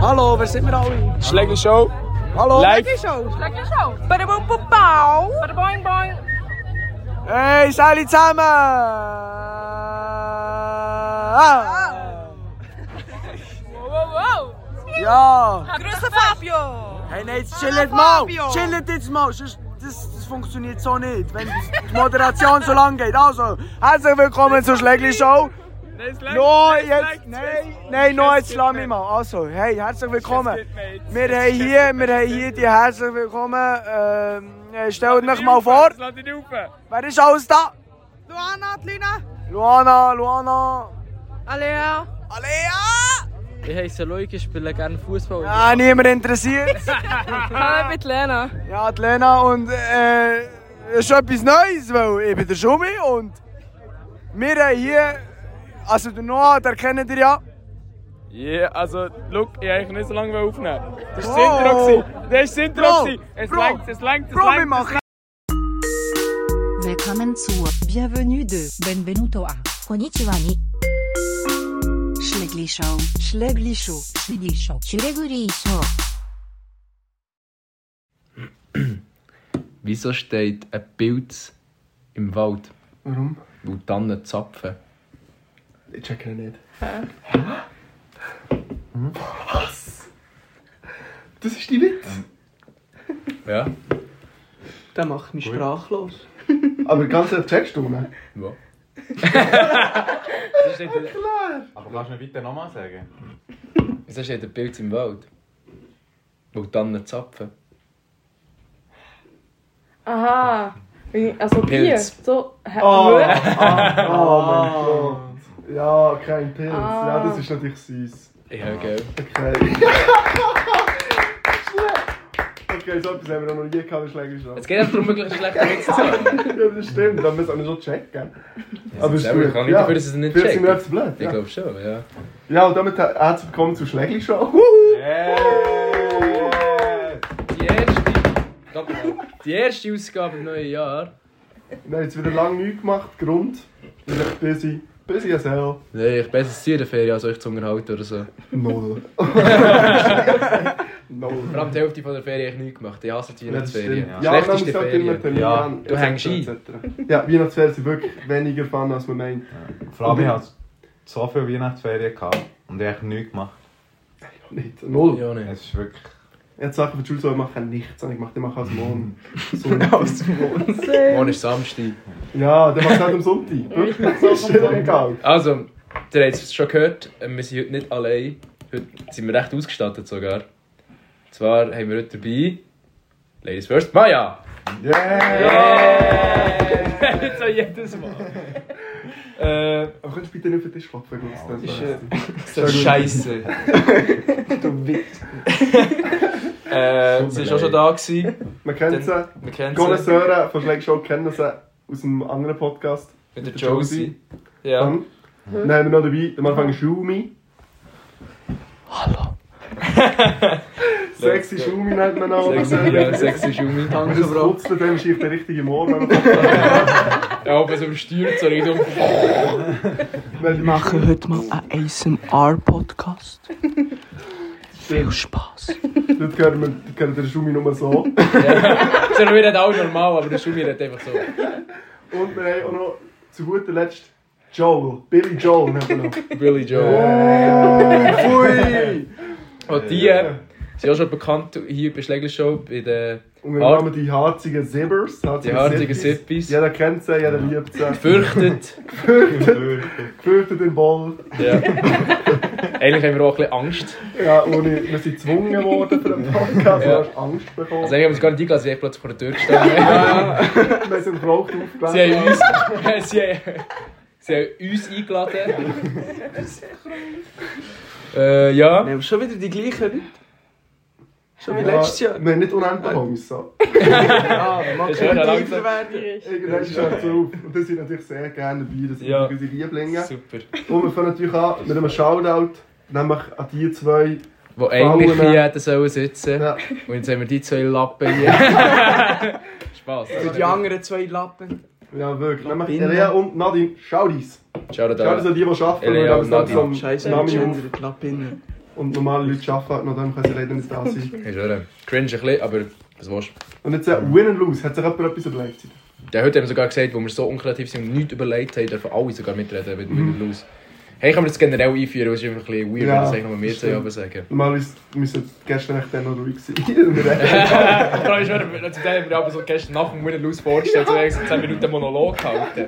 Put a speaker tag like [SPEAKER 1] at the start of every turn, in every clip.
[SPEAKER 1] Hallo, waar zitten we alle?
[SPEAKER 2] Schlechte Show.
[SPEAKER 1] Hallo?
[SPEAKER 2] Live.
[SPEAKER 3] Show. Lekker Show.
[SPEAKER 4] Badaboom, boom, pow.
[SPEAKER 3] Bada boing boing.
[SPEAKER 1] Hey, zijn jullie samen? Ah.
[SPEAKER 3] Wow, wow, wow.
[SPEAKER 1] Ja.
[SPEAKER 4] Grüße Fabio.
[SPEAKER 1] Hey, nee, chill het mal.
[SPEAKER 4] Fabio.
[SPEAKER 1] Chill het jetzt mal. Sonst, das, das funktioniert so nicht, wenn die Moderation so lang geht. Also, herzlich willkommen zur Schlägli Show. Nur jetzt, nein, nein, nur jetzt lass mich mal. Also, hey, herzlich willkommen. Wir haben hier, wir haben hier die herzlich willkommen. Ähm, äh, stellt euch mal vor,
[SPEAKER 2] Lass dich nicht rauf.
[SPEAKER 1] wer ist alles da?
[SPEAKER 4] Luana, Lina.
[SPEAKER 1] Luana, Luana.
[SPEAKER 4] Alea.
[SPEAKER 1] Alea!
[SPEAKER 5] Ich heiße Leuk, ich spiele gerne Fußball.
[SPEAKER 1] Ja, niemand interessiert.
[SPEAKER 3] Hallo mit Lena.
[SPEAKER 1] Ja, die Lena und äh, ist etwas Neues, weil ich bin der Schumi und wir haben hier, also der Noah, den kennt ihr ja.
[SPEAKER 2] Ja, also, look, ich wollte eigentlich nicht so lange aufnehmen. Das war
[SPEAKER 1] Wow.
[SPEAKER 2] das Intro. gewesen. Das war das Intro.
[SPEAKER 1] Bro,
[SPEAKER 2] gewesen. Es
[SPEAKER 1] Bro.
[SPEAKER 2] langt, es langt, es
[SPEAKER 1] Bro, wir
[SPEAKER 2] langt.
[SPEAKER 1] machen
[SPEAKER 6] Willkommen zu
[SPEAKER 7] Bienvenue de Ben Benvenuto à
[SPEAKER 6] Konnichiwa ni Schlägli Show.
[SPEAKER 7] Schlegli Show. Schlegli Show.
[SPEAKER 6] Schlägli Show.
[SPEAKER 8] Wieso steht ein Pilz im Wald?
[SPEAKER 9] Warum?
[SPEAKER 8] Weil Tannen zapfen.
[SPEAKER 9] Ich checke ihn nicht. Hä? Was? Das ist die Witz?
[SPEAKER 8] Ähm, Ja?
[SPEAKER 1] Der macht mich sprachlos.
[SPEAKER 9] Aber ganz ehrlich, checkst du ihn?
[SPEAKER 8] Wo?
[SPEAKER 10] Aber kannst du mir bitte nochmal sagen?
[SPEAKER 8] Wieso steht ein Pilz im Wald? Weil Tannen zapfen.
[SPEAKER 3] Aha. Wie- Also Bier.
[SPEAKER 8] Pilz.
[SPEAKER 3] So. Hä?
[SPEAKER 9] Oh,
[SPEAKER 3] Hä?
[SPEAKER 9] ah, oh mein Gott. Ja, kein Pilz. Ja, das ist natürlich süß.
[SPEAKER 8] Ja, gell.
[SPEAKER 9] Okay. okay, so etwas haben wir noch nie gehabt, das schlägt schon.
[SPEAKER 8] Es geht einfach darum, möglichst schlechte Witze zu sagen.
[SPEAKER 9] Ja, das stimmt, dann müssen wir es auch noch checken. Aber
[SPEAKER 8] Ich
[SPEAKER 9] ist
[SPEAKER 8] kann
[SPEAKER 9] gut,
[SPEAKER 8] nicht
[SPEAKER 9] ja.
[SPEAKER 8] dafür, dass es nicht
[SPEAKER 9] Vielleicht sind wir
[SPEAKER 8] checkt.
[SPEAKER 9] etwas blöd.
[SPEAKER 8] Ich
[SPEAKER 9] Ja.
[SPEAKER 8] glaube schon, ja.
[SPEAKER 9] ja, und damit herzlich willkommen zur Schlägli Show. Wuhu!
[SPEAKER 8] Die erste, Stopp mal. die erste Ausgabe im neuen Jahr.
[SPEAKER 9] Wir haben jetzt wieder lange nichts gemacht, Grund. Wir sind busy. Busy as hell.
[SPEAKER 8] Nein, ich bin jetzt in der Ferien, als euch zu unterhalten oder so.
[SPEAKER 9] Null. Null.
[SPEAKER 8] Vor allem die Hälfte von der Ferien habe ich nichts gemacht. Ich hasse die
[SPEAKER 9] Ja, das stimmt.
[SPEAKER 8] Weihnachtsferien.
[SPEAKER 9] Ja, aber man
[SPEAKER 8] Schlechteste
[SPEAKER 9] muss halt immer
[SPEAKER 8] Ferien.
[SPEAKER 9] Termine
[SPEAKER 10] Ja.
[SPEAKER 9] an.
[SPEAKER 8] Du hängst
[SPEAKER 9] etc. Ja, Weihnachtsferien sind wirklich weniger Fun, als man meint.
[SPEAKER 10] Vor allem, ich hatte so viele Weihnachtsferien gehabt und ich habe nichts gemacht.
[SPEAKER 9] Nicht. Null.
[SPEAKER 8] Ja, nicht.
[SPEAKER 10] Es ist wirklich...
[SPEAKER 9] Jetzt Sachen für die Schule soll ich machen, nichts. sondern Ich mache, ich mache als Mond. Sonntag.
[SPEAKER 8] Morgen ist Samstag.
[SPEAKER 9] Ja, der macht halt am Sonntag. Wirklich, das ist dir egal.
[SPEAKER 8] Also, ihr habt es schon gehört, äh, wir sind heute nicht allein. Heute sind wir recht ausgestattet sogar. Und zwar haben wir heute dabei. Ladies first, Maya! Yay! so jedes Mal. äh,
[SPEAKER 9] Aber könntest du bitte nicht auf den Tisch klopfen? Gunst? Das
[SPEAKER 8] ist,
[SPEAKER 9] wär's.
[SPEAKER 8] so Scheiße.
[SPEAKER 9] Du Witz.
[SPEAKER 2] Äh, sie war auch schon da. Gewesen.
[SPEAKER 9] Man kennt sie.
[SPEAKER 2] Wir kennen sie.
[SPEAKER 9] Connoisseure von Schläg Show kennen sie aus einem anderen Podcast.
[SPEAKER 2] Mit der Josie. Ja.
[SPEAKER 9] Dann,
[SPEAKER 8] Hm?
[SPEAKER 9] dann haben wir noch dabei, am Anfang Schumi. Hallo. Sexy Schumi nennt man auch.
[SPEAKER 8] Sexy, ja, sexy Schumi.
[SPEAKER 9] Das putzt dann wahrscheinlich der richtige Moor. wenn man-
[SPEAKER 8] Ja, aber es übersteuert so nicht um.
[SPEAKER 9] Weil die machen.
[SPEAKER 1] Machen heute mal einen ASMR-Podcast. Viel Spaß.
[SPEAKER 9] Dort hören wir dort hören wir den Schumi nur so. Und
[SPEAKER 8] Sondern wir reden auch normal, aber der Schumi redet einfach so.
[SPEAKER 9] wir haben auch noch zu guter Letzt Joel. Billy Joel haben wir noch.
[SPEAKER 8] Billy Joe.
[SPEAKER 9] Pfui!
[SPEAKER 8] Und die äh, sind auch schon bekannt hier bei Schlägel Show, bei der
[SPEAKER 9] Und wir
[SPEAKER 8] Har-
[SPEAKER 9] haben die harzigen Zibbers.
[SPEAKER 8] Ah. die hartigen Sippis.
[SPEAKER 9] Jeder kennt sie, jeder liebt sie.
[SPEAKER 8] Fürchtet.
[SPEAKER 9] Fürchtet den Ball.
[SPEAKER 8] Ja. Eigentlich haben wir auch ein bisschen Angst.
[SPEAKER 9] Ja, ohne, wir sind gezwungen worden für den Podcast,
[SPEAKER 8] Ja.
[SPEAKER 9] du hast Angst bekommen.
[SPEAKER 8] Also eigentlich haben wir uns gar nicht eingelassen, sie haben plötzlich vor der Tür gestanden.
[SPEAKER 9] wir sind Brot
[SPEAKER 8] Sie
[SPEAKER 9] aufgelegt.
[SPEAKER 8] haben uns, sie haben, sie haben uns eingeladen. äh, ja.
[SPEAKER 1] Wir haben schon wieder die gleichen Leute. Schon wie
[SPEAKER 9] Ja,
[SPEAKER 1] letztes Jahr.
[SPEAKER 9] Wir haben nicht unendlich Angst. So.
[SPEAKER 1] Ja, mach
[SPEAKER 8] Ist ja
[SPEAKER 1] keine
[SPEAKER 8] langsam.
[SPEAKER 1] Tieferwerdung.
[SPEAKER 9] Irgendwann schaut es auf. Und das sind natürlich sehr gerne dabei, das sind
[SPEAKER 8] Ja.
[SPEAKER 9] unsere Lieblinge.
[SPEAKER 8] Super.
[SPEAKER 9] Und wir fangen natürlich an mit einem Shoutout, nämlich an die zwei.
[SPEAKER 8] Wo eigentlich
[SPEAKER 9] Frauen.
[SPEAKER 8] hier hätten sollen sitzen.
[SPEAKER 9] Ja.
[SPEAKER 8] Und jetzt haben wir die zwei Lappen hier. Spaß.
[SPEAKER 1] Für die anderen zwei Lappen.
[SPEAKER 9] Ja, wirklich. Nämlich
[SPEAKER 1] Binnen.
[SPEAKER 9] Elea und Nadine. Schaudis.
[SPEAKER 8] Ciao, da.
[SPEAKER 9] Schaudis an die, die arbeiten.
[SPEAKER 8] Elea
[SPEAKER 9] wir haben
[SPEAKER 8] und
[SPEAKER 9] es noch
[SPEAKER 8] Nadine.
[SPEAKER 9] zum
[SPEAKER 1] Scheiße,
[SPEAKER 9] Namen
[SPEAKER 1] Gender, Lappen.
[SPEAKER 9] Und normale Leute arbeiten halt noch, dann können sie leider nicht da sein.
[SPEAKER 8] Ist schon ähm, cringe ein bisschen, aber was willst du?
[SPEAKER 9] Und jetzt äh, Win and Lose, hat sich jemand etwas überlegt?
[SPEAKER 8] Der heute haben wir sogar gesagt, wo wir so unkreativ sind und nichts überlegt haben, dürfen alle sogar mitreden mit Win Lose. Hey, können wir das generell einführen, weil es ist einfach ein bisschen weird, wenn
[SPEAKER 9] Ja,
[SPEAKER 8] das eigentlich nur wir
[SPEAKER 9] stimmt.
[SPEAKER 8] zwei aber sagen.
[SPEAKER 9] Normalerweise müssen gestern echt dann noch ruhig sein. Und wir reden.
[SPEAKER 8] Vor allem, zum Teil haben wir aber so gestern nach dem Win Lose vorgestellt, so 10 Minuten Monolog gehalten.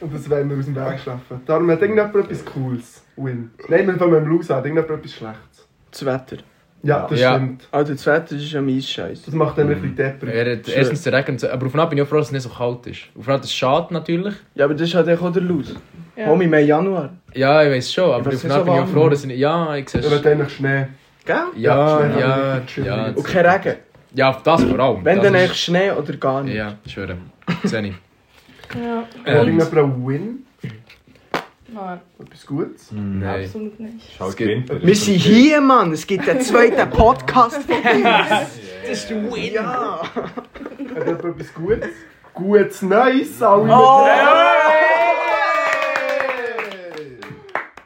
[SPEAKER 9] Und das wollen wir aus dem Weg schaffen. Darum hat irgendjemand etwas Cooles. Win. Nein, wir fangen mit dem Lose an, hat irgendjemand etwas Schlechtes.
[SPEAKER 1] Das Wetter.
[SPEAKER 9] Ja, das
[SPEAKER 8] Ja.
[SPEAKER 9] stimmt.
[SPEAKER 1] Alter, das Wetter ist am Eis scheiße.
[SPEAKER 9] Das macht dann ein bisschen depprig.
[SPEAKER 8] Er hat erstens den Regen, aber auf einer bin ich auch froh, dass es nicht so kalt ist. Auf einer ist es schade natürlich.
[SPEAKER 1] Ja, aber das ist halt echt auch der Lose.
[SPEAKER 3] Ja.
[SPEAKER 1] Homie, wir haben Januar.
[SPEAKER 8] Ja, ich weiß schon, aber
[SPEAKER 1] Aber
[SPEAKER 8] auf
[SPEAKER 1] es ist
[SPEAKER 8] einer
[SPEAKER 1] so
[SPEAKER 8] bin ich auch
[SPEAKER 1] warm.
[SPEAKER 8] froh, dass ich nicht... Ja, ich sehe
[SPEAKER 9] Er hat eigentlich Schnee.
[SPEAKER 1] Gell?
[SPEAKER 8] Ja,
[SPEAKER 9] schnell,
[SPEAKER 8] ja,
[SPEAKER 9] aber chill.
[SPEAKER 8] ja.
[SPEAKER 1] Und kein Regen.
[SPEAKER 8] Ja, auf das vor allem.
[SPEAKER 1] Wenn
[SPEAKER 8] das
[SPEAKER 1] dann
[SPEAKER 8] ist-
[SPEAKER 1] echt Schnee oder gar nicht.
[SPEAKER 8] Ja, schwöre. Sehe ich.
[SPEAKER 3] Ja.
[SPEAKER 9] Hat irgendjemand einen Win?
[SPEAKER 3] Nein,
[SPEAKER 9] Etwas Gutes?
[SPEAKER 8] Nein.
[SPEAKER 3] absolut nicht.
[SPEAKER 10] Schau,
[SPEAKER 8] Es gibt-
[SPEAKER 10] gewinnt er.
[SPEAKER 1] Wir sind hier, Mann. Es gibt den zweiten Podcast von uns. Das ist der Win. Ja.
[SPEAKER 9] Hat jemand etwas Gutes? Gutes Neues, alle
[SPEAKER 1] Oh.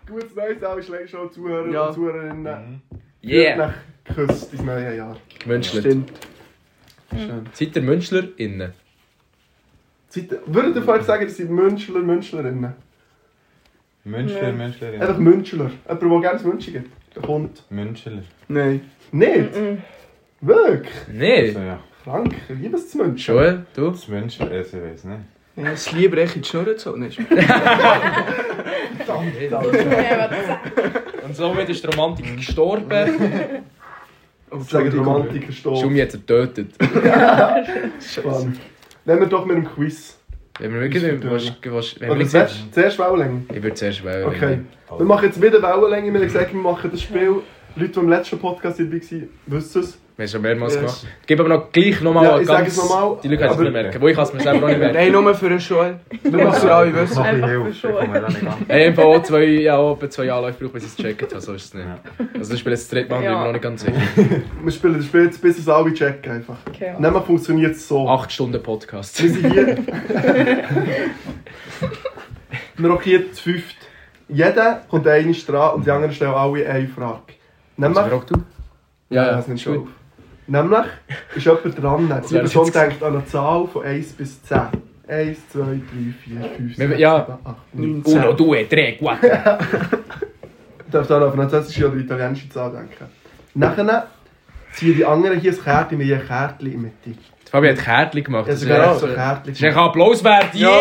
[SPEAKER 9] Gutes Neues, alle schlecht schon Zuhörer
[SPEAKER 1] Ja.
[SPEAKER 9] und Zuhörerinnen.
[SPEAKER 8] Yeah!
[SPEAKER 9] Nach Küsst ins neue Jahr.
[SPEAKER 8] nou, Münchler.
[SPEAKER 1] Stimmt.
[SPEAKER 8] Seid ihr MünchlerInnen?
[SPEAKER 9] Seid, würdet ihr vorher sagen, ihr seid Münchler, Münchlerinnen?
[SPEAKER 10] Münchler, Münchlerin.
[SPEAKER 9] Einfach Münchler. Jemand, der gerne zu München geht. Der kommt.
[SPEAKER 10] Münchler.
[SPEAKER 1] Nein.
[SPEAKER 9] Nicht? Wirklich?
[SPEAKER 10] Also
[SPEAKER 8] Nee!
[SPEAKER 10] ja,
[SPEAKER 9] Frank, ich liebe es zu München.
[SPEAKER 8] Joel, du?
[SPEAKER 10] das Münchler, also ich weiß nicht.
[SPEAKER 1] Ja, es lieber echt in die Schnur zu holen.
[SPEAKER 8] Und somit ist die Romantik gestorben.
[SPEAKER 9] Ich sage, die Romantik verstorben.
[SPEAKER 8] Schumi hat sie getötet.
[SPEAKER 9] Spannend. Nehmen wir doch mit dem Quiz.
[SPEAKER 8] Wenn wir wirklich...
[SPEAKER 9] Ist
[SPEAKER 8] was- was- Wenn
[SPEAKER 9] Oder
[SPEAKER 8] wir
[SPEAKER 9] zuerst, zuerst Wellenlänge.
[SPEAKER 8] Ich würde zuerst wählen.
[SPEAKER 9] Okay. Wir machen jetzt wieder Wellenlänge. Wir haben gesagt, wir machen das Spiel. Leute, die im letzten Podcast dabei waren, wissen es.
[SPEAKER 8] Wir haben es schon mehrmals
[SPEAKER 1] Yes.
[SPEAKER 8] gemacht. Gib aber noch gleich nochmal
[SPEAKER 9] Ja,
[SPEAKER 8] eine
[SPEAKER 9] ich sag es nochmal,
[SPEAKER 8] Die Leute können es
[SPEAKER 9] aber-
[SPEAKER 8] nicht merken. Wo ich kann es mir selber auch nicht merken.
[SPEAKER 1] Nein, nur für eine Schule. Nur dass ihr alle
[SPEAKER 10] Noch
[SPEAKER 1] wissen.
[SPEAKER 10] ein bisschen
[SPEAKER 3] Einfach
[SPEAKER 10] Hilfe,
[SPEAKER 3] verschonen.
[SPEAKER 10] ich komme da nicht an.
[SPEAKER 8] Hey, einfach auch zwei, ja, etwa zwei Anläufe braucht, bis ich es gecheckt habe. So ist es nicht. Also ich spiele jetzt das dritte Mal, bin ich
[SPEAKER 3] Ja.
[SPEAKER 8] mir noch nicht ganz sicher.
[SPEAKER 9] Wir spielen das Spiel jetzt, bis es alle checken einfach.
[SPEAKER 3] Okay,
[SPEAKER 9] Und dann funktioniert es so.
[SPEAKER 8] Acht Stunden Podcast.
[SPEAKER 9] Wir sind hier. wir haben hier zu fünft. Jeder kommt eine dran und die anderen stellen alle eine Frage. Nämlich.
[SPEAKER 8] Also, du? Ja, ja,
[SPEAKER 9] das nimmt
[SPEAKER 8] schon.
[SPEAKER 9] schon auf. Nämlich ist jemand dran. Die
[SPEAKER 8] wäre
[SPEAKER 9] Person
[SPEAKER 8] jetzt-
[SPEAKER 9] denkt an eine Zahl von 1 bis 10. 1, 2, 3, 4, 5, 6, 7,
[SPEAKER 8] ja.
[SPEAKER 9] 8, 9.
[SPEAKER 8] Uno, eh, due, tre, quattro.
[SPEAKER 9] Ich darf dann auf französische oder italienische Zahl denken. Nachher ziehen die anderen hier ein Kärtchen, wir haben ein Kärtchen in der Mitte.
[SPEAKER 8] Fabi hat Kärtchen gemacht.
[SPEAKER 9] Also,
[SPEAKER 8] ja-
[SPEAKER 9] genau, so ein Kärtchen.
[SPEAKER 8] Das ist ein Applaus wert. Yeah!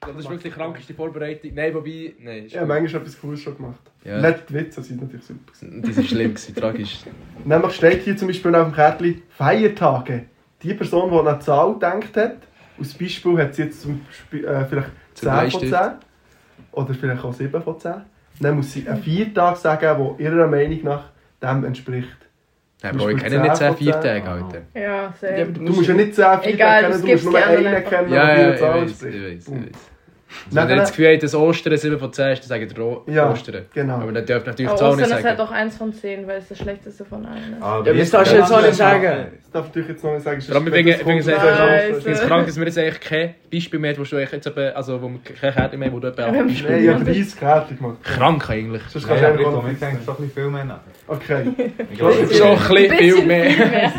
[SPEAKER 8] Das ist wirklich die krankeste Vorbereitung. Nein, wobei... Nein, ist
[SPEAKER 9] Ja,
[SPEAKER 8] gut.
[SPEAKER 9] manchmal etwas Cooles schon gemacht.
[SPEAKER 8] Ja.
[SPEAKER 9] Letzte Witz, das ist natürlich super. gewesen.
[SPEAKER 8] Das war schlimm, gewesen, tragisch.
[SPEAKER 9] Nämlich steht hier zum Beispiel auf dem Kärtchen Feiertage. Die Person, die an eine Zahl gedacht hat, als Beispiel hat sie jetzt zum Beispiel, äh, vielleicht
[SPEAKER 8] Zum
[SPEAKER 9] 10 von
[SPEAKER 8] Bleistift.
[SPEAKER 9] 10 oder vielleicht auch 7 von 10. Dann muss sie einen Viertag sagen, der ihrer Meinung nach dem entspricht.
[SPEAKER 8] Nein,
[SPEAKER 9] Zum
[SPEAKER 8] Bro, ich
[SPEAKER 9] Beispiel
[SPEAKER 8] kenne nicht 10
[SPEAKER 9] 10 von 10.
[SPEAKER 8] Viertage, Alter.
[SPEAKER 3] ja,
[SPEAKER 1] Ja,
[SPEAKER 3] sehr.
[SPEAKER 1] aber
[SPEAKER 9] Du musst ja nicht 10 Viertage
[SPEAKER 3] Egal,
[SPEAKER 9] kennen,
[SPEAKER 3] das
[SPEAKER 9] du musst
[SPEAKER 3] gibt's
[SPEAKER 9] nur einen
[SPEAKER 3] gerne einfach.
[SPEAKER 9] kennen,
[SPEAKER 8] Ja,
[SPEAKER 9] der
[SPEAKER 8] ja,
[SPEAKER 9] ihrer
[SPEAKER 8] ich
[SPEAKER 9] Zahl
[SPEAKER 8] weiß,
[SPEAKER 9] entspricht.
[SPEAKER 8] ich weiß, Also ich
[SPEAKER 9] Boom.
[SPEAKER 8] weiß. Wenn ihr
[SPEAKER 9] Nachher-
[SPEAKER 8] das Gefühl habt, dass Ostern 7 von 10 ist, dann sagt ihr O-
[SPEAKER 9] Ja,
[SPEAKER 8] Ostern.
[SPEAKER 9] genau.
[SPEAKER 8] Aber dann dürft ihr natürlich
[SPEAKER 3] Aber
[SPEAKER 8] die Zahl
[SPEAKER 3] Ostern
[SPEAKER 8] nicht
[SPEAKER 3] ist halt auch
[SPEAKER 8] sagen.
[SPEAKER 3] eins von zehn, weil es das schlechteste von allen ist.
[SPEAKER 10] Aber
[SPEAKER 1] Ja, das darfst du jetzt auch nicht sagen.
[SPEAKER 9] Das darf ich natürlich jetzt noch nicht sagen.
[SPEAKER 8] Vor allem, wir bringen- wir bringen- Ich finde es
[SPEAKER 3] Scheiße.
[SPEAKER 8] krank, dass wir jetzt eigentlich kein Beispiel mehr haben, wo du eigentlich jetzt eben, also wo wir keine Kärtchen mehr haben, wo du eben auch bist.
[SPEAKER 9] Nein, ich habe 30 Kärtchen gemacht.
[SPEAKER 8] Krank eigentlich.
[SPEAKER 9] Sonst
[SPEAKER 10] Nein,
[SPEAKER 9] kannst du
[SPEAKER 10] aber ich
[SPEAKER 9] einfach auch
[SPEAKER 10] komme
[SPEAKER 9] noch
[SPEAKER 10] jetzt eigentlich schon ein bisschen viel mehr nach.
[SPEAKER 9] Okay.
[SPEAKER 10] Ich glaube,
[SPEAKER 9] Ja.
[SPEAKER 10] ich-
[SPEAKER 8] Schon ein bisschen viel mehr.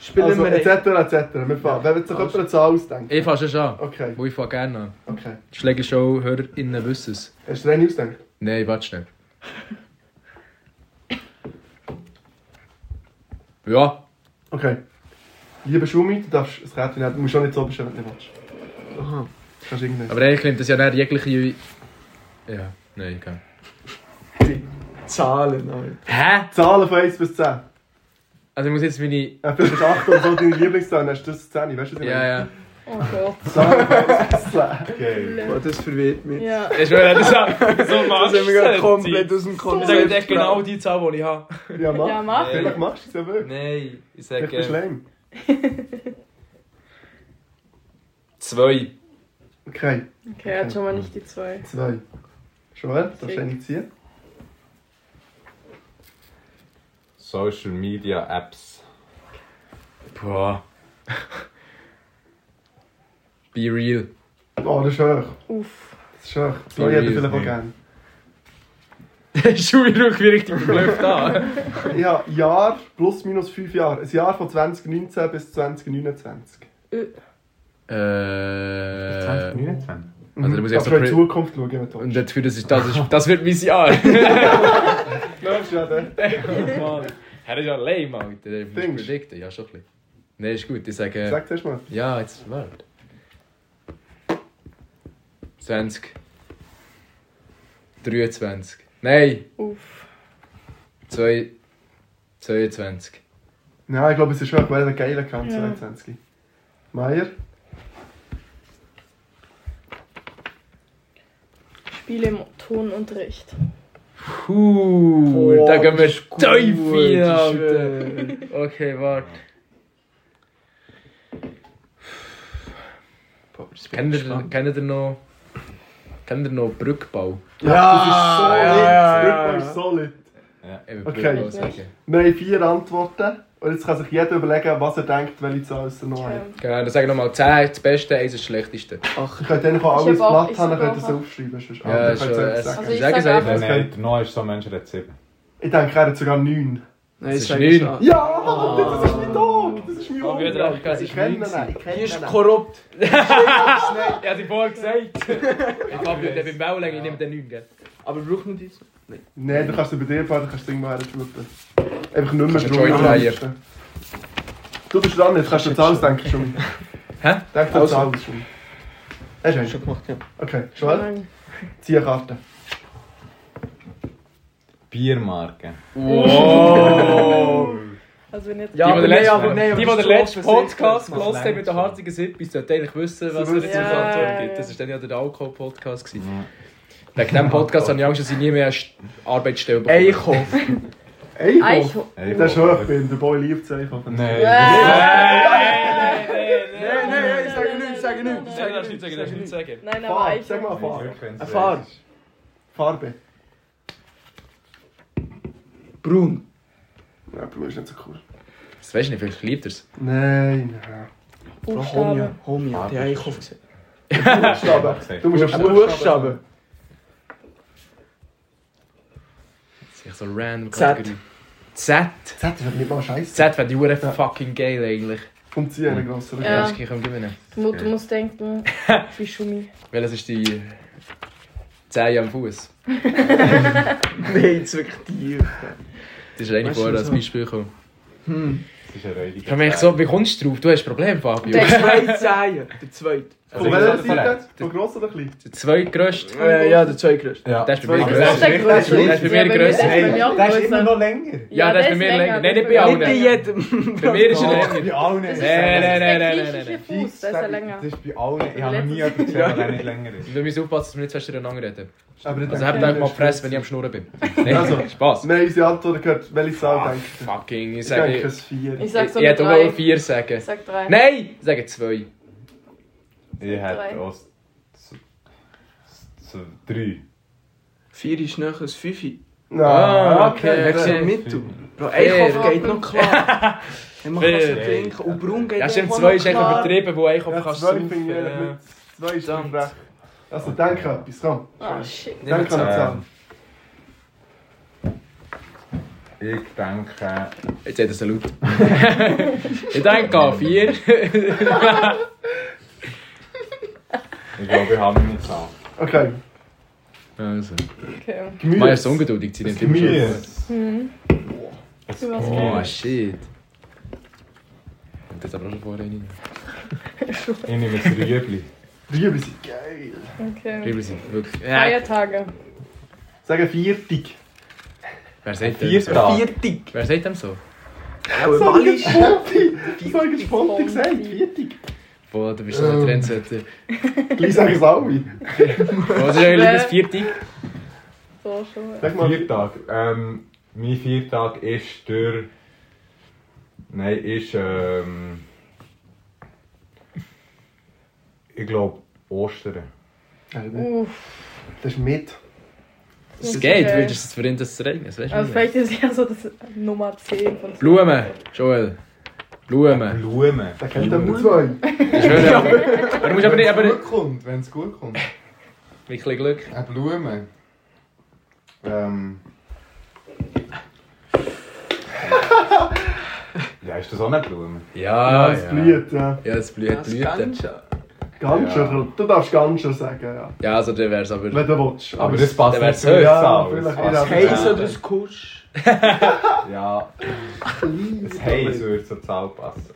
[SPEAKER 1] Spielen
[SPEAKER 9] Also,
[SPEAKER 1] wir
[SPEAKER 9] etc. etc. Wir fahren. Wenn jetzt sich
[SPEAKER 8] Also-
[SPEAKER 9] jemand eine Zahl ausdenkt.
[SPEAKER 8] Ich fange schon an.
[SPEAKER 9] Okay,
[SPEAKER 8] Wo ich fange gerne an.
[SPEAKER 9] okay.
[SPEAKER 8] Die Schlägershow-HörerInnen wissen es.
[SPEAKER 9] Hast du dir eine ausgedacht?
[SPEAKER 8] Nein, warte schnell. Ja,
[SPEAKER 9] Okay. Lieber Schumi, du darfst das Kärtchen nehmen. Du musst auch nicht so beschreiben, wenn du nicht willst. Aha. Kannst du irgendwas.
[SPEAKER 8] aber eigentlich nimmt das ja dann jegliche... Ja, nein, egal.
[SPEAKER 1] Zahlen. Alter.
[SPEAKER 8] Hä?
[SPEAKER 9] Zahlen von 1 bis 10. Äh,
[SPEAKER 8] Also ich muss jetzt meine...
[SPEAKER 9] vielleicht bis 8 oder so deine Lieblingszahl, dann hast du das 10. Weißt du, was ich
[SPEAKER 8] Ja, ja.
[SPEAKER 3] Oh Gott.
[SPEAKER 9] Zahlen von 1 bis 10.
[SPEAKER 10] Okay.
[SPEAKER 1] Boah, Das verwirrt mich.
[SPEAKER 3] Ja.
[SPEAKER 8] Ich schwöre, das ist so
[SPEAKER 1] Das haben wir gerade komplett aus dem
[SPEAKER 8] Ich
[SPEAKER 1] Konzept.
[SPEAKER 8] sage dir genau die Zahl, die ich habe.
[SPEAKER 9] Ja, mach.
[SPEAKER 3] Ja, mach.
[SPEAKER 9] Vielleicht machst du es ja wirklich.
[SPEAKER 8] Nein, ich
[SPEAKER 9] Vielleicht bist du
[SPEAKER 8] sage...
[SPEAKER 9] lame.
[SPEAKER 8] Zwei.
[SPEAKER 9] Okay,
[SPEAKER 3] Okay, er hat schon mal nicht die zwei.
[SPEAKER 9] 2. Joel, darfst du eine ziehen?
[SPEAKER 10] Social Media Apps.
[SPEAKER 8] Boah. Be real.
[SPEAKER 9] Oh, das ist hoch.
[SPEAKER 3] Uff.
[SPEAKER 9] Das ist hoch. Zwei hätte ich
[SPEAKER 8] Sorry,
[SPEAKER 9] vielleicht auch
[SPEAKER 8] nee.
[SPEAKER 9] gerne.
[SPEAKER 8] Schule ruhig wie richtig verblüfft an.
[SPEAKER 9] Ich habe Jahr plus minus fünf Jahre. Ein Jahr von 2019 bis 2029.
[SPEAKER 8] äh.
[SPEAKER 10] 29.
[SPEAKER 8] Also, da muss ich jetzt
[SPEAKER 9] Kannst du Mhm. in die
[SPEAKER 8] noch.
[SPEAKER 9] Zukunft schauen, wenn du
[SPEAKER 8] Und
[SPEAKER 9] willst.
[SPEAKER 8] dafür, das, ist, das, ist, das wird mein Jahr.
[SPEAKER 9] Glaubst du ja, der?
[SPEAKER 8] Mann. Er ist ja lame, Alter. Der muss
[SPEAKER 9] Denkst du?
[SPEAKER 8] predikten. Ja, schon ein bisschen. Nein, ist gut. Ich sage. äh,
[SPEAKER 9] Sag zuerst mal.
[SPEAKER 8] Ja, jetzt warte. 20. 23. Nein!
[SPEAKER 3] Uff.
[SPEAKER 8] Zwei- 22.
[SPEAKER 9] Ja, ich glaube, es ist schon ein geiler Kampf,
[SPEAKER 3] Ja.
[SPEAKER 9] 22. Meier?
[SPEAKER 3] Spiele im Tonunterricht.
[SPEAKER 8] Puh, da gehen wir
[SPEAKER 9] gut,
[SPEAKER 8] Teufel,
[SPEAKER 9] das
[SPEAKER 8] Alter. Okay, warte. Kennt ihr, kennt ihr noch... Kennt ihr noch Brückbau?
[SPEAKER 9] Ja, das ist solid. Das Rhythmus ist solid.
[SPEAKER 8] Eben,
[SPEAKER 9] Okay.
[SPEAKER 8] Brückbau sagen.
[SPEAKER 9] Wir haben vier Antworten. Und jetzt kann sich jeder überlegen, was er denkt, welche Zahl es noch hat.
[SPEAKER 3] Ähm,
[SPEAKER 8] Genau, dann sag nochmal 10 ist das Beste, 1 ist das Schlechteste.
[SPEAKER 9] Ach, ihr könnt dann auch
[SPEAKER 3] Ich
[SPEAKER 9] alles
[SPEAKER 3] hab auch-
[SPEAKER 9] platt
[SPEAKER 3] ich
[SPEAKER 9] haben, dann
[SPEAKER 3] hab
[SPEAKER 9] könnt
[SPEAKER 3] auch-
[SPEAKER 9] ihr es aufschreiben. sonst-
[SPEAKER 8] Ja,
[SPEAKER 9] Ah, ihr
[SPEAKER 8] ist
[SPEAKER 9] könnt
[SPEAKER 8] schon-
[SPEAKER 9] es
[SPEAKER 8] es-
[SPEAKER 9] sagen.
[SPEAKER 3] Also ich
[SPEAKER 8] Sag es
[SPEAKER 3] sag
[SPEAKER 8] einfach.
[SPEAKER 10] Nein,
[SPEAKER 3] einfach.
[SPEAKER 10] nein, noch ist so ein Mensch, der hat 7.
[SPEAKER 9] Ich denke, er hat sogar neun.
[SPEAKER 5] Nein,
[SPEAKER 8] Das ist
[SPEAKER 5] sag ich
[SPEAKER 8] neun.
[SPEAKER 5] schon.
[SPEAKER 9] Ja, das ist mein Tag! Das ist mein
[SPEAKER 8] Oh, wie
[SPEAKER 9] Tag!
[SPEAKER 8] hat er-
[SPEAKER 9] ich kenne ihn, ich kenne ihn.
[SPEAKER 8] korrupt. ich habe dir vorher gesagt. Ich habe den beim Baulänge, ich nehme den 9, gell?
[SPEAKER 5] Aber braucht man dies?
[SPEAKER 9] Nein, du kannst über dir fahren, du kannst das Ding mal herschlupen. Einfach nicht mehr
[SPEAKER 8] Kannst du einen
[SPEAKER 9] am
[SPEAKER 8] Joyrider.
[SPEAKER 9] liebsten. Du bist dran, jetzt kannst du die Zahl ausdenken, Schumi.
[SPEAKER 8] Hä?
[SPEAKER 9] Denk dir die Zahl aus, Schumi. Hast du einen?
[SPEAKER 5] Schon gemacht, ja.
[SPEAKER 9] Okay, schwer. Zieh eine Karte.
[SPEAKER 10] Biermarke.
[SPEAKER 3] Also wenn jetzt
[SPEAKER 5] Ja,
[SPEAKER 8] die, die
[SPEAKER 5] aber nein,
[SPEAKER 8] den letzten,
[SPEAKER 5] aber nein, aber
[SPEAKER 8] die, die
[SPEAKER 5] das
[SPEAKER 8] den letzten
[SPEAKER 5] ist schon
[SPEAKER 8] Podcast
[SPEAKER 5] versichert.
[SPEAKER 8] gehört haben mit den harzigen Sippis, sollten eigentlich wissen, was
[SPEAKER 9] Sie
[SPEAKER 8] es
[SPEAKER 9] wissen
[SPEAKER 8] zur
[SPEAKER 9] es.
[SPEAKER 8] Verantwortung
[SPEAKER 3] Ja,
[SPEAKER 8] gibt. Das
[SPEAKER 3] ja.
[SPEAKER 8] ist dann ja der Alkohol-Podcast. gewesen. Wegen diesem Podcast habe ich Angst, dass ich nie mehr eine St- Arbeitsstelle bekomme.
[SPEAKER 5] Eichhoff.
[SPEAKER 9] Eichhoch?
[SPEAKER 3] Eichhoch.
[SPEAKER 9] Das ist hoch, bin. Der Boy liebt es einfach.
[SPEAKER 10] Nein.
[SPEAKER 9] Nein, nein, nein, ich sage nichts, ich sage nichts. ich
[SPEAKER 8] Nein, das
[SPEAKER 9] sage
[SPEAKER 8] darfst du nicht sagen,
[SPEAKER 9] nichts.
[SPEAKER 8] das darfst du nicht sagen.
[SPEAKER 3] Nein, aber
[SPEAKER 9] Farbe, sag
[SPEAKER 3] Eichhoch.
[SPEAKER 9] mal Farbe.
[SPEAKER 10] Erfahren.
[SPEAKER 9] Farbe.
[SPEAKER 5] Brun.
[SPEAKER 9] Ja, Blue ist nicht so cool.
[SPEAKER 8] Das weißt du nicht, vielleicht liebt er es.
[SPEAKER 9] Nein, nein.
[SPEAKER 5] Homia.
[SPEAKER 3] Buchstabe.
[SPEAKER 5] Homia. Um, Der Eichhoff. gesehen.
[SPEAKER 9] Buchstaben. Du musst auf
[SPEAKER 5] Buchstaben.
[SPEAKER 9] Buchstaben.
[SPEAKER 8] Das ist so random
[SPEAKER 5] Z.
[SPEAKER 8] Kategorie. Z.
[SPEAKER 9] Z ist nicht mal scheiße.
[SPEAKER 8] Z wäre die Uhr fucking geil eigentlich.
[SPEAKER 9] Vom Ziehen, eine grosse
[SPEAKER 3] Ja.
[SPEAKER 8] Das kann ich gewinnen.
[SPEAKER 3] Du, du musst denken, wie Schumi.
[SPEAKER 8] Welches ist die eh, Zehe am Fuß?
[SPEAKER 5] Nein, das ist wirklich tief.
[SPEAKER 8] Das ist eine
[SPEAKER 5] Weißt du,
[SPEAKER 8] vorher als
[SPEAKER 5] so-
[SPEAKER 8] Beispiel gekommen.
[SPEAKER 10] Das ist eine räudige
[SPEAKER 8] Ich habe mich so, wie kommst du drauf? Du hast ein Problem, Fabio.
[SPEAKER 5] Der zweite Zehen. Der zweite.
[SPEAKER 9] Von welcher Seite? Von gross oder klein?
[SPEAKER 8] Der zweitgrößte.
[SPEAKER 5] Äh, ja, der zweitgrößte.
[SPEAKER 10] Ja.
[SPEAKER 8] Der ist bei mir
[SPEAKER 10] Aber
[SPEAKER 8] grösser.
[SPEAKER 10] das ist der
[SPEAKER 8] Das
[SPEAKER 10] grösste.
[SPEAKER 8] ist bei mir grösser.
[SPEAKER 10] Der ist immer noch länger.
[SPEAKER 8] Ja, der ist bei mir länger. Nein, nicht bei allen.
[SPEAKER 5] Nicht bei jedem.
[SPEAKER 8] Bei mir ist er
[SPEAKER 10] Ja,
[SPEAKER 8] länger.
[SPEAKER 10] Bei allen ist
[SPEAKER 8] Nein, nein, nein,
[SPEAKER 3] Der
[SPEAKER 8] nein, nein, nein.
[SPEAKER 3] griechische Fuß, da Äh, ist er länger.
[SPEAKER 10] Das ist bei allen. Ich habe noch nie jemanden gesehen, der nicht länger ist.
[SPEAKER 8] Wir müssen aufpassen, dass wir nicht fest miteinander reden.
[SPEAKER 9] Aber
[SPEAKER 8] Also
[SPEAKER 9] ich denke,
[SPEAKER 8] habt euch
[SPEAKER 9] das
[SPEAKER 8] mal
[SPEAKER 9] ist
[SPEAKER 8] Fresse, wenn ich am Schnurren bin. Nein, also, Spaß.
[SPEAKER 9] Wir haben unsere Antworten gehört. Welche Zahl denkt ihr?
[SPEAKER 8] Fucking, ich
[SPEAKER 9] Ich denke,
[SPEAKER 8] sage...
[SPEAKER 9] es vier.
[SPEAKER 3] Ich
[SPEAKER 9] Ich
[SPEAKER 3] sag
[SPEAKER 8] Ich
[SPEAKER 3] so eine
[SPEAKER 8] hätte auch wohl
[SPEAKER 3] drei.
[SPEAKER 8] vier
[SPEAKER 3] Ich
[SPEAKER 8] sagen.
[SPEAKER 3] sag drei.
[SPEAKER 8] Nein! Ich sage zwei.
[SPEAKER 10] Ich
[SPEAKER 3] Drei.
[SPEAKER 10] hätte auch. s- s- s- Drei.
[SPEAKER 5] Vier ist nachher das Fünfe.
[SPEAKER 9] Nein, okay.
[SPEAKER 5] Er ist
[SPEAKER 9] okay.
[SPEAKER 5] im Mittel. Bro, Eichhoff geht noch klar. Er macht was zu trinken. Und Brun geht
[SPEAKER 8] Ja, stimmt,
[SPEAKER 5] irgendwo
[SPEAKER 8] zwei
[SPEAKER 5] noch
[SPEAKER 8] ist echt
[SPEAKER 5] klar.
[SPEAKER 8] übertrieben, wo ich auf
[SPEAKER 9] Ja,
[SPEAKER 8] kannst
[SPEAKER 9] zwei finde ich
[SPEAKER 8] saufen,
[SPEAKER 9] ehrlich
[SPEAKER 8] ja.
[SPEAKER 9] mit. Zwei ist
[SPEAKER 5] Verdammt.
[SPEAKER 9] frech. Also, denk an etwas, komm.
[SPEAKER 3] Ah, shit.
[SPEAKER 8] Nimm
[SPEAKER 9] Denk an eine
[SPEAKER 10] zwei.
[SPEAKER 9] Zahl.
[SPEAKER 10] Ich denke.
[SPEAKER 8] Jetzt hat er Salut. ich denke an vier.
[SPEAKER 10] Ich glaube, ich habe meine Zahl.
[SPEAKER 9] Okay.
[SPEAKER 8] Also.
[SPEAKER 3] Okay.
[SPEAKER 9] Gemüse.
[SPEAKER 8] Maya ist ungeduldig, sie nimmt
[SPEAKER 10] Gemüse.
[SPEAKER 3] Du warst
[SPEAKER 8] Oh,
[SPEAKER 3] geil.
[SPEAKER 8] shit. Und das aber auch schon vorher rein.
[SPEAKER 10] Ich nehme das Rüebli.
[SPEAKER 9] Rüebli sind geil.
[SPEAKER 3] Okay.
[SPEAKER 8] Übel sind wirklich. Ja,
[SPEAKER 3] Feiertage.
[SPEAKER 9] Sagen vierzig.
[SPEAKER 8] wer sagt dem
[SPEAKER 10] Vier
[SPEAKER 8] so?
[SPEAKER 10] Tage.
[SPEAKER 5] Viertig.
[SPEAKER 8] Wer sagt dem so?
[SPEAKER 5] Auch
[SPEAKER 9] Sag ich
[SPEAKER 5] Wallis.
[SPEAKER 9] Sponti! Sag ich Sponti gesagt, vierzig.
[SPEAKER 8] Boah, du bist so ein
[SPEAKER 9] Ähm.
[SPEAKER 8] Trendsetter.
[SPEAKER 9] Gleich sagen es alle.
[SPEAKER 8] Was ist eigentlich das vierte?
[SPEAKER 3] So schon.
[SPEAKER 9] Sag mal.
[SPEAKER 10] Viertag. Ähm, mein Viertag ist der. Nein, ist. Ähm, ich glaube, Ostern.
[SPEAKER 9] Das
[SPEAKER 3] Uff.
[SPEAKER 9] ist mit.
[SPEAKER 8] Es
[SPEAKER 3] nicht
[SPEAKER 8] geht,
[SPEAKER 3] okay.
[SPEAKER 8] würdest du es für ihn das regeln? Das weißt du
[SPEAKER 3] Also
[SPEAKER 8] nicht. mehr.
[SPEAKER 3] vielleicht ist ja so das Nummer 10 von
[SPEAKER 8] Blumen, Joel. Blumen.
[SPEAKER 10] Blumen.
[SPEAKER 9] Da kennt ihr nur zwei.
[SPEAKER 8] Ich schwöre. aber- Aber du musst aber nicht. Aber
[SPEAKER 10] kommt, wenn es gut kommt.
[SPEAKER 8] mit ein bisschen Glück.
[SPEAKER 10] Eine Blume. Ähm. ja, ist das auch eine Blume?
[SPEAKER 8] Ja,
[SPEAKER 9] das blüht, ja.
[SPEAKER 8] Ja, es blüht, blüht.
[SPEAKER 9] Ganz
[SPEAKER 10] Ja.
[SPEAKER 9] schön. Du darfst ganz schön sagen, ja.
[SPEAKER 8] Ja, also dann wär's aber...
[SPEAKER 9] Wenn du willst.
[SPEAKER 10] Aber das passt
[SPEAKER 8] Dann wär's
[SPEAKER 10] nicht zu uns
[SPEAKER 8] Hölz
[SPEAKER 9] Ja,
[SPEAKER 10] alles.
[SPEAKER 9] vielleicht
[SPEAKER 10] Was
[SPEAKER 9] eher
[SPEAKER 10] heisst
[SPEAKER 5] Heiß oder ein Kusch?
[SPEAKER 10] Ja, das Haze würde zur Zahl passen.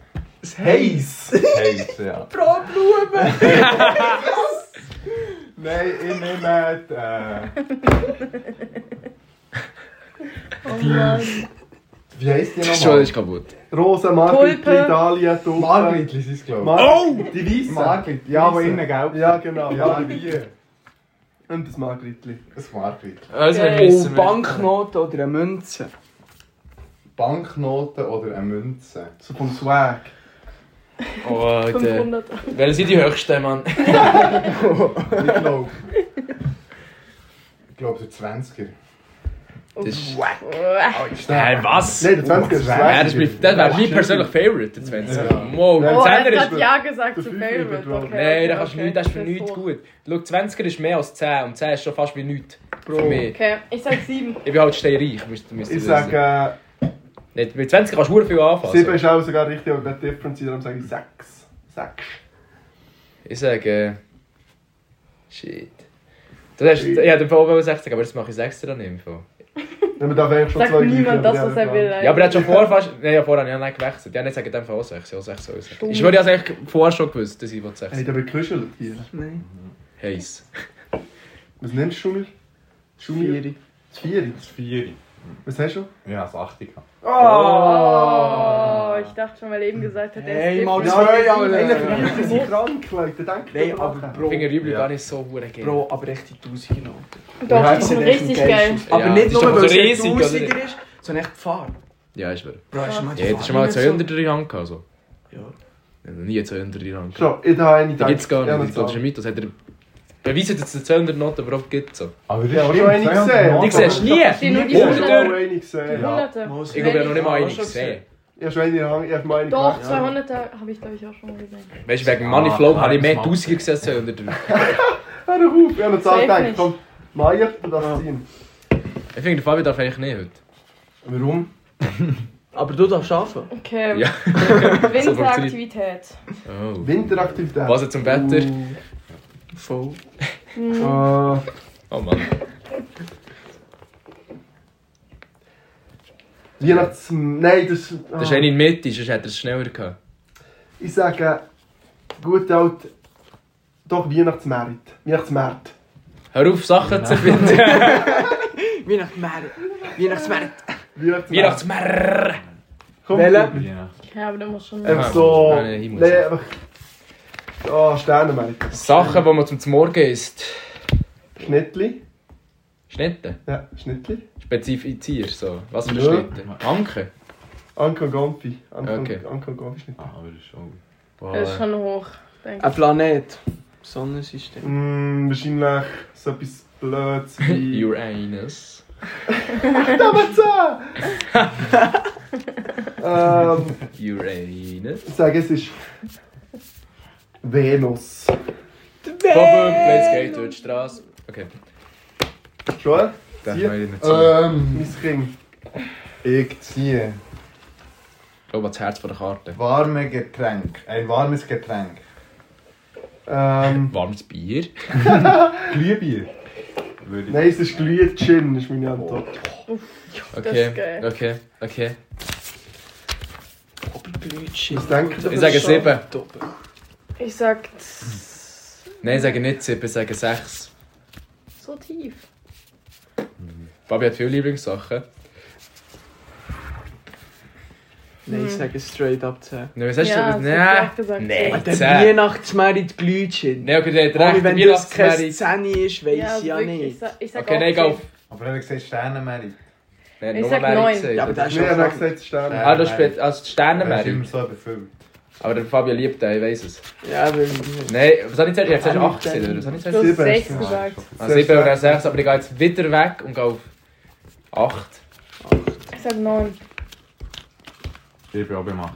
[SPEAKER 9] das Heiß.
[SPEAKER 10] Haze, ja.
[SPEAKER 5] Pro Blume!
[SPEAKER 10] Nein, ich nehme die, äh,
[SPEAKER 3] Oh Mann.
[SPEAKER 9] Wie heisst die
[SPEAKER 8] Das ist schon
[SPEAKER 9] nochmal?
[SPEAKER 8] ist kaputt.
[SPEAKER 9] Rose, Margrit,
[SPEAKER 3] Tulpe.
[SPEAKER 9] Italien, Tulpe.
[SPEAKER 10] Margritli sind es, glaube
[SPEAKER 9] Oh! Die
[SPEAKER 10] ich.
[SPEAKER 9] Weiße.
[SPEAKER 10] Margrit, ja, aber innen gelb.
[SPEAKER 9] Ja, genau.
[SPEAKER 10] Ja,
[SPEAKER 9] Ja.
[SPEAKER 10] wie?
[SPEAKER 9] Und das Margritli.
[SPEAKER 10] Ein Margritli.
[SPEAKER 2] Also,
[SPEAKER 5] Oh, Banknote oder eine Münze.
[SPEAKER 10] Banknoten oder eine Münze?
[SPEAKER 9] So vom Swag.
[SPEAKER 8] Oh, Alter.
[SPEAKER 3] 500.
[SPEAKER 8] Welche sind die höchsten, Mann?
[SPEAKER 10] Ich glaube. Ich glaube, der 20er.
[SPEAKER 8] Das ist...
[SPEAKER 3] Oh,
[SPEAKER 10] Nein,
[SPEAKER 8] was?
[SPEAKER 9] Nein, der
[SPEAKER 8] Ja,
[SPEAKER 9] 20er ist
[SPEAKER 8] das
[SPEAKER 9] Oh, Swag.
[SPEAKER 8] ist mein- das wäre mein persönlicher Favorite, der 20er. Mo, der
[SPEAKER 3] Oh, er
[SPEAKER 8] 10er
[SPEAKER 3] hat
[SPEAKER 8] ist...
[SPEAKER 3] gerade Ja gesagt
[SPEAKER 9] der
[SPEAKER 3] zu
[SPEAKER 9] Fünfer wird
[SPEAKER 3] Favorite.
[SPEAKER 9] wohl.
[SPEAKER 3] Okay,
[SPEAKER 8] Nein,
[SPEAKER 3] okay,
[SPEAKER 8] da kannst du
[SPEAKER 3] okay.
[SPEAKER 8] nichts, das ist für
[SPEAKER 3] Das
[SPEAKER 8] nichts
[SPEAKER 3] hoch.
[SPEAKER 8] gut. Schau, 20er ist mehr als 10 und 10 ist schon fast wie nichts. Für mich.
[SPEAKER 3] Okay, ich sag 7.
[SPEAKER 8] Ich bin halt steinreich, müsst müsst ihr
[SPEAKER 9] Ich
[SPEAKER 8] wissen.
[SPEAKER 9] sage,
[SPEAKER 8] Nicht, mit 20 kannst du verdammt viel anfassen.
[SPEAKER 9] 7 ist auch sogar richtig, aber nicht different sein, darum sage ich 6. 6.
[SPEAKER 8] Ich sage. Shit. Du hast, ich hätte im Fall auch 60, aber jetzt mache ich 6 dann im Fall.
[SPEAKER 9] Man darf eigentlich schon
[SPEAKER 3] Sagt
[SPEAKER 9] zwei
[SPEAKER 3] niemand das, was er will.
[SPEAKER 8] Ja, aber er hat schon vorher fast. Nein, ja, vorher habe ich nicht gewechselt. Ja, nicht sagen, dann auch 6. Ja, 6 soll ich sagen. Ich würde ja eigentlich vorher schon gewusst, dass ich 6
[SPEAKER 9] Hey,
[SPEAKER 8] will.
[SPEAKER 9] da wird gekuschelt hier.
[SPEAKER 8] Heiß.
[SPEAKER 9] Was nimmst du mir? Schumi?
[SPEAKER 5] Vieri.
[SPEAKER 9] Das Vieri.
[SPEAKER 10] Das 4.
[SPEAKER 9] Was hast du?
[SPEAKER 10] Ja, das 8 gehabt.
[SPEAKER 3] Oh, ich dachte schon, weil er eben gesagt hat, er ist
[SPEAKER 5] Hey, mal
[SPEAKER 9] Oh,
[SPEAKER 3] different.
[SPEAKER 5] zwei,
[SPEAKER 9] Einer
[SPEAKER 5] Alter.
[SPEAKER 9] verliert, dass ich krank Leute. Denkt
[SPEAKER 5] Nein,
[SPEAKER 9] drüber
[SPEAKER 5] aber
[SPEAKER 9] nach.
[SPEAKER 5] Bro,
[SPEAKER 8] Fingerübel
[SPEAKER 10] Ja.
[SPEAKER 8] gar nicht so hure geil.
[SPEAKER 5] Bro, aber echt die Tausigernoten.
[SPEAKER 3] Doch, die sind richtig geil.
[SPEAKER 5] Aber
[SPEAKER 8] Ja,
[SPEAKER 5] nicht
[SPEAKER 8] die
[SPEAKER 5] nur,
[SPEAKER 8] ist doch
[SPEAKER 5] weil
[SPEAKER 8] so
[SPEAKER 5] es ein
[SPEAKER 8] riesig, oder?
[SPEAKER 5] Tausiger ist, sondern echt die Farbe.
[SPEAKER 8] Ja, ist wahr.
[SPEAKER 5] Bro, hast du mal
[SPEAKER 8] Ja,
[SPEAKER 5] die
[SPEAKER 8] hättest
[SPEAKER 5] Farbe?
[SPEAKER 8] schon mal 200 in der Hand gehabt. Also.
[SPEAKER 5] Ja.
[SPEAKER 8] Ich habe noch nie 200 in der Hand gehabt.
[SPEAKER 9] So, ich habe eine
[SPEAKER 8] Da gibt es gar
[SPEAKER 9] Ja,
[SPEAKER 8] nicht. Ich glaube, das ist ein Mythos. Hat er beweisen, dass es 200 Noten überhaupt gibt. So.
[SPEAKER 10] Aber das
[SPEAKER 9] Ja, aber
[SPEAKER 10] stimmt,
[SPEAKER 9] schon eine
[SPEAKER 10] 200
[SPEAKER 9] gesehen.
[SPEAKER 10] Mark.
[SPEAKER 8] Die siehst du
[SPEAKER 3] Es stehen nur
[SPEAKER 8] nie!
[SPEAKER 3] die
[SPEAKER 9] Ich habe
[SPEAKER 3] Hunderte.
[SPEAKER 9] auch eine gesehen.
[SPEAKER 3] Die
[SPEAKER 9] Ja.
[SPEAKER 3] Hunderte.
[SPEAKER 5] Mal so-
[SPEAKER 8] Ich glaube, ich habe noch nicht mal
[SPEAKER 5] Ja,
[SPEAKER 8] einen
[SPEAKER 5] schon
[SPEAKER 8] gesehen.
[SPEAKER 9] Ich habe schon eine in der Hand, ich habe meine
[SPEAKER 3] Doch,
[SPEAKER 9] gemacht.
[SPEAKER 3] 200 habe ich glaube ich auch schon mal gesehen.
[SPEAKER 8] Weißt du, wegen
[SPEAKER 10] Ah,
[SPEAKER 8] Money Flow
[SPEAKER 10] klar,
[SPEAKER 8] habe ich mehr
[SPEAKER 10] das macht
[SPEAKER 8] 1000 gesessen unter der.
[SPEAKER 9] Hör doch auf, ich habe eine Zahl
[SPEAKER 3] Safe
[SPEAKER 9] gedacht.
[SPEAKER 3] nicht.
[SPEAKER 9] Komm, Meier, du darfst ziehen.
[SPEAKER 8] Ich finde, der Fabi darf eigentlich nicht heute.
[SPEAKER 9] Warum?
[SPEAKER 5] Aber du darfst arbeiten.
[SPEAKER 3] Okay.
[SPEAKER 8] Ja.
[SPEAKER 3] Winteraktivität.
[SPEAKER 8] Oh.
[SPEAKER 9] Winteraktivität.
[SPEAKER 8] Was jetzt zum Wetter?
[SPEAKER 5] Voll.
[SPEAKER 9] Äh,
[SPEAKER 8] Oh
[SPEAKER 3] Ah.
[SPEAKER 8] Mann.
[SPEAKER 9] Weihnachts... Nein, das... ist-
[SPEAKER 8] Das ist eine in der Mitte, sonst hätte er es schneller gehabt.
[SPEAKER 9] Ich sage, gut alt, doch Weihnachtsmarkt. Weihnachtsmarkt.
[SPEAKER 8] Hör auf, Sachen zu erfinden.
[SPEAKER 5] Weihnachtsmärz. Weihnachtsmärz.
[SPEAKER 9] Weihnachtsmarkt.
[SPEAKER 8] Weihnachtsmärr!
[SPEAKER 9] Komm,
[SPEAKER 5] Welche?
[SPEAKER 9] komm.
[SPEAKER 10] Ja.
[SPEAKER 3] Ja, aber dann muss schon.
[SPEAKER 8] Äh,
[SPEAKER 9] Einfach so...
[SPEAKER 8] Nein, nein, ich muss.
[SPEAKER 9] Nein, einfach... Oh, Sternenmarkt.
[SPEAKER 8] Sachen, die man zum Morgen isst.
[SPEAKER 9] Schnittli.
[SPEAKER 8] Schnitten.
[SPEAKER 9] Ja, Schnittli.
[SPEAKER 8] Spezifizier, so. Was für
[SPEAKER 9] Nö.
[SPEAKER 8] Schnitten? Anke?
[SPEAKER 9] Anko Gompi. Anko,
[SPEAKER 8] Okay.
[SPEAKER 9] Anko Gompi Schnittli.
[SPEAKER 10] Ah, aber das ist schon.
[SPEAKER 3] Das ist schon hoch. Denke
[SPEAKER 5] Ein
[SPEAKER 3] ich.
[SPEAKER 5] Planet. Sonnensystem.
[SPEAKER 9] Mm, wahrscheinlich so etwas Blödes wie...
[SPEAKER 8] Uranus.
[SPEAKER 9] Amazon! ähm,
[SPEAKER 8] Uranus.
[SPEAKER 9] ich sage, es ist... Venus.
[SPEAKER 8] Komm, let's geht durch die Straße. Okay. Äh.
[SPEAKER 9] Schon?
[SPEAKER 10] Das
[SPEAKER 9] Zieh.
[SPEAKER 10] meine ich nicht so.
[SPEAKER 9] Ähm, mein Kind.
[SPEAKER 10] Ich ziehe
[SPEAKER 8] Ich glaube, das Oh, Herz von der Karte.
[SPEAKER 10] warme Getränk. Ein warmes Getränk.
[SPEAKER 9] Ähm,
[SPEAKER 8] Warmes Bier.
[SPEAKER 10] Glühbier. Würde ich. Oh.
[SPEAKER 9] nein, es ist Glüht-Gin, ist meine Antwort.
[SPEAKER 3] Das ist geil.
[SPEAKER 8] Okay, okay, okay.
[SPEAKER 5] Oh, Oberblütchen.
[SPEAKER 9] Was denkt ihr?
[SPEAKER 8] Ich sage
[SPEAKER 5] ist
[SPEAKER 8] 7.
[SPEAKER 3] Ich sag tss,
[SPEAKER 8] Nein, ich sage nicht 7, ich sage 6.
[SPEAKER 3] so tief.
[SPEAKER 8] Fabi hat viele Lieblingssachen.
[SPEAKER 5] Nein, ich sage straight up 10.
[SPEAKER 8] Nein, was hast
[SPEAKER 3] Ja,
[SPEAKER 8] du?
[SPEAKER 3] das hab ich auch
[SPEAKER 8] Nein!
[SPEAKER 3] gesagt.
[SPEAKER 8] Nein!
[SPEAKER 5] Der
[SPEAKER 8] Zehn.
[SPEAKER 5] Weihnachtsmärz Glütchen.
[SPEAKER 8] Nein, okay, der hat
[SPEAKER 5] Aber
[SPEAKER 8] recht.
[SPEAKER 5] wenn
[SPEAKER 8] Wir
[SPEAKER 5] das
[SPEAKER 8] lassen
[SPEAKER 5] keine
[SPEAKER 8] es
[SPEAKER 5] 10 ist,
[SPEAKER 3] Ja,
[SPEAKER 5] weiss ich ja
[SPEAKER 3] wirklich, Ich
[SPEAKER 5] nicht.
[SPEAKER 3] sag, ich sag
[SPEAKER 8] Okay,
[SPEAKER 3] auch
[SPEAKER 8] nein,
[SPEAKER 3] zehn.
[SPEAKER 8] geh auf.
[SPEAKER 10] Aber er hat gesagt Sternenmäri.
[SPEAKER 8] Nein,
[SPEAKER 3] Ich
[SPEAKER 8] nur
[SPEAKER 3] sag
[SPEAKER 8] Mary
[SPEAKER 3] neun.
[SPEAKER 8] gesagt.
[SPEAKER 5] Ja, aber der ist
[SPEAKER 9] Nein, er hat
[SPEAKER 5] schon...
[SPEAKER 9] gesagt, Sterne.
[SPEAKER 8] Ah, das ist spät- also die
[SPEAKER 10] Er ist
[SPEAKER 8] Sternenmary.
[SPEAKER 10] immer so überfüllt.
[SPEAKER 8] Aber der Fabio liebt den, ich weiß es.
[SPEAKER 5] Ja, weil...
[SPEAKER 8] Nein, was habe ich gesagt? Ich habe gesagt 18, oder? Was habe ich
[SPEAKER 3] Du
[SPEAKER 8] gesagt?
[SPEAKER 3] hast
[SPEAKER 9] Sieben.
[SPEAKER 3] sechs
[SPEAKER 9] Ja.
[SPEAKER 3] gesagt.
[SPEAKER 8] Ah, 7 oder 6, aber ich gehe jetzt wieder weg und gehe auf 8.
[SPEAKER 3] Ich sag neun.
[SPEAKER 10] Ich bin auch gemacht.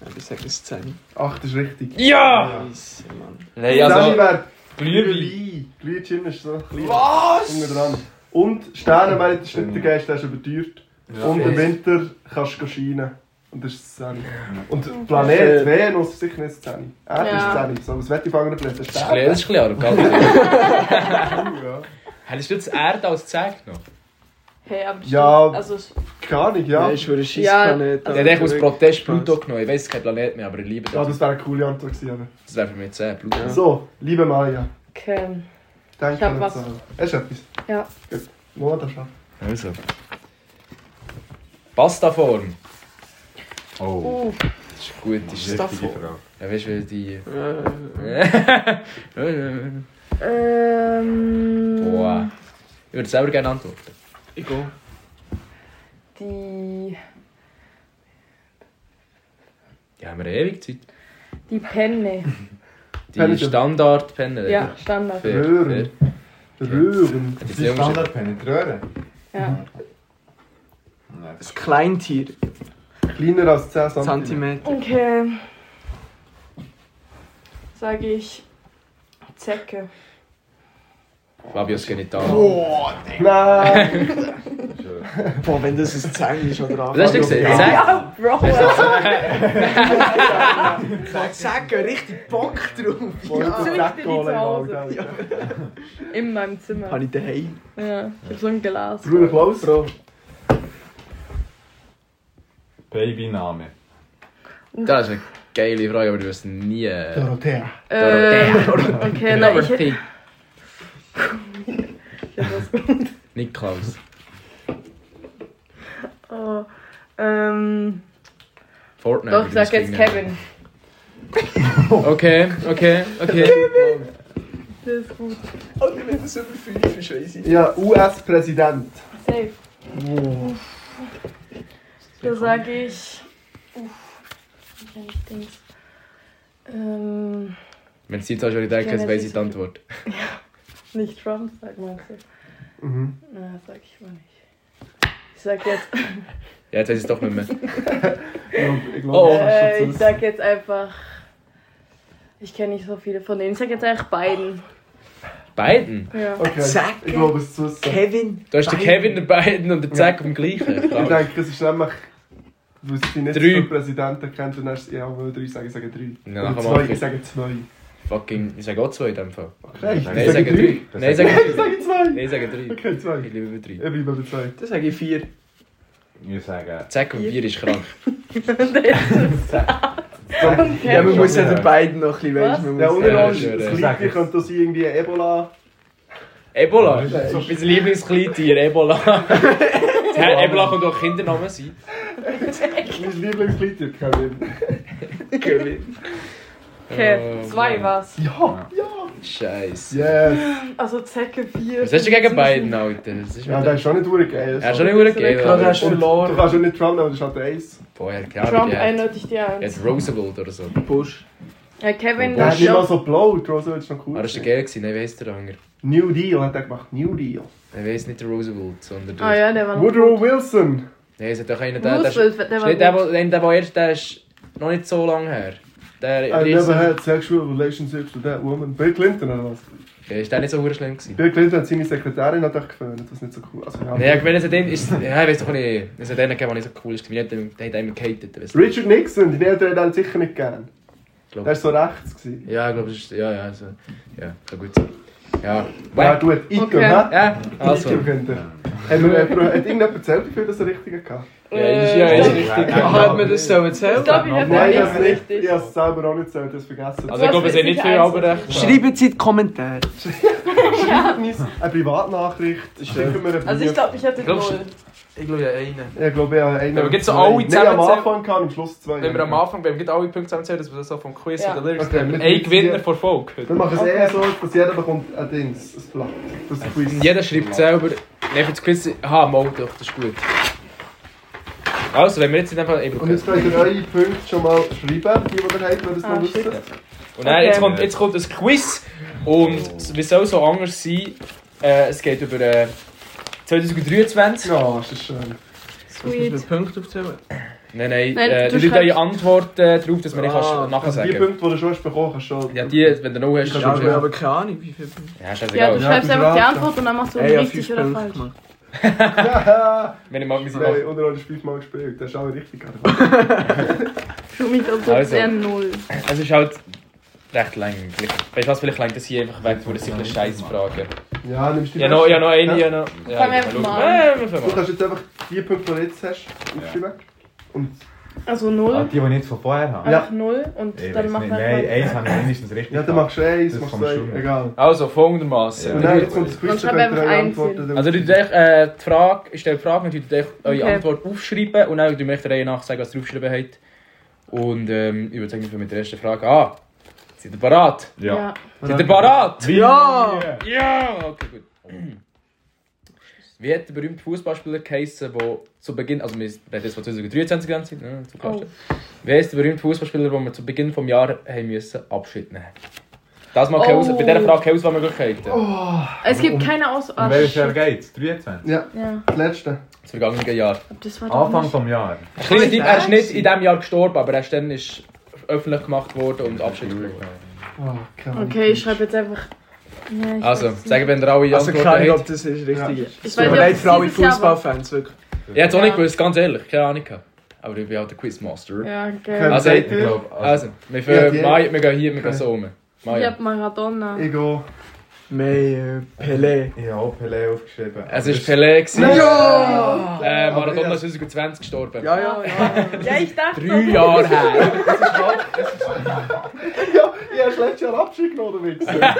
[SPEAKER 5] Ja, Ich sage 10.
[SPEAKER 9] 8 ist richtig.
[SPEAKER 8] Ja!
[SPEAKER 9] Ah.
[SPEAKER 5] Nice, Mann.
[SPEAKER 8] Nein,
[SPEAKER 9] Ja,
[SPEAKER 8] also.
[SPEAKER 9] wäre
[SPEAKER 8] Glühwein.
[SPEAKER 9] Glühwein. Glühwein ist so klein. Was? Unten dran. Und Sternenwelt ist nicht der Geist, der ist überteuert.
[SPEAKER 10] Ja.
[SPEAKER 9] und im
[SPEAKER 8] Yes.
[SPEAKER 9] Winter kannst du scheinen. Und das ist 10. Und Planet Venus ist sicher nicht 10. Erde
[SPEAKER 3] Ja.
[SPEAKER 9] ist 10. So, was wird die fangen Planet? Das ist
[SPEAKER 8] Das ist ein
[SPEAKER 9] Erde.
[SPEAKER 8] bisschen arrogant.
[SPEAKER 9] Ja.
[SPEAKER 8] Hättest du jetzt Erde als Zeig noch?
[SPEAKER 3] Hey, aber
[SPEAKER 9] Ja.
[SPEAKER 3] stimmt, Also, es-
[SPEAKER 9] Keine Ahnung, ja.
[SPEAKER 5] Weißt du, für ein
[SPEAKER 3] Ja,
[SPEAKER 5] Scheissplanet.
[SPEAKER 8] Ich hätte ich aus Protest Pluto genommen. Ich weiß, es ist kein Planet mehr, aber ich liebe
[SPEAKER 9] Ja,
[SPEAKER 8] das.
[SPEAKER 9] dus- Ah, das wäre eine coole Antwort gewesen. aber-
[SPEAKER 8] Das wäre für mich 10. Pluto.
[SPEAKER 9] So, liebe Maja,
[SPEAKER 3] okay.
[SPEAKER 9] danke
[SPEAKER 3] Ich hab
[SPEAKER 9] für
[SPEAKER 3] was.
[SPEAKER 9] das Zuhören. Hast du etwas?
[SPEAKER 3] Ja.
[SPEAKER 9] Gut. Nur das schon.
[SPEAKER 8] Also. Pastaform.
[SPEAKER 10] Oh,
[SPEAKER 3] Uh,
[SPEAKER 8] Das ist gut. Das ist
[SPEAKER 10] richtige Frage.
[SPEAKER 8] ja, weißt du, weil die. eh.
[SPEAKER 3] ähm.
[SPEAKER 8] Boah. Ich würde selber gerne antworten.
[SPEAKER 5] Ich gehe.
[SPEAKER 3] Die.
[SPEAKER 8] Ja, haben wir ewig Zeit.
[SPEAKER 3] Die Penne.
[SPEAKER 8] Die
[SPEAKER 9] Penne schon.
[SPEAKER 8] Standardpenne.
[SPEAKER 3] Ja, Standard.
[SPEAKER 8] Fair,
[SPEAKER 9] Röhren.
[SPEAKER 8] fair.
[SPEAKER 9] Rühren.
[SPEAKER 8] Das ist
[SPEAKER 10] Die
[SPEAKER 8] ja ungeschickt.
[SPEAKER 10] Standardpenne, die Röhre?
[SPEAKER 3] Ja.
[SPEAKER 10] Nein.
[SPEAKER 5] Ein Kleintier.
[SPEAKER 9] Kleiner als 10 cm.
[SPEAKER 5] Zentimeter.
[SPEAKER 3] Okay. Sage ich. Zecke.
[SPEAKER 8] Fabios Genital.
[SPEAKER 9] Nein!
[SPEAKER 10] Schön.
[SPEAKER 5] Boah, wenn das ein Zäng ist oder
[SPEAKER 8] Was hast du gesehen? Zeig?
[SPEAKER 3] Ja, Bro!
[SPEAKER 5] Säcke, richtig Bock drauf.
[SPEAKER 9] Wollte
[SPEAKER 3] Züchte
[SPEAKER 9] den
[SPEAKER 3] die
[SPEAKER 9] Sack
[SPEAKER 3] zu
[SPEAKER 9] holen,
[SPEAKER 3] Hause.
[SPEAKER 9] gell?
[SPEAKER 3] In meinem Zimmer.
[SPEAKER 5] Habe ich daheim.
[SPEAKER 3] Ja, ich hab so ein Glas.
[SPEAKER 9] Bruder Klaus?
[SPEAKER 5] Bro,
[SPEAKER 10] Babyname.
[SPEAKER 8] Das ist eine geile Frage, aber du wirst nie. äh,
[SPEAKER 9] Dorothea.
[SPEAKER 3] Ähm, okay, nein, ich hätte
[SPEAKER 8] Dorothee.
[SPEAKER 3] das.
[SPEAKER 8] Niklaus.
[SPEAKER 3] Oh, ähm,
[SPEAKER 8] Fortnite.
[SPEAKER 3] doch, ich sag
[SPEAKER 8] übrigens
[SPEAKER 3] jetzt
[SPEAKER 8] gegen-
[SPEAKER 3] Kevin.
[SPEAKER 8] Okay, okay, okay.
[SPEAKER 3] Das ist gut.
[SPEAKER 5] wenn das über 5 ist, weiss ich.
[SPEAKER 9] Ja, US-Präsident.
[SPEAKER 3] Safe. Oh. Da sage ich. Uff. ich hab Dings. Ähm,
[SPEAKER 8] Wenn sie jetzt auch schon gedacht
[SPEAKER 3] Ja,
[SPEAKER 8] hast,
[SPEAKER 3] das
[SPEAKER 8] weiss ich
[SPEAKER 3] ist
[SPEAKER 8] die Antwort.
[SPEAKER 3] nicht Trump, sag mal so.
[SPEAKER 9] Mhm.
[SPEAKER 3] Na, sag ich mal nicht. Ich sag jetzt.
[SPEAKER 8] Ja, jetzt weiß ich es doch nicht mehr.
[SPEAKER 9] Ich glaub- ich glaub,
[SPEAKER 8] Oh.
[SPEAKER 9] das ist
[SPEAKER 3] Äh,
[SPEAKER 9] schon
[SPEAKER 3] ich
[SPEAKER 9] zu-
[SPEAKER 3] sag jetzt einfach. Ich kenne nicht so viele von denen. Ich sag jetzt einfach beiden.
[SPEAKER 8] Biden?
[SPEAKER 3] Ja.
[SPEAKER 9] Okay,
[SPEAKER 5] Zack.
[SPEAKER 9] ich glaube, es ist zu wissen.
[SPEAKER 5] Kevin.
[SPEAKER 8] Du hast den Kevin, den Biden und den Zack auf dem gleichen.
[SPEAKER 9] Ich
[SPEAKER 8] Klaus.
[SPEAKER 9] denke, es ist nämlich, weil sie nicht
[SPEAKER 8] Drei.
[SPEAKER 9] so Präsidenten kennt, und dann ist es ja, weil drei sagen, ich sage drei.
[SPEAKER 8] Ja,
[SPEAKER 9] Oder
[SPEAKER 8] kann man
[SPEAKER 9] zwei,
[SPEAKER 8] auch-
[SPEAKER 9] ich sage zwei.
[SPEAKER 8] Fucking. Ich sage auch zwei in dem Fall.
[SPEAKER 9] Okay, ich
[SPEAKER 8] Nein, ich
[SPEAKER 9] sage
[SPEAKER 8] sage
[SPEAKER 9] drei.
[SPEAKER 8] drei. Nein, ich sage
[SPEAKER 9] Ich
[SPEAKER 8] drei.
[SPEAKER 9] sage zwei.
[SPEAKER 8] Nein, ich sage drei.
[SPEAKER 9] Okay, zwei.
[SPEAKER 8] Ich
[SPEAKER 9] Ich
[SPEAKER 8] liebe drei.
[SPEAKER 9] bleibe bei zwei.
[SPEAKER 5] Das sage ich 4.
[SPEAKER 10] Ich sage.
[SPEAKER 8] Zack und Bier ist krank.
[SPEAKER 5] Ja, man muss ja
[SPEAKER 10] schon,
[SPEAKER 5] den beiden noch ein bisschen, weißt du, man
[SPEAKER 9] Ja,
[SPEAKER 5] muss-
[SPEAKER 9] und dann
[SPEAKER 8] Ja,
[SPEAKER 9] das
[SPEAKER 8] schön, ja.
[SPEAKER 9] Gleiche könnte das irgendwie Ebola.
[SPEAKER 8] Ebola! Mein Lieblingskleintier, Ebola. Hä, Ebola kann doch Kindernamen sein.
[SPEAKER 9] Mein Lieblingslied ist Kevin.
[SPEAKER 5] Kevin.
[SPEAKER 3] Okay,
[SPEAKER 8] Oh,
[SPEAKER 3] zwei
[SPEAKER 8] Mann.
[SPEAKER 3] war's.
[SPEAKER 8] Scheiße.
[SPEAKER 9] Yes.
[SPEAKER 3] Also Zecke 4.
[SPEAKER 8] Was hast du gegen Biden, Alter? Das ist
[SPEAKER 9] Ja, der ist schon nicht wirklich geil.
[SPEAKER 8] er hat schon nicht gut gegeben.
[SPEAKER 5] Gerade
[SPEAKER 8] Alter.
[SPEAKER 5] hast du
[SPEAKER 9] Und Du
[SPEAKER 5] verloren.
[SPEAKER 9] kannst schon nicht Trump nehmen, das ist halt der Ace.
[SPEAKER 8] Boah, er hat
[SPEAKER 3] Trump
[SPEAKER 8] gearbeitet.
[SPEAKER 3] eindeutig die 1.
[SPEAKER 8] Jetzt Roosevelt oder so.
[SPEAKER 5] Bush.
[SPEAKER 3] Ja, Kevin,
[SPEAKER 9] Der hat nicht mal
[SPEAKER 3] ja,
[SPEAKER 9] so blowt, Roosevelt ist noch cool.
[SPEAKER 8] Ah, das war der geil. gewesen. Nein, wie heisst der andere?
[SPEAKER 9] New Deal hat er gemacht, New Deal.
[SPEAKER 8] Nein, wie heisst nicht der Roosevelt, sondern der...
[SPEAKER 3] ah ja, der war noch
[SPEAKER 9] Woodrow Wilson.
[SPEAKER 8] Nein, es hat doch einen... Der, der, der,
[SPEAKER 3] Roosevelt, der,
[SPEAKER 8] der,
[SPEAKER 3] war
[SPEAKER 8] der, der,
[SPEAKER 3] gut.
[SPEAKER 8] wo- nein, der, der erst... Der ist noch nicht so lange her. Der, der
[SPEAKER 9] I
[SPEAKER 8] ist,
[SPEAKER 9] never had sexual relationships with that woman. Bill Clinton oder was?
[SPEAKER 8] Ja, ist der nicht so verdammt schlimm gewesen?
[SPEAKER 9] Bill Clinton hat seine Sekretärin natürlich geföhnt, das ist nicht so cool. Also, ja.
[SPEAKER 8] Nein, ich meine, es hat einen... ist- Ja, ich weiss doch nicht. Es hat einen gegeben, der nicht so cool dus ist. Der hat einen- der hat einen gehatet. weiss nicht.
[SPEAKER 9] Richard Nixon, die Eltern haben ihn sicher nicht gern. Er
[SPEAKER 8] Glaub-
[SPEAKER 9] war so rechts. Gewesen.
[SPEAKER 8] Ja, ich glaube, es ist... Ja, ja, so... Ja, kann gut sein. Ja.
[SPEAKER 9] Ja,
[SPEAKER 8] Wack.
[SPEAKER 9] gut, ich
[SPEAKER 3] Okay.
[SPEAKER 9] okay. hä?
[SPEAKER 8] Ja, also...
[SPEAKER 9] Also.
[SPEAKER 8] Ja,
[SPEAKER 9] Hat mir- hat irgendjemand erzählt, wie viel das er richtig hatte?
[SPEAKER 8] ist ja ist richtig.
[SPEAKER 5] Ah, hat man das so
[SPEAKER 3] Ich
[SPEAKER 5] erzählt?
[SPEAKER 3] glaube, ich habe
[SPEAKER 9] Nein, ich
[SPEAKER 3] nicht
[SPEAKER 9] habe es nicht.
[SPEAKER 3] richtig.
[SPEAKER 9] Ich habe es selber auch nicht erzählt, ich habe es vergessen.
[SPEAKER 8] Also ich glaube, es sind nicht viel abrecht.
[SPEAKER 5] Schreibt es in die Kommentare.
[SPEAKER 9] Ergebnis, eine Privatnachricht, schicken wir eine
[SPEAKER 3] Also ich glaube, ich hatte
[SPEAKER 8] Glaubst du-
[SPEAKER 3] null.
[SPEAKER 5] Ich glaube, ja, einen.
[SPEAKER 9] ich glaube, ich habe einen.
[SPEAKER 8] Aber gibt's so
[SPEAKER 9] zwei.
[SPEAKER 8] alle
[SPEAKER 9] Nein, am
[SPEAKER 8] zusammenzählen?
[SPEAKER 9] Anfang kann, am Schluss zwei.
[SPEAKER 8] Wenn wir am Anfang, wenn wir alle Punkte zusammenzählen, dass wir das so vom Quiz
[SPEAKER 3] Ja.
[SPEAKER 8] und der Lyrics
[SPEAKER 9] Okay,
[SPEAKER 8] nehmen.
[SPEAKER 9] mit-
[SPEAKER 8] Ein
[SPEAKER 9] mit-
[SPEAKER 8] Gewinner von Volk.
[SPEAKER 9] Dann machen wir es eher so, dass jeder bekommt ein Dings, ein Blatt. Das ist ein Quiz.
[SPEAKER 8] Jeder schreibt selber. Nein, für das Quiz. Aha, mal doch, das ist gut. Also, wenn wir jetzt in dem Fall. Ich brauche-
[SPEAKER 9] Und jetzt könnt ihr eure Punkte schon mal schreiben, die ihr habt, wenn ihr es
[SPEAKER 3] Ah,
[SPEAKER 9] noch wisst.
[SPEAKER 3] shit.
[SPEAKER 8] Und dann, jetzt, kommt, jetzt kommt das Quiz. Und es- wie soll so anders sein? Äh, es geht über äh, 2023.
[SPEAKER 9] Ja, ist das schön.
[SPEAKER 5] Muss man
[SPEAKER 3] Sweet.
[SPEAKER 5] Punkte aufzählen?
[SPEAKER 8] Nein, nein,
[SPEAKER 3] Nein,
[SPEAKER 8] äh,
[SPEAKER 3] du
[SPEAKER 8] die Leute haben
[SPEAKER 3] schreibst-
[SPEAKER 8] Antworten drauf, dass man nicht
[SPEAKER 5] Ah,
[SPEAKER 8] kannst nachher
[SPEAKER 9] Also die
[SPEAKER 8] sagen
[SPEAKER 9] Punkte, die du schon hast bekommen, kannst du schon...
[SPEAKER 8] Ja, die, wenn du noch hast,
[SPEAKER 9] Ich
[SPEAKER 5] Ja,
[SPEAKER 9] kann
[SPEAKER 8] kannst
[SPEAKER 5] aber ich
[SPEAKER 8] du...
[SPEAKER 5] habe keine Ahnung, wie viel.
[SPEAKER 8] Ja,
[SPEAKER 3] Ja,
[SPEAKER 8] scheißegal.
[SPEAKER 3] du
[SPEAKER 9] Ja,
[SPEAKER 3] schreibst
[SPEAKER 9] du
[SPEAKER 3] einfach die
[SPEAKER 9] schreibst
[SPEAKER 3] Antwort und dann machst du
[SPEAKER 5] Ey, ich habe
[SPEAKER 3] richtig
[SPEAKER 5] fünf
[SPEAKER 3] oder
[SPEAKER 5] Punkte
[SPEAKER 3] falsch.
[SPEAKER 5] gemacht.
[SPEAKER 8] Wenn ich mal mit
[SPEAKER 9] Nein,
[SPEAKER 8] mache.
[SPEAKER 9] unter anderem fünfmal gespielt. Das ist auch richtig. Alter.
[SPEAKER 3] Für mich also
[SPEAKER 8] Also.
[SPEAKER 3] sehr null.
[SPEAKER 8] Es ist halt recht länglich. Weißt du was, vielleicht längt das hier einfach weg, wo das sind Scheißfragen.
[SPEAKER 9] Ja, nimmst du die
[SPEAKER 8] Ja, noch,
[SPEAKER 9] letzte?
[SPEAKER 8] ja, noch eine, ja,
[SPEAKER 9] Ja.
[SPEAKER 8] noch... Ja,
[SPEAKER 3] Fangen wir einfach
[SPEAKER 8] schauen.
[SPEAKER 3] mal an.
[SPEAKER 8] Ja, wir fangen
[SPEAKER 9] Du
[SPEAKER 8] mal an.
[SPEAKER 9] kannst jetzt einfach die Punkte, die du jetzt hast, aufschreiben. Und
[SPEAKER 3] Also
[SPEAKER 10] Ah,
[SPEAKER 3] null,
[SPEAKER 10] die, die ich jetzt von vorher habe?
[SPEAKER 3] einfach null und
[SPEAKER 10] Ich
[SPEAKER 3] dann
[SPEAKER 10] weiß
[SPEAKER 3] machen
[SPEAKER 10] nicht.
[SPEAKER 3] wir
[SPEAKER 10] Nein,
[SPEAKER 3] einfach.
[SPEAKER 10] eins habe ich wenigstens richtig.
[SPEAKER 9] ja, dann
[SPEAKER 10] gehabt.
[SPEAKER 9] machst du eins,
[SPEAKER 10] Das
[SPEAKER 9] machst
[SPEAKER 10] kann
[SPEAKER 9] zwei,
[SPEAKER 10] man schon.
[SPEAKER 9] egal.
[SPEAKER 8] Also, folgendermaßen.
[SPEAKER 10] Ja.
[SPEAKER 9] Und dann jetzt kommt das Quiz,
[SPEAKER 3] Sonst
[SPEAKER 9] da
[SPEAKER 3] schreib
[SPEAKER 9] könnt ihr
[SPEAKER 3] einfach
[SPEAKER 9] eure
[SPEAKER 3] eins
[SPEAKER 9] Antworten drauf.
[SPEAKER 8] Also, ihr tut euch, äh, die Frage, ich stelle die Frage, ihr tut euch eure
[SPEAKER 3] Okay.
[SPEAKER 8] Antwort aufschreiben und dann möchte ich der Reihe nach sagen, was ihr aufgeschrieben habt. Und ähm, ich würde sagen, wir fangen mit der ersten Frage an. Seid ihr bereit?
[SPEAKER 10] Ja.
[SPEAKER 8] Seid ihr bereit?
[SPEAKER 5] Ja!
[SPEAKER 8] Ja! Okay, gut. Wie hat der berühmte Fußballspieler geheissen, der zu Beginn, also wir reden jetzt von 2023 die ganze Zeit, ne, zu
[SPEAKER 3] Oh.
[SPEAKER 8] klarstellen. Wie heißt der berühmte Fußballspieler, den wir zu Beginn des Jahres haben müssen, Abschied nehmen? Das mal keine
[SPEAKER 3] Oh.
[SPEAKER 8] Aus- bei dieser Frage keine Auswahlmöglichkeiten.
[SPEAKER 3] Es gibt keine Aus...
[SPEAKER 10] Um
[SPEAKER 3] Ah,
[SPEAKER 10] welches Jahr
[SPEAKER 3] shit.
[SPEAKER 10] geht's? 23?
[SPEAKER 9] Ja,
[SPEAKER 3] Ja,
[SPEAKER 9] das letzte.
[SPEAKER 8] Das vergangene Jahr.
[SPEAKER 3] aber das war doch
[SPEAKER 10] Anfang
[SPEAKER 3] nicht-
[SPEAKER 10] vom Jahr.
[SPEAKER 8] Ein kleiner Tipp, er ist nicht in diesem Jahr gestorben, aber er ist dann ist öffentlich gemacht worden und Abschied genommen worden.
[SPEAKER 9] Oh, keine Ahnung.
[SPEAKER 3] Okay, ich schreibe jetzt einfach... Ja, ich
[SPEAKER 8] Also,
[SPEAKER 3] weiß nicht.
[SPEAKER 8] sagen wir dann alle
[SPEAKER 5] Also
[SPEAKER 8] Antworten
[SPEAKER 5] keine Ahnung, ob
[SPEAKER 8] habt.
[SPEAKER 5] das ist richtig ist.
[SPEAKER 3] Ich weiß
[SPEAKER 5] Es tut mir
[SPEAKER 3] nicht, ob
[SPEAKER 5] leid
[SPEAKER 3] es
[SPEAKER 5] für alle
[SPEAKER 3] dieses Jahr war.
[SPEAKER 5] Fußballfans, wirklich.
[SPEAKER 8] Ich hätte es auch nicht
[SPEAKER 3] Ja.
[SPEAKER 8] gewusst, ganz ehrlich, keine Ahnung. gehabt. Aber ich bin halt der Quizmaster.
[SPEAKER 3] Ja, okay.
[SPEAKER 9] Okay.
[SPEAKER 8] Also,
[SPEAKER 9] seid
[SPEAKER 10] Ich
[SPEAKER 9] ihr?
[SPEAKER 10] glaube, also,
[SPEAKER 8] Also, wir,
[SPEAKER 9] Ja,
[SPEAKER 8] fangen
[SPEAKER 9] die-
[SPEAKER 8] Mai, wir gehen hier, wir gehen so um.
[SPEAKER 3] Ich
[SPEAKER 8] Maya.
[SPEAKER 3] hab Maradona.
[SPEAKER 9] Ich gehe.
[SPEAKER 5] Mehr äh, Pelé.
[SPEAKER 10] ich habe auch Pelé aufgeschrieben.
[SPEAKER 8] Es war Pelé. gewesen.
[SPEAKER 9] Ja!
[SPEAKER 8] Äh, Maradona ist 2020 gestorben.
[SPEAKER 5] Ja, ja, ja.
[SPEAKER 3] Ja, ich dachte...
[SPEAKER 8] Drei Jahre her.
[SPEAKER 9] Ja, ich habe letztes Jahr Abschied genommen, oder Wichser.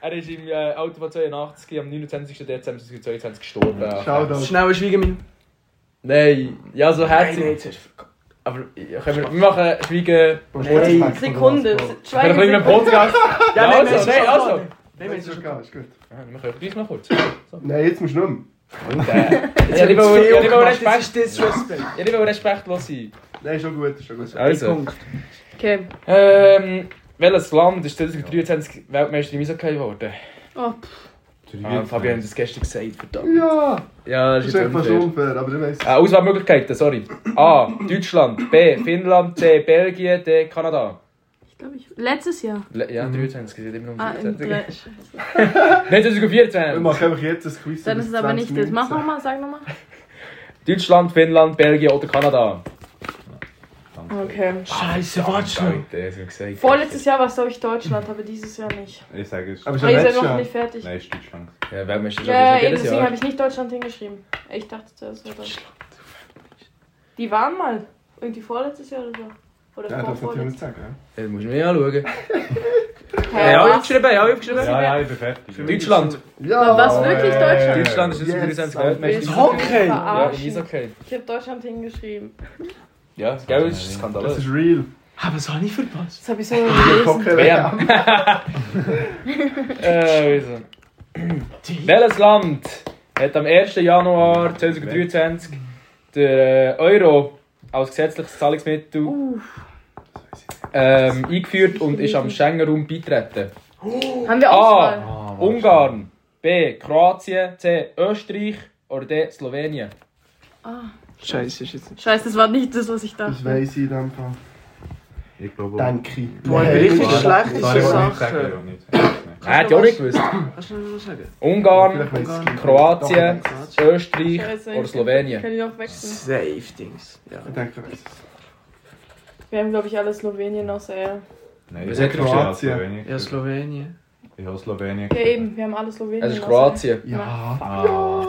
[SPEAKER 8] Er ist im äh, Auto von 82 am 29. Dezember 2022 gestorben.
[SPEAKER 9] Schau da.
[SPEAKER 5] Schnell schweigen wir.
[SPEAKER 8] Nein, ja, so herzig. Aber ja, können wir, wir machen Schweigen.
[SPEAKER 9] Nein,
[SPEAKER 3] Sekunde.
[SPEAKER 8] Können wir
[SPEAKER 3] Schweigen
[SPEAKER 8] nicht mehr
[SPEAKER 3] Sie.
[SPEAKER 8] Podcast? ja,
[SPEAKER 5] nein,
[SPEAKER 8] also,
[SPEAKER 5] nein,
[SPEAKER 8] nein, also.
[SPEAKER 5] Nein, wir
[SPEAKER 9] Ist
[SPEAKER 5] sind schon
[SPEAKER 9] okay, ist gut.
[SPEAKER 8] Ja, Wir können gleich noch kurz.
[SPEAKER 9] Nein, jetzt musst du nicht
[SPEAKER 8] Ja, lieber
[SPEAKER 5] zu viel
[SPEAKER 8] ja, lieber
[SPEAKER 5] gemacht,
[SPEAKER 8] Respekt-
[SPEAKER 5] jetzt ist Disrespect.
[SPEAKER 8] ja, lieber respektlos sein.
[SPEAKER 9] mehr. Nein, ist schon gut, ist schon gut.
[SPEAKER 8] Also.
[SPEAKER 5] Punkt.
[SPEAKER 3] Okay.
[SPEAKER 8] Ähm, welches Land ist 2023 Weltmeister im Eishockey geworden?
[SPEAKER 3] Oh, pff,
[SPEAKER 8] Ah, Fabian hat das gestern gesagt, verdammt.
[SPEAKER 9] Ja,
[SPEAKER 8] Ja, das
[SPEAKER 9] das
[SPEAKER 8] ist
[SPEAKER 9] ist
[SPEAKER 8] jetzt
[SPEAKER 9] einfach so
[SPEAKER 8] unfair.
[SPEAKER 9] unfair, aber du weißt.
[SPEAKER 8] Äh, Auswahlmöglichkeiten, sorry. A. Deutschland. B. Finnland. C. Belgien. D. Kanada.
[SPEAKER 3] ich glaube ich... Letztes Jahr.
[SPEAKER 8] Le ja, 23, es geht immer um
[SPEAKER 3] Ah, in
[SPEAKER 8] 23.
[SPEAKER 3] drei...
[SPEAKER 8] Nein, 2024.
[SPEAKER 9] Wir machen einfach jetzt ein Quiz.
[SPEAKER 3] Dann ist
[SPEAKER 9] über
[SPEAKER 3] es aber nicht das.
[SPEAKER 9] 2019.
[SPEAKER 3] Mach nochmal, sag nochmal.
[SPEAKER 8] Deutschland, Finnland, Belgien oder Kanada.
[SPEAKER 3] Okay.
[SPEAKER 5] Scheiße, warte schon.
[SPEAKER 8] gesagt.
[SPEAKER 3] Vorletztes Jahr war es, glaube ich, Deutschland, aber dieses Jahr nicht.
[SPEAKER 10] Ich sage es. Aber
[SPEAKER 9] Aber ist
[SPEAKER 3] Aber
[SPEAKER 9] ja
[SPEAKER 3] ich
[SPEAKER 9] letztes
[SPEAKER 3] seid noch
[SPEAKER 9] Jahr.
[SPEAKER 3] nicht fertig.
[SPEAKER 10] Nein, ist Deutschland.
[SPEAKER 8] Ja, Weltmeisterschaft
[SPEAKER 3] Ja,
[SPEAKER 8] ist
[SPEAKER 3] ja,
[SPEAKER 8] jedes
[SPEAKER 3] deswegen
[SPEAKER 8] Jahr.
[SPEAKER 3] habe ich nicht Deutschland hingeschrieben. Ich dachte, das war Deutschland. Die waren mal. Irgendwie vorletztes Jahr oder so. Oder
[SPEAKER 9] Ja,
[SPEAKER 3] vor,
[SPEAKER 9] darf natürlich nicht
[SPEAKER 3] vorletztes
[SPEAKER 9] sagen. ja.
[SPEAKER 8] Das musst du mir anschauen.
[SPEAKER 3] Jahr.
[SPEAKER 8] Ja, ich habe geschrieben, ja, ich habe geschrieben.
[SPEAKER 10] Ja, ja, ich bin fertig.
[SPEAKER 8] Deutschland.
[SPEAKER 9] Oh, Ja!
[SPEAKER 3] Was wirklich Deutschland?
[SPEAKER 8] Deutschland ist 2023 Weltmeister.
[SPEAKER 5] Das Hockey!
[SPEAKER 8] Ja,
[SPEAKER 3] Verarschen.
[SPEAKER 8] ist okay.
[SPEAKER 3] Ich habe Deutschland hingeschrieben.
[SPEAKER 8] Ja, gell, das ist
[SPEAKER 9] Das
[SPEAKER 8] skandalös.
[SPEAKER 9] ist real.
[SPEAKER 5] Aber es habe ich verpasst.
[SPEAKER 3] Das habe ich so gelesen.
[SPEAKER 9] Hockey
[SPEAKER 8] Bam.
[SPEAKER 9] WM.
[SPEAKER 8] Äh, wieso? Welches Land hat am 1. Januar 2023 den äh, Euro als gesetzliches Zahlungsmittel ähm, eingeführt und ist am Schengen-Raum beitreten?
[SPEAKER 3] Haben wir Auswahl?
[SPEAKER 8] A. Ungarn. B. Kroatien. C. Österreich. Oder D. Slowenien.
[SPEAKER 5] Scheiße, ist jetzt nicht.
[SPEAKER 3] Scheiße, das war nicht das, was ich dachte.
[SPEAKER 9] Das weiss ich in dem Fall.
[SPEAKER 10] Ich glaube,
[SPEAKER 9] Denke ich.
[SPEAKER 5] Boah, ich bin richtig schlecht in
[SPEAKER 10] Sorry, ich
[SPEAKER 5] so
[SPEAKER 10] will
[SPEAKER 8] äh,
[SPEAKER 10] nicht
[SPEAKER 5] Sachen.
[SPEAKER 10] sagen. ich will nicht sagen.
[SPEAKER 8] Hätte ich auch nicht gewusst.
[SPEAKER 5] Kannst du noch was sagen?
[SPEAKER 8] Ungarn,
[SPEAKER 9] Vielleicht weiss ich es.
[SPEAKER 8] Kroatien,
[SPEAKER 9] Doch,
[SPEAKER 8] Österreich
[SPEAKER 3] Scheiße,
[SPEAKER 8] oder
[SPEAKER 3] ich-
[SPEAKER 8] Slowenien.
[SPEAKER 3] Kann ich noch wechseln?
[SPEAKER 5] Safe Dings. Ja.
[SPEAKER 9] Ich denke, ich weiss es.
[SPEAKER 3] Wir haben, glaube ich, alle Slowenien außer er.
[SPEAKER 10] Nein,
[SPEAKER 8] Was
[SPEAKER 10] ich habe
[SPEAKER 8] hat
[SPEAKER 9] Kroatien?
[SPEAKER 10] Slowenien
[SPEAKER 5] Ja,
[SPEAKER 10] gesagt.
[SPEAKER 5] Slowenien.
[SPEAKER 10] Ich habe Slowenien.
[SPEAKER 3] Ja,
[SPEAKER 10] gesagt.
[SPEAKER 3] eben, wir haben alle Slowenien.
[SPEAKER 8] Es ist
[SPEAKER 3] außer
[SPEAKER 8] Also Kroatien.
[SPEAKER 9] Ja.
[SPEAKER 10] Ah,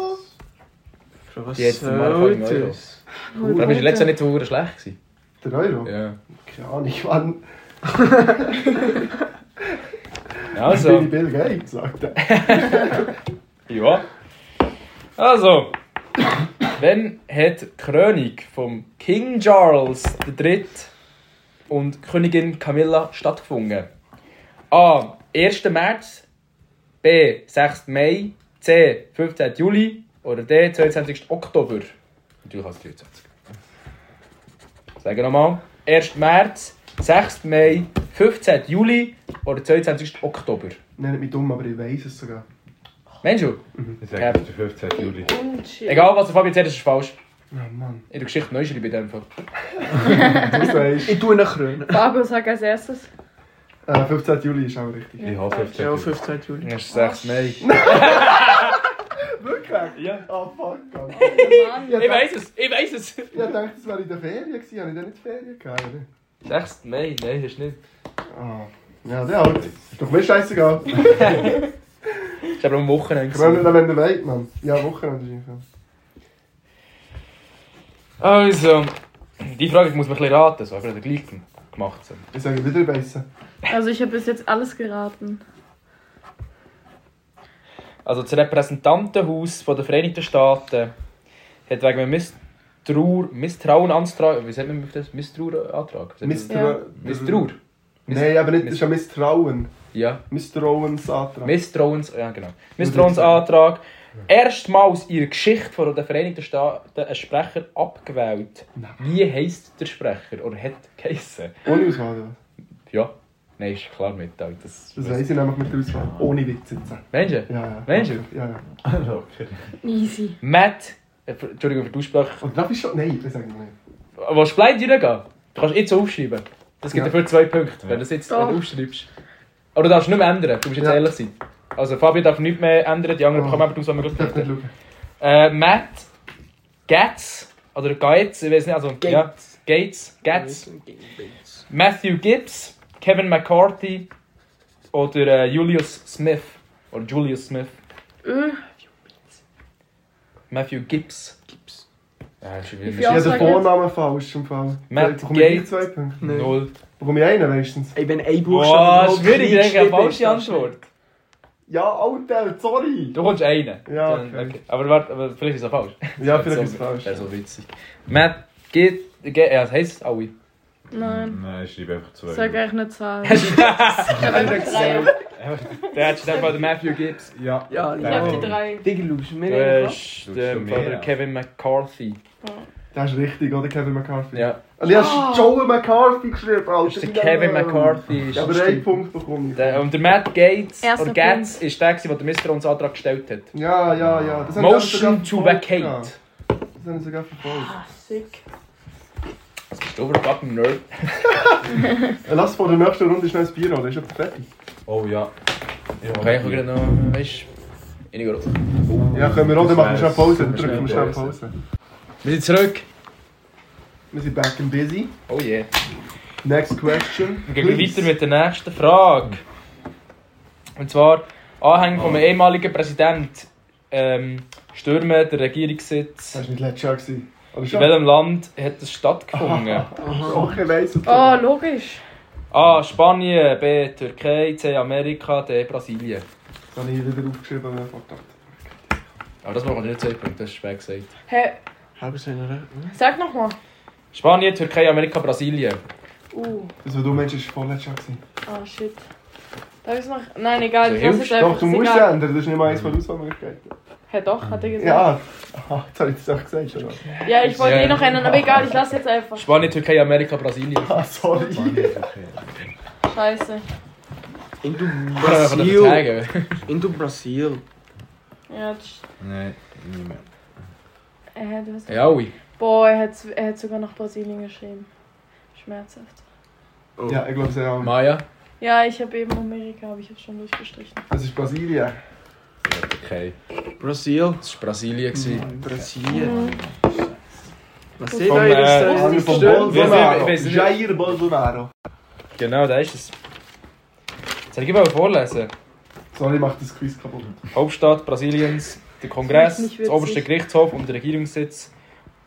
[SPEAKER 5] Für was
[SPEAKER 8] Die hat zum Anfang
[SPEAKER 5] soll
[SPEAKER 8] Euro.
[SPEAKER 5] das?
[SPEAKER 3] er. Null
[SPEAKER 8] Oder bist du
[SPEAKER 3] Punkte.
[SPEAKER 8] letztes Jahr nicht so verdammt schlecht gewesen?
[SPEAKER 9] Der Euro?
[SPEAKER 8] Ja.
[SPEAKER 9] Keine Ahnung, wann.
[SPEAKER 8] Also.
[SPEAKER 9] Billy Bill Gates, sagt er.
[SPEAKER 8] Ja. Also, wenn hat die Krönung vom King Charles III und Königin Camilla stattgefunden? A. 1. März, B. 6. Mai, C. 15. Juli oder D. 22. Oktober? Natürlich als 23. Sagen nochmal. 1. März, 6. Mai, 15. Juli oder 22. Oktober?
[SPEAKER 9] Nennt mich dumm, aber ich weiss es sogar.
[SPEAKER 8] Mensch,
[SPEAKER 10] ich sage es ist der 15. Juli.
[SPEAKER 3] Unschön.
[SPEAKER 8] egal was der Fabian sagt, das ist falsch.
[SPEAKER 9] Ja, Mann.
[SPEAKER 8] In der Geschichte neu schreibe ich in dem Fall.
[SPEAKER 9] Du sagst,
[SPEAKER 5] Ich tue ihn krönen.
[SPEAKER 3] Fabio, sag als erstes.
[SPEAKER 9] äh, 15. Juli ist auch richtig.
[SPEAKER 10] Ich habe 15.
[SPEAKER 5] Ja, 15. Juli.
[SPEAKER 8] Das ist 6 Mai.
[SPEAKER 9] Wirklich?
[SPEAKER 8] Ja.
[SPEAKER 9] Ah, fuck, Mann.
[SPEAKER 3] Mann.
[SPEAKER 9] Ich
[SPEAKER 8] Ich
[SPEAKER 9] dachte,
[SPEAKER 8] weiß es, ich weiß es.
[SPEAKER 9] ich dachte, das wäre in der Ferien gewesen. Habe ich dann nicht die Ferien gehabt? oder?
[SPEAKER 8] 6 Mai, nein, das ist nicht.
[SPEAKER 9] Ah. Ja, der halt. Ist Doch mir scheißegal. Können
[SPEAKER 8] Ich habe am Wochenende
[SPEAKER 9] wir nicht
[SPEAKER 8] gesehen.
[SPEAKER 9] noch, wenn ihr wollt, Mann. Ja, Wochenende ist einfach.
[SPEAKER 8] Also, die Frage muss man ein bisschen raten, so, aber der gleich gem- gemacht sind.
[SPEAKER 9] Ich sage wieder besser.
[SPEAKER 3] Also ich habe bis jetzt alles geraten.
[SPEAKER 8] Also das Repräsentantenhaus von der Vereinigten Staaten hat wegen einem Misstrauer, Misstrauenantrag, wie sagt man das? Misstrauenantrag? Wie sagt man das?
[SPEAKER 9] Misstrau-
[SPEAKER 8] Misstrauer. Mis-
[SPEAKER 9] Nein, aber nicht. Das ist ja Misstrauen.
[SPEAKER 8] Ja,
[SPEAKER 9] Misstrauensantrag.
[SPEAKER 8] Misstrauens, ja genau. Misstrauensantrag. Erstmals in der Geschichte von der Vereinigten Staaten ein Sprecher abgewählt. Wie heisst der Sprecher? Oder hat geheissen?
[SPEAKER 9] Ohne Auswahl, ja.
[SPEAKER 8] Ja. Nein, ist klar mit. Alter. Das,
[SPEAKER 9] Das weiss ich nämlich mit der Auswahl. Ohne Witz jetzt. Ja,
[SPEAKER 8] Meinst du?
[SPEAKER 9] ja.
[SPEAKER 8] Meinst du?
[SPEAKER 9] Ja, ja.
[SPEAKER 3] Easy.
[SPEAKER 8] Matt, äh, Entschuldigung für die Aussprache.
[SPEAKER 9] Und darf ich schon... Nein, das sage ich nicht.
[SPEAKER 8] Willst du blind reingehen? Du kannst jetzt aufschreiben. Das gibt
[SPEAKER 9] Ja.
[SPEAKER 8] dafür zwei Punkte, wenn du es jetzt wenn du aufschreibst. Aber du darfst nicht mehr ändern, du musst jetzt
[SPEAKER 9] Ja.
[SPEAKER 8] ehrlich sein. Also Fabio darf nichts mehr ändern, die anderen
[SPEAKER 9] Oh.
[SPEAKER 8] bekommen einfach aus, wenn wir
[SPEAKER 9] Ich
[SPEAKER 8] gut
[SPEAKER 9] darf nicht
[SPEAKER 8] finden.
[SPEAKER 9] schauen.
[SPEAKER 8] Äh, Matt, Gates, oder Gates, ich weiß nicht, also ja, Gates, Gates, Matthew Gibbs, Kevin McCarthy oder äh, Julius Smith. Oder Julius Smith.
[SPEAKER 3] Äh,
[SPEAKER 8] Matthew Gibbs. Gibbs. Ja, schon
[SPEAKER 3] Wie
[SPEAKER 8] wieder.
[SPEAKER 3] viel-
[SPEAKER 9] Ich
[SPEAKER 3] Ja,
[SPEAKER 9] habe
[SPEAKER 3] sag
[SPEAKER 9] den Vornamen falsch im Fall.
[SPEAKER 8] Matt
[SPEAKER 9] Bekomme ich
[SPEAKER 8] Gates.
[SPEAKER 9] gleich zwei Punkte?
[SPEAKER 8] Null.
[SPEAKER 9] Bekomme ich einen wenigstens?
[SPEAKER 5] Ey, wenn ein
[SPEAKER 8] Boah,
[SPEAKER 5] Buchstabe überhaupt
[SPEAKER 8] schwierig, das ist eine
[SPEAKER 5] reingeschrieben
[SPEAKER 8] falsche
[SPEAKER 5] ist,
[SPEAKER 8] Antwort.
[SPEAKER 9] Ja, Alter, sorry!
[SPEAKER 8] Du kommst einen.
[SPEAKER 9] Ja,
[SPEAKER 8] Dann-
[SPEAKER 9] okay.
[SPEAKER 8] Aber warte, aber vielleicht ist es auch falsch.
[SPEAKER 9] Ja, vielleicht ist es
[SPEAKER 8] So-
[SPEAKER 9] falsch.
[SPEAKER 8] Wäre so Also, witzig. Matt, geht, geht, ja, das heisst alle.
[SPEAKER 3] nein.
[SPEAKER 10] Nein, ich schreibe einfach zwei.
[SPEAKER 3] Sag eigentlich eine Zahl.
[SPEAKER 8] Der hat schon den Matthew Gibbs.
[SPEAKER 10] Ja.
[SPEAKER 5] Ja,
[SPEAKER 3] Ich
[SPEAKER 9] Oh.
[SPEAKER 3] habe die drei.
[SPEAKER 5] Digga, schau mir
[SPEAKER 8] Der
[SPEAKER 5] rein.
[SPEAKER 8] ist
[SPEAKER 10] Du bist
[SPEAKER 8] der von
[SPEAKER 10] mehr,
[SPEAKER 8] der
[SPEAKER 10] ja.
[SPEAKER 8] Kevin McCarthy.
[SPEAKER 9] Das ist richtig, oder? Kevin McCarthy.
[SPEAKER 8] Ja.
[SPEAKER 9] Und ich habe Joel McCarthy geschrieben, Alter.
[SPEAKER 8] Das ist der
[SPEAKER 9] wie
[SPEAKER 8] Kevin
[SPEAKER 9] der-
[SPEAKER 8] McCarthy. Ist
[SPEAKER 9] Ja, aber einen
[SPEAKER 8] der,
[SPEAKER 9] Punkt bekomme ich.
[SPEAKER 8] und der Matt Gates,
[SPEAKER 3] Erster
[SPEAKER 8] oder Gates, ist der, gewesen, der den Misstrauensantrag gestellt hat.
[SPEAKER 9] Ja, ja, ja. Das habe ich sogar
[SPEAKER 8] Motion to
[SPEAKER 9] verfolgt, ja.
[SPEAKER 8] vacate.
[SPEAKER 9] Das haben ich sogar verfolgt.
[SPEAKER 3] Sick.
[SPEAKER 8] Das bist du für ein fucking Nerd.
[SPEAKER 9] Äh, Lass vor der nächsten Runde schnell das Bier holen, ist ja fertig.
[SPEAKER 10] Oh ja. Ja,
[SPEAKER 8] Okay, ich schaue gerade noch, weißt du, in Europa.
[SPEAKER 9] Ja, können wir auch, dann machen wir
[SPEAKER 10] Das
[SPEAKER 9] schnell Pause. Dann
[SPEAKER 10] wär's.
[SPEAKER 9] drücken wir schnell
[SPEAKER 10] Pause.
[SPEAKER 9] Pause.
[SPEAKER 8] Wir sind zurück.
[SPEAKER 9] Wir sind back and busy.
[SPEAKER 8] Oh yeah.
[SPEAKER 9] Next question.
[SPEAKER 8] Wir gehen
[SPEAKER 9] please.
[SPEAKER 8] weiter mit der nächsten Frage. Und zwar: Anhänger vom ehemaligen Präsident ähm, stürmen den
[SPEAKER 9] Das
[SPEAKER 8] Regierungssitz.
[SPEAKER 9] war nicht letztes Jahr. gewesen. Oder
[SPEAKER 8] In
[SPEAKER 9] schon?
[SPEAKER 8] welchem Land hat das stattgefunden?
[SPEAKER 9] Okay, weiss und so.
[SPEAKER 3] Oh, logisch.
[SPEAKER 8] A. Ah, Spanien, B. Türkei, C. Amerika, D. Brasilien.
[SPEAKER 9] Das habe ich wieder aufgeschrieben. ja, fuck that.
[SPEAKER 8] Aber das braucht man nicht zwei Punkte, das ist schwer gesagt.
[SPEAKER 3] Hä?
[SPEAKER 5] Halber seiner recht.
[SPEAKER 3] Sag nochmal.
[SPEAKER 8] Spanien, Türkei, Amerika, Brasilien.
[SPEAKER 3] Uh,
[SPEAKER 9] Das, was du meinst, ist vorletztes Jahr. gewesen.
[SPEAKER 3] ah shit. Darf ich's noch? Nein, egal.
[SPEAKER 8] Also
[SPEAKER 3] ich lass
[SPEAKER 8] hilfst
[SPEAKER 3] es einfach,
[SPEAKER 9] Doch, du
[SPEAKER 3] ist
[SPEAKER 9] musst
[SPEAKER 3] egal.
[SPEAKER 9] ändern, das ist nicht mal eins von den Auswahlmöglichkeiten.
[SPEAKER 3] Hä, doch, hat er gesagt.
[SPEAKER 9] Ja, aha, jetzt habe ich das auch gesagt. Oder?
[SPEAKER 3] Ja, ich wollte
[SPEAKER 8] Ja.
[SPEAKER 3] eh noch einen, aber egal, ich lass jetzt einfach.
[SPEAKER 8] Spanien, Türkei, Amerika, Brasilien.
[SPEAKER 9] Ah, sorry.
[SPEAKER 3] Scheiße.
[SPEAKER 5] Into
[SPEAKER 8] Das kann man einfach
[SPEAKER 5] Brasil.
[SPEAKER 8] sagen.
[SPEAKER 5] Into Brasil.
[SPEAKER 3] Ja, das ist-
[SPEAKER 10] Nein, niemand.
[SPEAKER 3] äh, du hast...
[SPEAKER 8] Ja, ui.
[SPEAKER 3] Boah, er hat, er hat sogar nach Brasilien geschrieben. Schmerzhaft.
[SPEAKER 9] Ja, ich glaube es ja auch.
[SPEAKER 8] Maya.
[SPEAKER 3] Ja, ich habe eben Amerika, aber ich habe schon durchgestrichen.
[SPEAKER 9] Das ist Brasilien.
[SPEAKER 8] Okay.
[SPEAKER 5] Brasil.
[SPEAKER 8] Das war Brasilien.
[SPEAKER 3] Mhm.
[SPEAKER 8] gewesen.
[SPEAKER 5] Brasil. Was seht
[SPEAKER 8] Vom,
[SPEAKER 5] ihr?
[SPEAKER 8] äh,
[SPEAKER 5] Das
[SPEAKER 9] Alle
[SPEAKER 5] ist
[SPEAKER 9] von
[SPEAKER 5] stimmt.
[SPEAKER 9] Bolsonaro.
[SPEAKER 8] Wir sind- wir
[SPEAKER 9] Jair Bolsonaro.
[SPEAKER 8] Genau, da ist es. Jetzt soll ich mal vorlesen.
[SPEAKER 9] Sorry, mach das Quiz kaputt.
[SPEAKER 8] Hauptstadt Brasiliens, der Kongress,
[SPEAKER 3] Das ist nicht
[SPEAKER 8] das oberste
[SPEAKER 3] witzig.
[SPEAKER 8] Gerichtshof und der Regierungssitz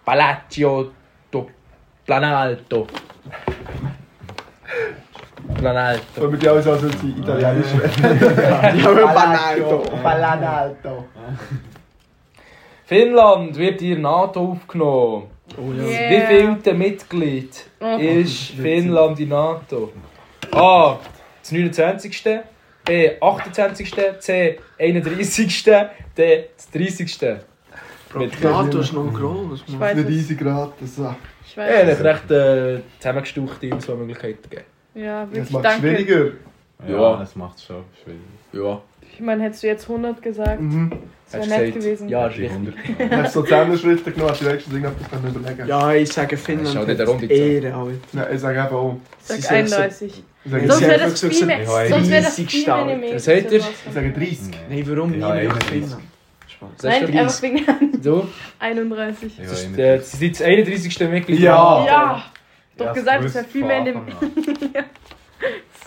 [SPEAKER 8] Palacio do Planalto. Planalto.
[SPEAKER 9] Wollen wir die alles als unsere italienische Palanalto. Palanalto.
[SPEAKER 8] Finnland wird in die NATO aufgenommen. Wie vielte Mitglied
[SPEAKER 3] Äh. Oh.
[SPEAKER 8] ist Finnland in die NATO? A. Das 29. B. 28. C. 31. D. Das 30. Mit
[SPEAKER 5] NATO ist noch groß.
[SPEAKER 3] Ich
[SPEAKER 5] Mann.
[SPEAKER 3] weiß
[SPEAKER 9] Nicht
[SPEAKER 3] es.
[SPEAKER 9] easy gerade. Das, ah,
[SPEAKER 3] Ich
[SPEAKER 8] Ja,
[SPEAKER 3] weiß
[SPEAKER 8] das hat recht äh, zusammengestauchte Auswahlmöglichkeiten gegeben.
[SPEAKER 3] es. Ja,
[SPEAKER 9] das
[SPEAKER 3] wirklich,
[SPEAKER 9] macht es
[SPEAKER 3] danke.
[SPEAKER 9] schwieriger.
[SPEAKER 10] Ja, es macht es schon schwierig.
[SPEAKER 8] Ja.
[SPEAKER 9] Die
[SPEAKER 3] Ich meine, hättest du jetzt 100 gesagt,
[SPEAKER 9] Mhm.
[SPEAKER 3] das wäre nett gewesen.
[SPEAKER 5] Ja, ist richtig.
[SPEAKER 9] Hast du so 10 Schritte genommen, hast du wenigstens irgendetwas können überlegen
[SPEAKER 5] Ja, ich sage
[SPEAKER 1] Das ist auch
[SPEAKER 5] Finnland
[SPEAKER 1] nicht
[SPEAKER 5] hat
[SPEAKER 1] eine runde
[SPEAKER 5] die Ehre, Alter.
[SPEAKER 9] Nein, ich sage eben auch.
[SPEAKER 5] Sie
[SPEAKER 3] Sag
[SPEAKER 5] sind so-
[SPEAKER 3] 31.
[SPEAKER 9] Ich sage,
[SPEAKER 3] Sonst
[SPEAKER 5] Sie haben
[SPEAKER 9] ich
[SPEAKER 3] wäre
[SPEAKER 9] sage,
[SPEAKER 3] das viel
[SPEAKER 5] wirklich so
[SPEAKER 3] mehr.
[SPEAKER 10] gesagt,
[SPEAKER 3] Sonst wäre das
[SPEAKER 5] riesig
[SPEAKER 3] viel mehr.
[SPEAKER 5] stark.
[SPEAKER 3] mehr
[SPEAKER 1] Was hättet ihr?
[SPEAKER 9] ich sage 30.
[SPEAKER 5] Nein, warum
[SPEAKER 10] Ja,
[SPEAKER 5] nie nach
[SPEAKER 10] einunddreißig.
[SPEAKER 5] Finnland? Spaß.
[SPEAKER 3] Nein, einfach wegen
[SPEAKER 8] So,
[SPEAKER 3] 31.
[SPEAKER 8] das ist, äh, sie sind das 31. Mitglied.
[SPEAKER 9] Ja.
[SPEAKER 3] Ja, doch gesagt, es wäre viel mehr in dem
[SPEAKER 9] Da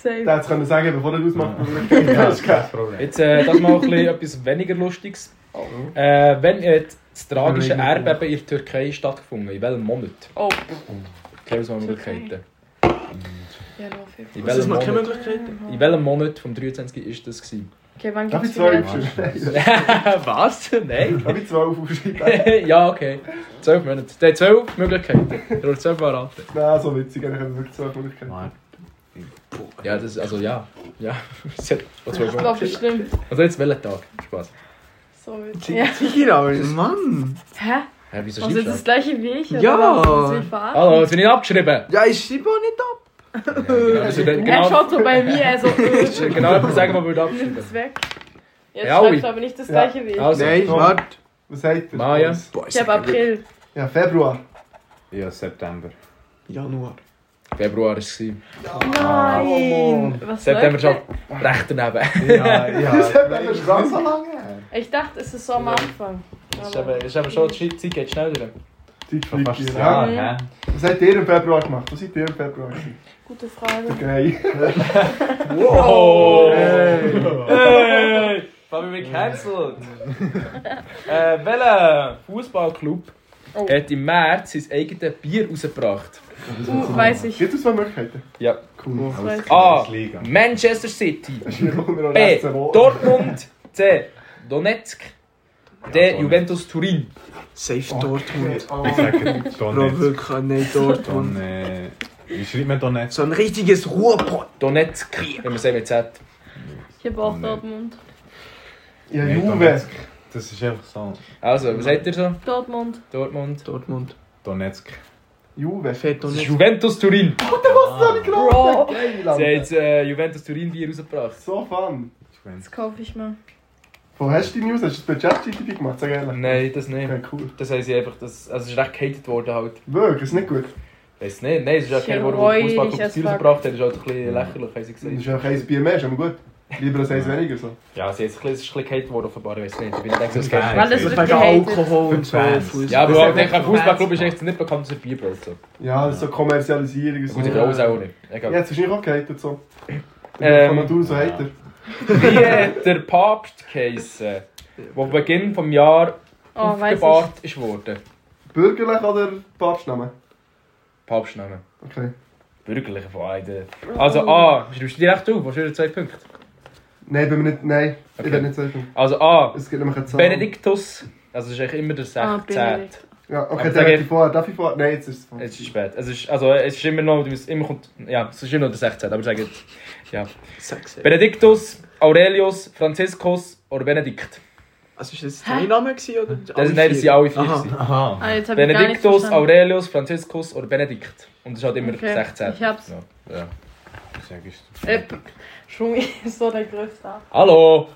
[SPEAKER 3] Safe.
[SPEAKER 9] hätte können sagen, bevor du ausmachst.
[SPEAKER 10] Ja, das ist kein Problem.
[SPEAKER 8] Jetzt äh, das mal ein bisschen etwas weniger Lustiges. Äh, wenn äh, das tragische Erdbeben in der Türkei stattgefunden in welchem Monat?
[SPEAKER 3] Oh,
[SPEAKER 8] Kennen wir Möglichkeiten?
[SPEAKER 3] ja, doch, viel.
[SPEAKER 8] In
[SPEAKER 5] Das ist
[SPEAKER 8] welchem
[SPEAKER 5] noch keine
[SPEAKER 8] Monat?
[SPEAKER 5] Möglichkeit.
[SPEAKER 8] In welchem Monat vom 23. ist das gewesen?
[SPEAKER 3] Okay, wann
[SPEAKER 9] Darf
[SPEAKER 3] gibt's
[SPEAKER 9] ich zwei
[SPEAKER 3] wieder?
[SPEAKER 9] aufschreiben?
[SPEAKER 8] Was? Nein?
[SPEAKER 9] Darf ich zwei aufschreiben?
[SPEAKER 8] ja, okay. 12 Monate. Der 12 Möglichkeiten. Oder 12 Varianten.
[SPEAKER 9] Nein, so witzig, eigentlich haben wir wirklich zwei Möglichkeiten.
[SPEAKER 8] Ja, das ist, also ja. Ja. Es hat auch
[SPEAKER 3] Ich
[SPEAKER 8] 12 Monate.
[SPEAKER 3] glaube, das ist schlimm.
[SPEAKER 8] Also jetzt welchen Tag? Spaß.
[SPEAKER 3] Sorry. Ja.
[SPEAKER 5] Tiger, Mann!
[SPEAKER 3] Hä?
[SPEAKER 8] Hä, wieso
[SPEAKER 3] Was ist
[SPEAKER 8] schreibst du?
[SPEAKER 3] das
[SPEAKER 8] das?
[SPEAKER 3] gleiche wie ich? oder
[SPEAKER 5] Ja.
[SPEAKER 3] was? Das will ich verarschen.
[SPEAKER 8] Hallo, sind nicht abgeschrieben?
[SPEAKER 5] Ja, ich schreibe auch nicht ab.
[SPEAKER 8] Ja, also, dann
[SPEAKER 3] Er
[SPEAKER 8] genau,
[SPEAKER 3] schaut so bei mir, er so, äh,
[SPEAKER 8] genau etwas sagen, was wir da
[SPEAKER 3] nimmt
[SPEAKER 8] abschreiben.
[SPEAKER 3] es weg. Jetzt
[SPEAKER 8] Ja,
[SPEAKER 3] schreibst du
[SPEAKER 8] ui.
[SPEAKER 3] aber nicht das
[SPEAKER 9] Ja.
[SPEAKER 3] gleiche wie ich.
[SPEAKER 8] Also,
[SPEAKER 5] Nein,
[SPEAKER 9] komm.
[SPEAKER 5] warte.
[SPEAKER 9] Was sagt ihr?
[SPEAKER 8] Maya.
[SPEAKER 5] Boah,
[SPEAKER 3] Ich habe April.
[SPEAKER 9] Ja, Februar.
[SPEAKER 10] Ja, September.
[SPEAKER 5] Januar.
[SPEAKER 8] Februar war es. gewesen.
[SPEAKER 3] Nein! Was
[SPEAKER 8] September
[SPEAKER 3] läuft
[SPEAKER 8] schon
[SPEAKER 3] denn?
[SPEAKER 8] recht daneben.
[SPEAKER 10] Ja, ja.
[SPEAKER 9] Das hat man schon ganz so lange. her.
[SPEAKER 3] Ich dachte, es ist so am Anfang.
[SPEAKER 8] Das
[SPEAKER 3] Aber-
[SPEAKER 8] ist aber schon, die Zeit geht schneller.
[SPEAKER 9] Zeit
[SPEAKER 10] Schon
[SPEAKER 9] fliegt
[SPEAKER 10] fast ein
[SPEAKER 9] hier.
[SPEAKER 10] Jahr,
[SPEAKER 9] Ja.
[SPEAKER 10] hä?
[SPEAKER 9] Was habt ihr im Februar gemacht? Was seid ihr im Februar? gewesen?
[SPEAKER 3] Gute Frage.
[SPEAKER 9] Geil.
[SPEAKER 8] Wow!
[SPEAKER 9] Hey.
[SPEAKER 8] Hey! Fabi wird cancelled! äh, welcher Fußballclub
[SPEAKER 3] Oh.
[SPEAKER 8] hat im März sein eigenes Bier rausgebracht?
[SPEAKER 3] Uh, weiß ich.
[SPEAKER 9] Gibt es zwei Möglichkeiten?
[SPEAKER 8] Ja.
[SPEAKER 9] Cool.
[SPEAKER 3] Weiß ich.
[SPEAKER 8] A.
[SPEAKER 10] Liga.
[SPEAKER 8] Manchester City. B.
[SPEAKER 9] B.
[SPEAKER 8] Dortmund. C. Donetsk. D. Juventus Turin.
[SPEAKER 5] Safe Dortmund.
[SPEAKER 10] Ich sage
[SPEAKER 5] Bro,
[SPEAKER 10] Donetsk.
[SPEAKER 5] wirklich, nein, Dortmund.
[SPEAKER 10] Don, äh, wie schreibt man Donetsk?
[SPEAKER 5] So ein richtiges Ruhrpott.
[SPEAKER 8] Donetsk, wenn man sagt mit Z.
[SPEAKER 3] Ich habe auch
[SPEAKER 10] Nee.
[SPEAKER 3] Dortmund.
[SPEAKER 9] Ja,
[SPEAKER 10] Nee,
[SPEAKER 9] Juve.
[SPEAKER 10] Donetsk. Das ist einfach so.
[SPEAKER 8] Also, was sagt ihr so?
[SPEAKER 3] Dortmund.
[SPEAKER 8] Dortmund.
[SPEAKER 5] Dortmund.
[SPEAKER 10] Donetsk.
[SPEAKER 9] Juve.
[SPEAKER 5] Fährt
[SPEAKER 8] Das ist
[SPEAKER 5] Donetsk.
[SPEAKER 8] Juventus Turin.
[SPEAKER 9] Bro.
[SPEAKER 8] Sie haben jetzt äh, Juventus Turin Bier rausgebracht.
[SPEAKER 9] So fun.
[SPEAKER 3] Das kaufe ich mal.
[SPEAKER 9] Wo hast du die News? Hast du das bei ChatGPT gemacht? Sag ehrlich.
[SPEAKER 8] Nein, das nicht.
[SPEAKER 9] Okay, cool.
[SPEAKER 8] Das haben sie einfach, das, also es ist recht gehatet worden halt.
[SPEAKER 9] Wirklich, ist nicht gut.
[SPEAKER 8] Weiß nicht, nein, es ist auch kein Wort, wo
[SPEAKER 3] Schön
[SPEAKER 8] der Fußballclub
[SPEAKER 3] reuig,
[SPEAKER 8] das Ziel
[SPEAKER 3] as fuck.
[SPEAKER 8] gebracht hat, ist halt ein bisschen lächerlich, haben sie
[SPEAKER 9] Das ist
[SPEAKER 8] gesagt.
[SPEAKER 9] ja kein Bier mehr, ist aber gut. Lieber als eins weniger so.
[SPEAKER 8] Ja, sie haben es ein bisschen- es ist ein bisschen gehatet worden offenbar, ich weiß nicht. Ich bin nicht so
[SPEAKER 10] Nein.
[SPEAKER 8] skeptisch.
[SPEAKER 3] Weil es
[SPEAKER 10] Wegen
[SPEAKER 3] wird
[SPEAKER 5] Wegen
[SPEAKER 3] gehatet.
[SPEAKER 5] Alkohol und so.
[SPEAKER 10] Fans.
[SPEAKER 5] Fußball.
[SPEAKER 8] Ja, aber
[SPEAKER 9] Das ist
[SPEAKER 8] halt,
[SPEAKER 9] einfach
[SPEAKER 8] ein Fußballclub ist echt nicht bekannt, dass er Bier braut. So.
[SPEAKER 9] Ja, das ist so Kommerzialisierung. und
[SPEAKER 8] Das
[SPEAKER 9] So.
[SPEAKER 8] muss ich auch auch nicht. Egal.
[SPEAKER 9] Ja, jetzt wahrscheinlich auch gehatet so.
[SPEAKER 8] Ähm,
[SPEAKER 9] Von Natur so heiter.
[SPEAKER 8] Wie eh, hat der Papst geheissen, der Beginn des Jahres
[SPEAKER 3] Oh, weiß ich.
[SPEAKER 8] aufgebahrt ist worden?
[SPEAKER 9] Bürgerlich oder Papstnamen?
[SPEAKER 8] Papstname.
[SPEAKER 9] Okay.
[SPEAKER 8] Bürgerliche von einem. Also A, schreibst du direkt auf, was für zwei Punkte?
[SPEAKER 9] Nein, bin mir nicht. Nein,
[SPEAKER 8] Okay.
[SPEAKER 9] ich werde nicht sagen.
[SPEAKER 8] Also A,
[SPEAKER 9] Es gibt nämlich eine Zahl.
[SPEAKER 8] Benediktus, also es ist eigentlich immer der
[SPEAKER 3] Ah,
[SPEAKER 8] 16.
[SPEAKER 3] Benedikt.
[SPEAKER 9] Ja,
[SPEAKER 8] Aber
[SPEAKER 9] okay,
[SPEAKER 8] sag
[SPEAKER 9] dann hätte
[SPEAKER 8] ich-
[SPEAKER 9] ich vorher. Darf ich vorher? Nein, jetzt ist es vorher.
[SPEAKER 8] Es ist spät. Es ist, also, es ist immer noch, du musst immer kommt, ja, es ist immer noch der 16. Aber sag jetzt.
[SPEAKER 5] Sexy.
[SPEAKER 8] Benediktus, Aurelius, Franziskus oder Benedikt.
[SPEAKER 5] Also ist das dein Name gewesen, oder?
[SPEAKER 8] Das sind, nein, das sind alle vier.
[SPEAKER 5] Aha.
[SPEAKER 8] gewesen.
[SPEAKER 10] Aha.
[SPEAKER 3] Ah, jetzt habe ich gar nichts
[SPEAKER 8] Benediktus,
[SPEAKER 3] verstanden.
[SPEAKER 8] Aurelius, Franziskus oder Benedikt. Und es ist halt immer
[SPEAKER 3] Okay,
[SPEAKER 8] 16.
[SPEAKER 3] ich hab's.
[SPEAKER 8] Ja. Ja.
[SPEAKER 10] Sagst du.
[SPEAKER 3] Äpp. Schwung ist so der größte.
[SPEAKER 8] Hallo!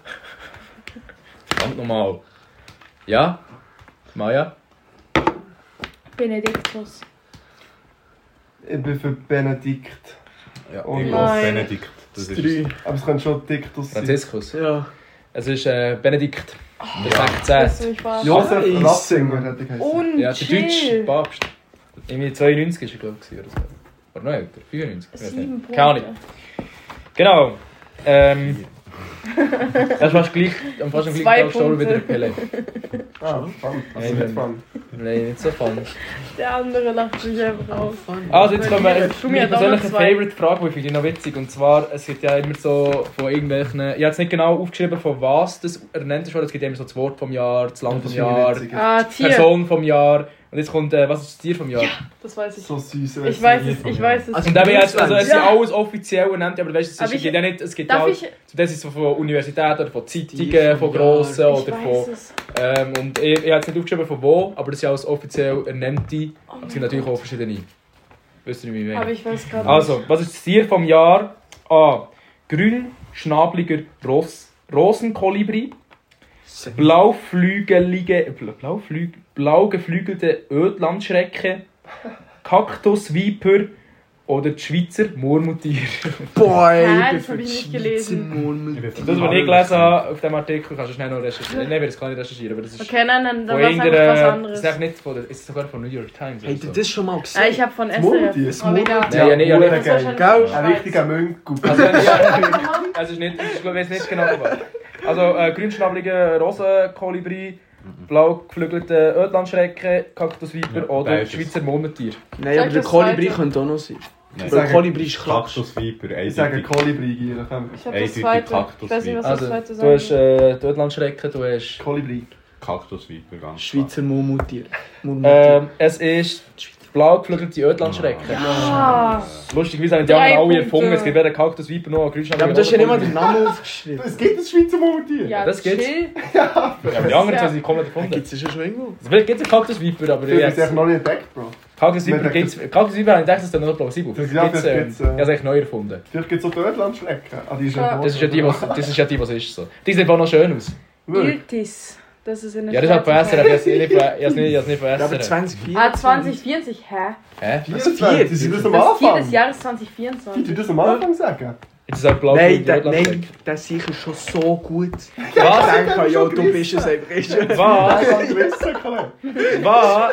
[SPEAKER 8] Verdammt nochmal. Ja? Maja?
[SPEAKER 3] Benediktus.
[SPEAKER 9] Ich bin für Benedikt.
[SPEAKER 10] Ja,
[SPEAKER 9] Oh
[SPEAKER 10] ich glaube
[SPEAKER 3] nein.
[SPEAKER 10] Benedikt. Das ist
[SPEAKER 9] Drei. Aber es könnte schon Diktus sein.
[SPEAKER 8] Franziskus.
[SPEAKER 5] Ja.
[SPEAKER 8] Es ist äh, Benedikt. Der
[SPEAKER 3] Oh. Das
[SPEAKER 8] 16.
[SPEAKER 3] mich wahr.
[SPEAKER 9] Josef
[SPEAKER 5] Nice.
[SPEAKER 9] Ratzinger hätte ich geheißen.
[SPEAKER 3] Und
[SPEAKER 8] Ja, der deutsche
[SPEAKER 3] chill.
[SPEAKER 8] Papst. Irgendwie 92 war er, glaube ich, oder so. Oder noch älter, 94. ich weiß nicht.
[SPEAKER 3] Sieben
[SPEAKER 8] Keine Ahnung.
[SPEAKER 3] Punkte.
[SPEAKER 8] Genau. Ähm, das ist fast gleich, am fast am gleichen
[SPEAKER 3] Zwei
[SPEAKER 8] Tag gestorben wie der
[SPEAKER 3] Punkte.
[SPEAKER 8] Pelle.
[SPEAKER 9] Ah, fun. Also
[SPEAKER 8] Amen.
[SPEAKER 9] nicht fun.
[SPEAKER 8] Nein, nicht so fun.
[SPEAKER 3] Der andere lacht sich einfach aus.
[SPEAKER 8] Also jetzt kommen wir
[SPEAKER 3] Du
[SPEAKER 8] zu
[SPEAKER 3] mir
[SPEAKER 8] meiner
[SPEAKER 3] hat auch noch
[SPEAKER 8] persönlichen
[SPEAKER 3] zwei.
[SPEAKER 8] Favorite-Frage, die ich finde ich noch witzig. Und zwar, es gibt ja immer so von irgendwelchen... Ich habe jetzt nicht genau aufgeschrieben, von was das ernannt ist, worden. es gibt ja immer so das Wort vom Jahr, das Land
[SPEAKER 9] Das
[SPEAKER 8] vom
[SPEAKER 9] finde ich
[SPEAKER 8] Jahr,
[SPEAKER 9] witzig.
[SPEAKER 3] Ah, Tier.
[SPEAKER 8] Person vom Jahr. Und jetzt kommt, äh, was ist das Tier vom Jahr?
[SPEAKER 3] Das weiß ich.
[SPEAKER 9] So süß. äh,
[SPEAKER 3] Ich weiß es, ich weiß es.
[SPEAKER 5] Also-
[SPEAKER 8] Und dann bin ich jetzt, also es ist ja
[SPEAKER 3] Ja.
[SPEAKER 8] alles offiziell ernannt, aber weißt du, es
[SPEAKER 3] Aber
[SPEAKER 8] ist-
[SPEAKER 3] ich-
[SPEAKER 8] gibt ja nicht... Es gibt ja,
[SPEAKER 3] Darf ich? Ich
[SPEAKER 8] Das ist so von Universitäten oder von
[SPEAKER 5] Tier
[SPEAKER 8] Zeitungen,
[SPEAKER 5] vom
[SPEAKER 8] von grossen oder
[SPEAKER 3] weiß
[SPEAKER 8] von...
[SPEAKER 3] es.
[SPEAKER 8] Ähm, und ich, ich habe jetzt nicht aufgeschrieben von wo, aber das sind alles offiziell ernannte.
[SPEAKER 3] Oh
[SPEAKER 8] aber es gibt natürlich auch verschiedene. Wisst ihr, wie ich
[SPEAKER 3] Aber
[SPEAKER 8] meine?
[SPEAKER 3] ich weiß gerade.
[SPEAKER 8] Also, was ist das Tier vom Jahr? A. Grün, schnabeliger Ross. Rosenkolibri, blauflügelige, bla- blauflüg, blau geflügelte Ödlandschrecke, Kaktusviper oder die Schweizer Murmeltier.
[SPEAKER 1] Boy,
[SPEAKER 3] Hä, das hab ich nicht gelesen.
[SPEAKER 8] Das, was ich gelesen habe auf diesem Artikel, kannst du schnell noch recherchieren. Nein, wir werden es gar nicht recherchieren, aber das ist
[SPEAKER 3] Okay, nein, nein, dann war
[SPEAKER 8] von
[SPEAKER 3] es einfach was
[SPEAKER 8] irgendeiner... Das
[SPEAKER 3] anderes.
[SPEAKER 8] ist einfach nicht von der... Ist sogar von New York Times oder
[SPEAKER 5] Habt ihr
[SPEAKER 8] so.
[SPEAKER 5] das schon mal gesehen?
[SPEAKER 3] Ah, ich hab von
[SPEAKER 9] Murmeltier,
[SPEAKER 3] SRF.
[SPEAKER 9] das
[SPEAKER 3] Mal wieder.
[SPEAKER 8] Nein, ja, nicht, ja, nicht.
[SPEAKER 3] Das war schon-
[SPEAKER 9] Gell? Ein
[SPEAKER 3] Schweiz.
[SPEAKER 9] richtiger Mönch.
[SPEAKER 8] Also, ja, also ist nicht, ich weiß nicht genau, was. Also, äh, grünschnablige Rosenkolibri, blau geflügelte Ödlandschrecke, Kaktusviper
[SPEAKER 10] Mhm. Ja,
[SPEAKER 8] oder
[SPEAKER 10] beides.
[SPEAKER 8] Schweizer Murmeltier.
[SPEAKER 5] Nein, aber
[SPEAKER 3] Sag
[SPEAKER 5] der
[SPEAKER 3] das
[SPEAKER 5] Kolibri
[SPEAKER 3] Zweite.
[SPEAKER 5] könnte auch noch sein.
[SPEAKER 10] Nein,
[SPEAKER 5] Weil
[SPEAKER 9] sage-
[SPEAKER 5] Kolibri ist klatsch.
[SPEAKER 10] Kaktusviper,
[SPEAKER 9] Ich sage
[SPEAKER 10] eindeutig.
[SPEAKER 9] Kolibri, Gier. komm.
[SPEAKER 3] Ich hab das
[SPEAKER 10] Eindeutig
[SPEAKER 3] zweite. Ich weiß nicht,
[SPEAKER 10] Kaktusviper.
[SPEAKER 3] was das
[SPEAKER 8] Also,
[SPEAKER 3] zweite
[SPEAKER 8] du hast
[SPEAKER 3] sein
[SPEAKER 8] äh, die Ödlandschrecke, du hast...
[SPEAKER 9] Kolibri.
[SPEAKER 10] Kaktusviper, ganz
[SPEAKER 5] Schweizer Murmeltier. Murmeltier.
[SPEAKER 8] Ähm, es ist die blau geflügelte Ödlandschrecke.
[SPEAKER 3] Ah,
[SPEAKER 8] Lustigerweise haben die anderen
[SPEAKER 3] Drei
[SPEAKER 8] alle
[SPEAKER 3] Punkte.
[SPEAKER 8] erfunden. Es gibt weder Kaktusviper noch
[SPEAKER 5] ja,
[SPEAKER 8] grünschnablige
[SPEAKER 5] aber du hast ja nicht mal
[SPEAKER 8] Rosenkolibri.
[SPEAKER 5] den Namen aufgeschrieben.
[SPEAKER 9] Es gibt ein Schweizer Murmeltier.
[SPEAKER 3] ja,
[SPEAKER 8] Das gibt's.
[SPEAKER 3] chill.
[SPEAKER 8] Ja, aber die anderen haben sie komplett erfunden.
[SPEAKER 5] Gibt es ja schon irgendwo?
[SPEAKER 8] Vielleicht gibt es einen Kaktusviper, aber
[SPEAKER 9] Ich habe es
[SPEAKER 8] jetzt...
[SPEAKER 9] noch nicht entdeckt, Bro.
[SPEAKER 8] Kaktusviper gibt's... Kaktusviper habe ich gedacht, das ist dann noch plausibel.
[SPEAKER 9] Das-
[SPEAKER 8] Gibt's,
[SPEAKER 9] ja, das
[SPEAKER 8] ähm,
[SPEAKER 9] gibt's,
[SPEAKER 8] Ich
[SPEAKER 9] äh,
[SPEAKER 8] habe es eigentlich neu erfunden.
[SPEAKER 9] Vielleicht gibt es auch Deutschlandschnecken. Ah, die ist
[SPEAKER 3] Ja.
[SPEAKER 9] ja
[SPEAKER 8] Das ist ja die, was, das ist ja die, was ist so. Die sehen auch noch schön aus.
[SPEAKER 9] Wirklich?
[SPEAKER 3] Iltis. Das ist Ah, in der
[SPEAKER 8] Ja, das hat von
[SPEAKER 3] Schweiz.
[SPEAKER 8] SRF, aber ich hab's nicht, ich hab's nicht, ich hab's nicht von
[SPEAKER 5] Ja, aber
[SPEAKER 8] SRF.
[SPEAKER 5] 2004.
[SPEAKER 3] Ah, 2040, hä?
[SPEAKER 8] Hä? Ist
[SPEAKER 9] 24. Die sind das am
[SPEAKER 3] Das Tier des
[SPEAKER 9] Anfang.
[SPEAKER 3] Jahres
[SPEAKER 9] Die
[SPEAKER 3] 2024.
[SPEAKER 9] tun das am Anfang sagen.
[SPEAKER 8] das auch blau
[SPEAKER 5] Nein, der,
[SPEAKER 8] grün, rot,
[SPEAKER 5] nein, der sicher schon so gut.
[SPEAKER 8] Was?
[SPEAKER 5] Ich denke, ja, du
[SPEAKER 9] gerissen.
[SPEAKER 5] bist es einfach. Ist ja-
[SPEAKER 8] Was?
[SPEAKER 9] Das kann ich wissen, Kollege.
[SPEAKER 8] Was?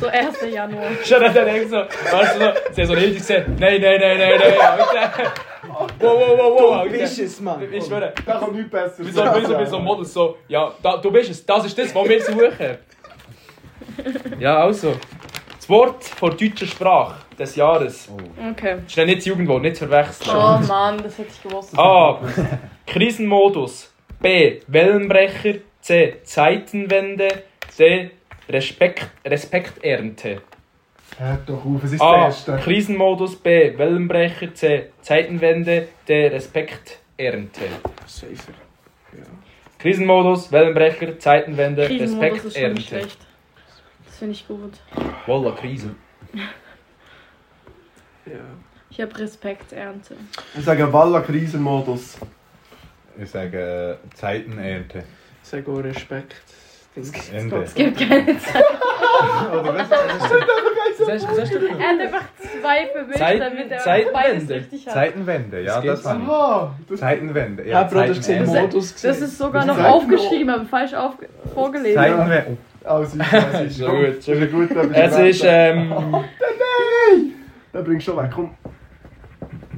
[SPEAKER 3] So 1. Januar.
[SPEAKER 8] Schon dann denk so, weißt du, so, sie haben so richtig gesagt, nein, nein, nein, nein, nein, Alter. Wow, wow, wow, wow,
[SPEAKER 5] Du
[SPEAKER 8] Alter.
[SPEAKER 5] bist es, Mann.
[SPEAKER 8] Ich schwöre,
[SPEAKER 9] Da kommt nichts besser.
[SPEAKER 8] wieso, wieso, wieso Models so, ja, da, du bist es, das ist das, was wir suchen. Ja, also. Das Wort von deutscher Sprache des Jahres.
[SPEAKER 3] Okay.
[SPEAKER 8] Ist ja nicht das Jugendwort, nicht zu verwechseln.
[SPEAKER 3] Oh Mann, das hätte ich gewusst.
[SPEAKER 8] A. Krisenmodus. B. Wellenbrecher. C. Zeitenwende. D. Respekt, Respekternte.
[SPEAKER 9] Hört doch auf, es ist
[SPEAKER 8] A.
[SPEAKER 9] das Erste.
[SPEAKER 8] Ah, Krisenmodus. B. Wellenbrecher. C. Zeitenwende. D. Respekternte.
[SPEAKER 5] Safer.
[SPEAKER 8] Krisenmodus, Wellenbrecher, Zeitenwende,
[SPEAKER 3] Krisenmodus ist schon nicht
[SPEAKER 8] Respekternte.
[SPEAKER 3] schlecht. Das finde ich gut.
[SPEAKER 8] Wallah, Krise.
[SPEAKER 3] Ich habe Respekt, Ernte.
[SPEAKER 9] Ich sage Walla Krisenmodus.
[SPEAKER 10] Ich sage äh, Zeitenernte.
[SPEAKER 5] Sag auch Respekt.
[SPEAKER 10] Ende.
[SPEAKER 3] Es gibt keine Zeit.
[SPEAKER 8] Was hast, was hast du
[SPEAKER 3] Er hat einfach zwei vermischt,
[SPEAKER 8] Zeit-
[SPEAKER 3] damit er
[SPEAKER 8] Zeitenwende.
[SPEAKER 3] beides richtig hat.
[SPEAKER 10] Zeitenwende, ja,
[SPEAKER 8] Das
[SPEAKER 10] das
[SPEAKER 8] gibt's.
[SPEAKER 10] war
[SPEAKER 9] Ah, das
[SPEAKER 10] Zeitenwende.
[SPEAKER 5] Ja, Bro, das ist gesehen,
[SPEAKER 10] Zeitenende.
[SPEAKER 5] Modus gesehen.
[SPEAKER 3] Das ist sogar noch
[SPEAKER 9] Zeitenwende.
[SPEAKER 3] aufgeschrieben, aber falsch auf vorgelesen.
[SPEAKER 10] Zeitenwende.
[SPEAKER 9] Also, das ist
[SPEAKER 8] So
[SPEAKER 9] gut.
[SPEAKER 8] gut,
[SPEAKER 9] Das
[SPEAKER 8] so
[SPEAKER 9] ist ein guter
[SPEAKER 8] Es ist, ähm,
[SPEAKER 9] Dann bringst du schon weg, komm.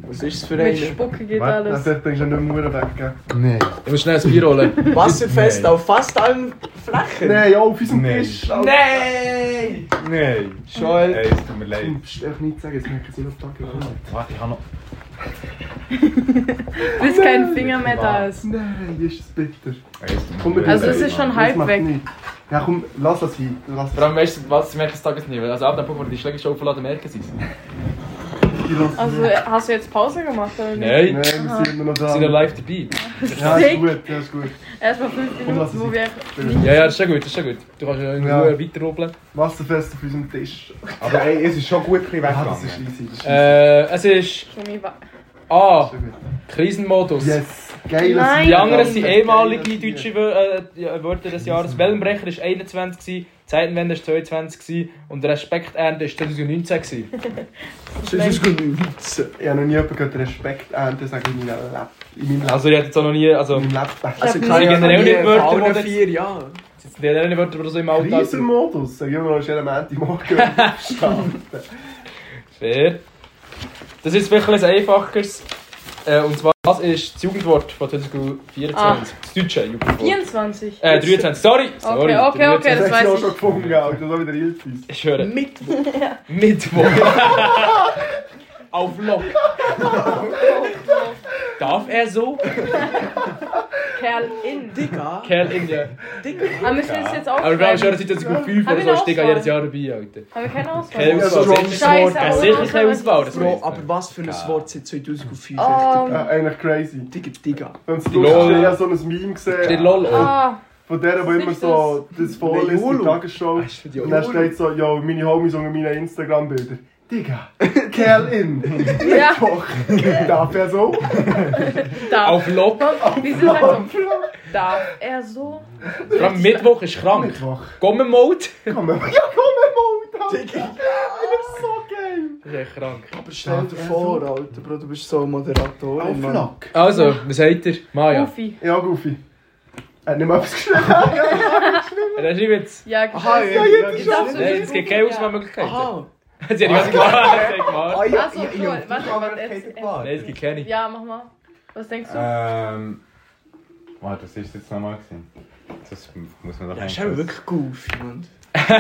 [SPEAKER 5] Was ist es für
[SPEAKER 3] Mit
[SPEAKER 5] eine?
[SPEAKER 3] Spucke geht
[SPEAKER 10] Was?
[SPEAKER 9] Dann
[SPEAKER 3] alles.
[SPEAKER 9] bringst du ihn nicht mehr Huren weg. gell?
[SPEAKER 10] Nein.
[SPEAKER 8] ich muss schnell ein Bier holen.
[SPEAKER 5] Wasserfest
[SPEAKER 10] Nein.
[SPEAKER 5] auf fast allen Flächen.
[SPEAKER 9] Nein, ja, auf unserem
[SPEAKER 10] Nein.
[SPEAKER 9] Tisch.
[SPEAKER 5] Nein!
[SPEAKER 10] Nein.
[SPEAKER 5] Joel.
[SPEAKER 10] Ey, es tut mir leid.
[SPEAKER 9] Komm, pst, einfach nichts sagen, jetzt merken sie noch die Tage.
[SPEAKER 10] Warte, ich habe noch.
[SPEAKER 3] Bis kein Finger mehr da ist.
[SPEAKER 9] Nein, ist es bitter.
[SPEAKER 10] Ey, es tut mir
[SPEAKER 9] Komm, wir
[SPEAKER 10] leid.
[SPEAKER 3] Also es ist schon halb
[SPEAKER 9] Das macht
[SPEAKER 3] weg.
[SPEAKER 9] nichts. Ja, komm, lass das hin. Lass
[SPEAKER 8] Vor
[SPEAKER 9] das
[SPEAKER 8] allem weißt du, was sie merken des Tages nicht, weil also ab dem Punkt, wo du die Schläge schon aufladen, merken sie es.
[SPEAKER 9] hin.
[SPEAKER 3] Also hast du jetzt Pause gemacht oder nicht?
[SPEAKER 8] Nein, wir
[SPEAKER 9] Nein, wir sind immer noch
[SPEAKER 8] sind ja
[SPEAKER 9] da.
[SPEAKER 8] live dabei.
[SPEAKER 9] Ja, ist gut, ja, ist gut.
[SPEAKER 3] Erstmal fünf
[SPEAKER 9] lass
[SPEAKER 3] Minuten,
[SPEAKER 9] es
[SPEAKER 3] wo wir
[SPEAKER 8] Ja, ja, das ist schon gut, das ist schon gut. Du kannst ja in
[SPEAKER 9] Ja.
[SPEAKER 8] Ruhe weiterrobeln.
[SPEAKER 9] Wasserfest auf unserem Tisch.
[SPEAKER 10] Aber ey, es ist schon gut ein bisschen
[SPEAKER 9] Ja, das ist
[SPEAKER 10] weggegangen.
[SPEAKER 9] easy. Das ist
[SPEAKER 8] Äh, es ist
[SPEAKER 3] Chemie war.
[SPEAKER 8] A.
[SPEAKER 9] schon gut.
[SPEAKER 8] Krisenmodus.
[SPEAKER 9] Yes, geiles
[SPEAKER 3] Nein.
[SPEAKER 8] Die
[SPEAKER 9] Bier.
[SPEAKER 8] anderen sind
[SPEAKER 9] Geiles
[SPEAKER 8] ehemalige
[SPEAKER 9] Bier.
[SPEAKER 8] deutsche Wör- äh, ja, Wörter des Jahres. Wellenbrecher war 21, gewesen, Zeitenwende war 22 gewesen und Respekternte war 2019. gewesen.
[SPEAKER 5] Das ist gut. Also,
[SPEAKER 9] Ich habe noch nie jemanden gehört, Respekt ernten, sage ich in meinem Leben. In meinem Leben.
[SPEAKER 8] Also ich hätte jetzt auch noch nie, also
[SPEAKER 9] in meinem Leben.
[SPEAKER 5] kann ich
[SPEAKER 8] generell
[SPEAKER 5] noch
[SPEAKER 8] nicht
[SPEAKER 5] nie
[SPEAKER 8] Wörter,
[SPEAKER 5] vor
[SPEAKER 8] die
[SPEAKER 5] allen
[SPEAKER 8] jetzt-
[SPEAKER 5] vier Jahren.
[SPEAKER 8] das sind die anderen Wörter, die so im Alltag sind.
[SPEAKER 9] Krisenmodus, sag ich immer noch, ist jeden Montagmorgen aufgestanden.
[SPEAKER 8] Fair. Das ist wirklich ein einfaches. Äh, und zwar, das ist das Jugendwort von 2024.
[SPEAKER 3] Ah.
[SPEAKER 8] Das deutsche Jugendwort.
[SPEAKER 3] 24.
[SPEAKER 8] Äh, 23, sorry! sorry,
[SPEAKER 3] okay, okay.
[SPEAKER 8] 23.
[SPEAKER 3] weiß
[SPEAKER 9] Das hast du auch
[SPEAKER 3] ich.
[SPEAKER 9] schon gefunden, Alter, so wie der Iltis.
[SPEAKER 8] Ich höre.
[SPEAKER 5] Mittwoch.
[SPEAKER 8] Mittwoch. Auf Lock. Darf er so?
[SPEAKER 3] Kerl in.
[SPEAKER 5] Digga.
[SPEAKER 8] Kerl in ja.
[SPEAKER 3] Aber müssen wir das jetzt
[SPEAKER 8] Aber wir haben schon
[SPEAKER 3] aufschreiben?
[SPEAKER 8] seit 2005
[SPEAKER 3] Hab
[SPEAKER 8] oder
[SPEAKER 3] ich
[SPEAKER 8] so
[SPEAKER 3] eine
[SPEAKER 8] ist Digga
[SPEAKER 3] Auswahl?
[SPEAKER 8] jedes Jahr dabei, Alter.
[SPEAKER 3] Haben wir keine
[SPEAKER 8] Keine
[SPEAKER 3] Auswahl?
[SPEAKER 8] Auswahl.
[SPEAKER 5] Strong
[SPEAKER 8] sicher-
[SPEAKER 3] Scheiße,
[SPEAKER 8] Ja,
[SPEAKER 3] aber
[SPEAKER 8] sicher
[SPEAKER 3] ohne Auswahl.
[SPEAKER 8] keine Auswahl. Das
[SPEAKER 5] Bro,
[SPEAKER 8] muss
[SPEAKER 5] aber was für ein Wort seit 2005?
[SPEAKER 3] Ähm,
[SPEAKER 9] Ja, Ah, eigentlich crazy.
[SPEAKER 5] Digga, Digga.
[SPEAKER 9] Wenn du
[SPEAKER 8] Lol.
[SPEAKER 9] durchstehst, ich habe so ein Meme
[SPEAKER 8] steht
[SPEAKER 9] gesehen,
[SPEAKER 8] LOL an.
[SPEAKER 3] ah,
[SPEAKER 9] von der, die
[SPEAKER 3] Ist
[SPEAKER 9] immer
[SPEAKER 3] nicht
[SPEAKER 9] so das vorliest in
[SPEAKER 5] Jolo.
[SPEAKER 9] der Tagesschau.
[SPEAKER 8] Ist für die
[SPEAKER 9] Und dann
[SPEAKER 8] Ohren.
[SPEAKER 9] steht so, ja, meine Homies unter meinen Instagram-Bildern. Digga, Kerl in.
[SPEAKER 3] Ja.
[SPEAKER 9] Mittwoch. Darf er so?
[SPEAKER 3] Darf.
[SPEAKER 8] Auf Loppen?
[SPEAKER 3] Wieso sagst du? Darf also- er so?
[SPEAKER 8] Vor allem Mittwoch ist krank.
[SPEAKER 9] Mittwoch.
[SPEAKER 8] Gommenmode?
[SPEAKER 9] Komm mal. Ja, komm mal, Digga. Ich bin so geil.
[SPEAKER 8] Das ist echt krank.
[SPEAKER 5] Aber stell dir vor, Alter, Bro, du bist so ein Moderator.
[SPEAKER 9] Auf Lack.
[SPEAKER 8] Also, was sagt ihr? Maja.
[SPEAKER 3] Ufi.
[SPEAKER 9] Ja, Goofy. Er hat nicht mal etwas geschrieben.
[SPEAKER 8] Er schreibt jetzt.
[SPEAKER 3] Ja,
[SPEAKER 5] Aha,
[SPEAKER 3] genau.
[SPEAKER 5] ja, ja,
[SPEAKER 3] Ich
[SPEAKER 5] ja.
[SPEAKER 3] darf
[SPEAKER 8] Äh, Nein,
[SPEAKER 3] so
[SPEAKER 8] Es gibt keine Auswahlmöglichkeiten.
[SPEAKER 5] Aha.
[SPEAKER 8] Sie hat die ganze gemacht.
[SPEAKER 9] Ah, ja,
[SPEAKER 3] Ach so, cool. Warte, warte, jetzt- jetzt-
[SPEAKER 9] gewartet.
[SPEAKER 8] Nein, es gibt keine.
[SPEAKER 3] Ja, mach mal. Was denkst du?
[SPEAKER 10] Ähm. Warte, was ist jetzt nochmal gewesen? Das muss man doch
[SPEAKER 5] Das ist aber wirklich goofy, Mann.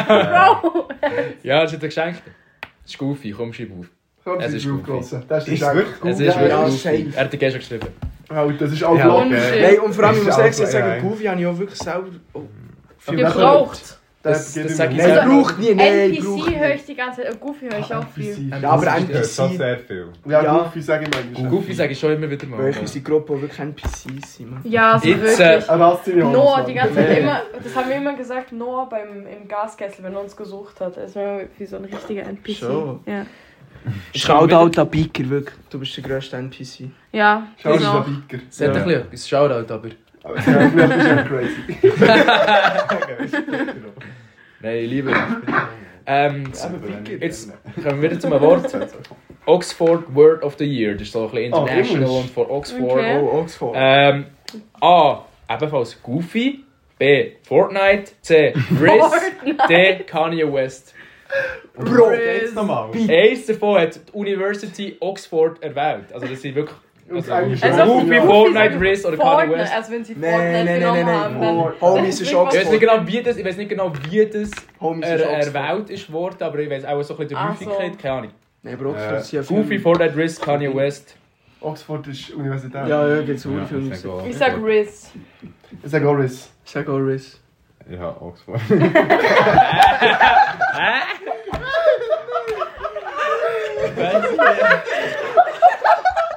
[SPEAKER 3] Bro!
[SPEAKER 8] Ja, das hat er geschenkt. Das ist Goofy, komm, schreib auf.
[SPEAKER 9] Komm,
[SPEAKER 8] Es
[SPEAKER 9] sie
[SPEAKER 8] ist
[SPEAKER 9] ist
[SPEAKER 8] Goofy.
[SPEAKER 9] aufgelassen. Das
[SPEAKER 10] Ist
[SPEAKER 9] ist echt
[SPEAKER 10] wirklich
[SPEAKER 9] gut.
[SPEAKER 8] Es ist
[SPEAKER 9] Ja,
[SPEAKER 5] ja,
[SPEAKER 8] wirklich Goofy.
[SPEAKER 5] safe.
[SPEAKER 8] Er hat dir gestern geschrieben.
[SPEAKER 9] Alter, Halt, das ist auch
[SPEAKER 8] Ja.
[SPEAKER 9] Lack.
[SPEAKER 5] Nein,
[SPEAKER 3] Unschön.
[SPEAKER 5] und vor allem, ich muss ehrlich
[SPEAKER 10] Ja, ja.
[SPEAKER 5] sagen, Goofy habe ich auch wirklich selber. Oh, viel
[SPEAKER 3] Gebraucht.
[SPEAKER 8] Das- das sag ich
[SPEAKER 9] Nein,
[SPEAKER 8] selber.
[SPEAKER 9] braucht-
[SPEAKER 5] braucht nie, nein, braucht
[SPEAKER 3] NPC
[SPEAKER 5] nie.
[SPEAKER 3] höre ich die ganze Zeit. äh, Goofy höre
[SPEAKER 9] Ah,
[SPEAKER 3] ich auch viel.
[SPEAKER 9] NPC.
[SPEAKER 5] Ja, aber
[SPEAKER 10] Das ist schon
[SPEAKER 5] NPC.
[SPEAKER 10] sehr viel.
[SPEAKER 9] Ja,
[SPEAKER 5] Ja. Oh.
[SPEAKER 9] Goofy sage ich manchmal.
[SPEAKER 8] Goofy sage ich schon immer wieder mal.
[SPEAKER 5] Welche unsere Gruppe die wirklich NPCs sind, Mann.
[SPEAKER 3] Ja, so
[SPEAKER 8] Jetzt,
[SPEAKER 3] wirklich.
[SPEAKER 9] Ein
[SPEAKER 8] äh,
[SPEAKER 9] Rastinjahr.
[SPEAKER 3] Noah, die ganze Zeit
[SPEAKER 5] Nee.
[SPEAKER 3] immer, das haben wir immer gesagt, Noah beim, im Gaskessel, wenn er uns gesucht hat. Er ist immer wie so ein richtiger NPC.
[SPEAKER 5] Schon.
[SPEAKER 3] Ja,
[SPEAKER 5] Shoutout an Biker, wirklich. Du bist der grösste NPC.
[SPEAKER 3] ja
[SPEAKER 9] Schau, das ist
[SPEAKER 3] genau.
[SPEAKER 9] ein Biker.
[SPEAKER 8] Es hat ein bisschen etwas. Shoutout aber.
[SPEAKER 9] Aber das ist ja crazy.
[SPEAKER 8] Nein, ich liebe ihn. Ähm,
[SPEAKER 9] Aber Biker.
[SPEAKER 8] jetzt kommen wir wieder zum Wort. Oxford Word of the Year. Das ist so ein
[SPEAKER 3] Ah,
[SPEAKER 8] bisschen
[SPEAKER 9] Oh,
[SPEAKER 8] international
[SPEAKER 9] Englisch.
[SPEAKER 8] und von Oxford.
[SPEAKER 3] Okay.
[SPEAKER 9] Oh, Oxford.
[SPEAKER 8] Ähm, A. Ebenfalls Goofy. B. Fortnite. C. Riz. D. Kanye West.
[SPEAKER 9] Bro, jetzt nochmal.
[SPEAKER 8] Eins davon hat die University Oxford erwähnt. Also, das sind wirklich.
[SPEAKER 9] Aus
[SPEAKER 8] Also,
[SPEAKER 9] Englisch.
[SPEAKER 3] Also,
[SPEAKER 9] Ja.
[SPEAKER 8] Goofy, Fortnite, Riz oder Kanye
[SPEAKER 3] Fortnite,
[SPEAKER 8] West.
[SPEAKER 3] also wenn sie
[SPEAKER 5] Nee,
[SPEAKER 3] Fortnite
[SPEAKER 5] nee, nee,
[SPEAKER 3] genommen
[SPEAKER 5] nee, nee.
[SPEAKER 3] haben, dann...
[SPEAKER 9] Oh,
[SPEAKER 5] Homies ist
[SPEAKER 8] Ich weiß, nicht
[SPEAKER 5] Oxford.
[SPEAKER 8] genau, wie das, ich weiß nicht genau, wie das
[SPEAKER 5] Homies
[SPEAKER 8] er,
[SPEAKER 5] ist Oxford.
[SPEAKER 8] erwähnt ist worden, aber ich weiß auch so ein bisschen die
[SPEAKER 3] Ach so.
[SPEAKER 8] Häufigkeit, keine Ahnung.
[SPEAKER 5] Nein, Bro,
[SPEAKER 10] Äh,
[SPEAKER 5] Oxford ist ja viel.
[SPEAKER 8] Goofy, Fortnite, Riz, Kanye West.
[SPEAKER 9] Oxford ist Universität.
[SPEAKER 5] Ja, ja, gibt's auch viel
[SPEAKER 10] ich
[SPEAKER 5] Musik.
[SPEAKER 10] sage
[SPEAKER 3] Ich sag Riz.
[SPEAKER 9] Ich sage auch Riz.
[SPEAKER 5] Ich sag auch Riz.
[SPEAKER 10] Ja, Oxford.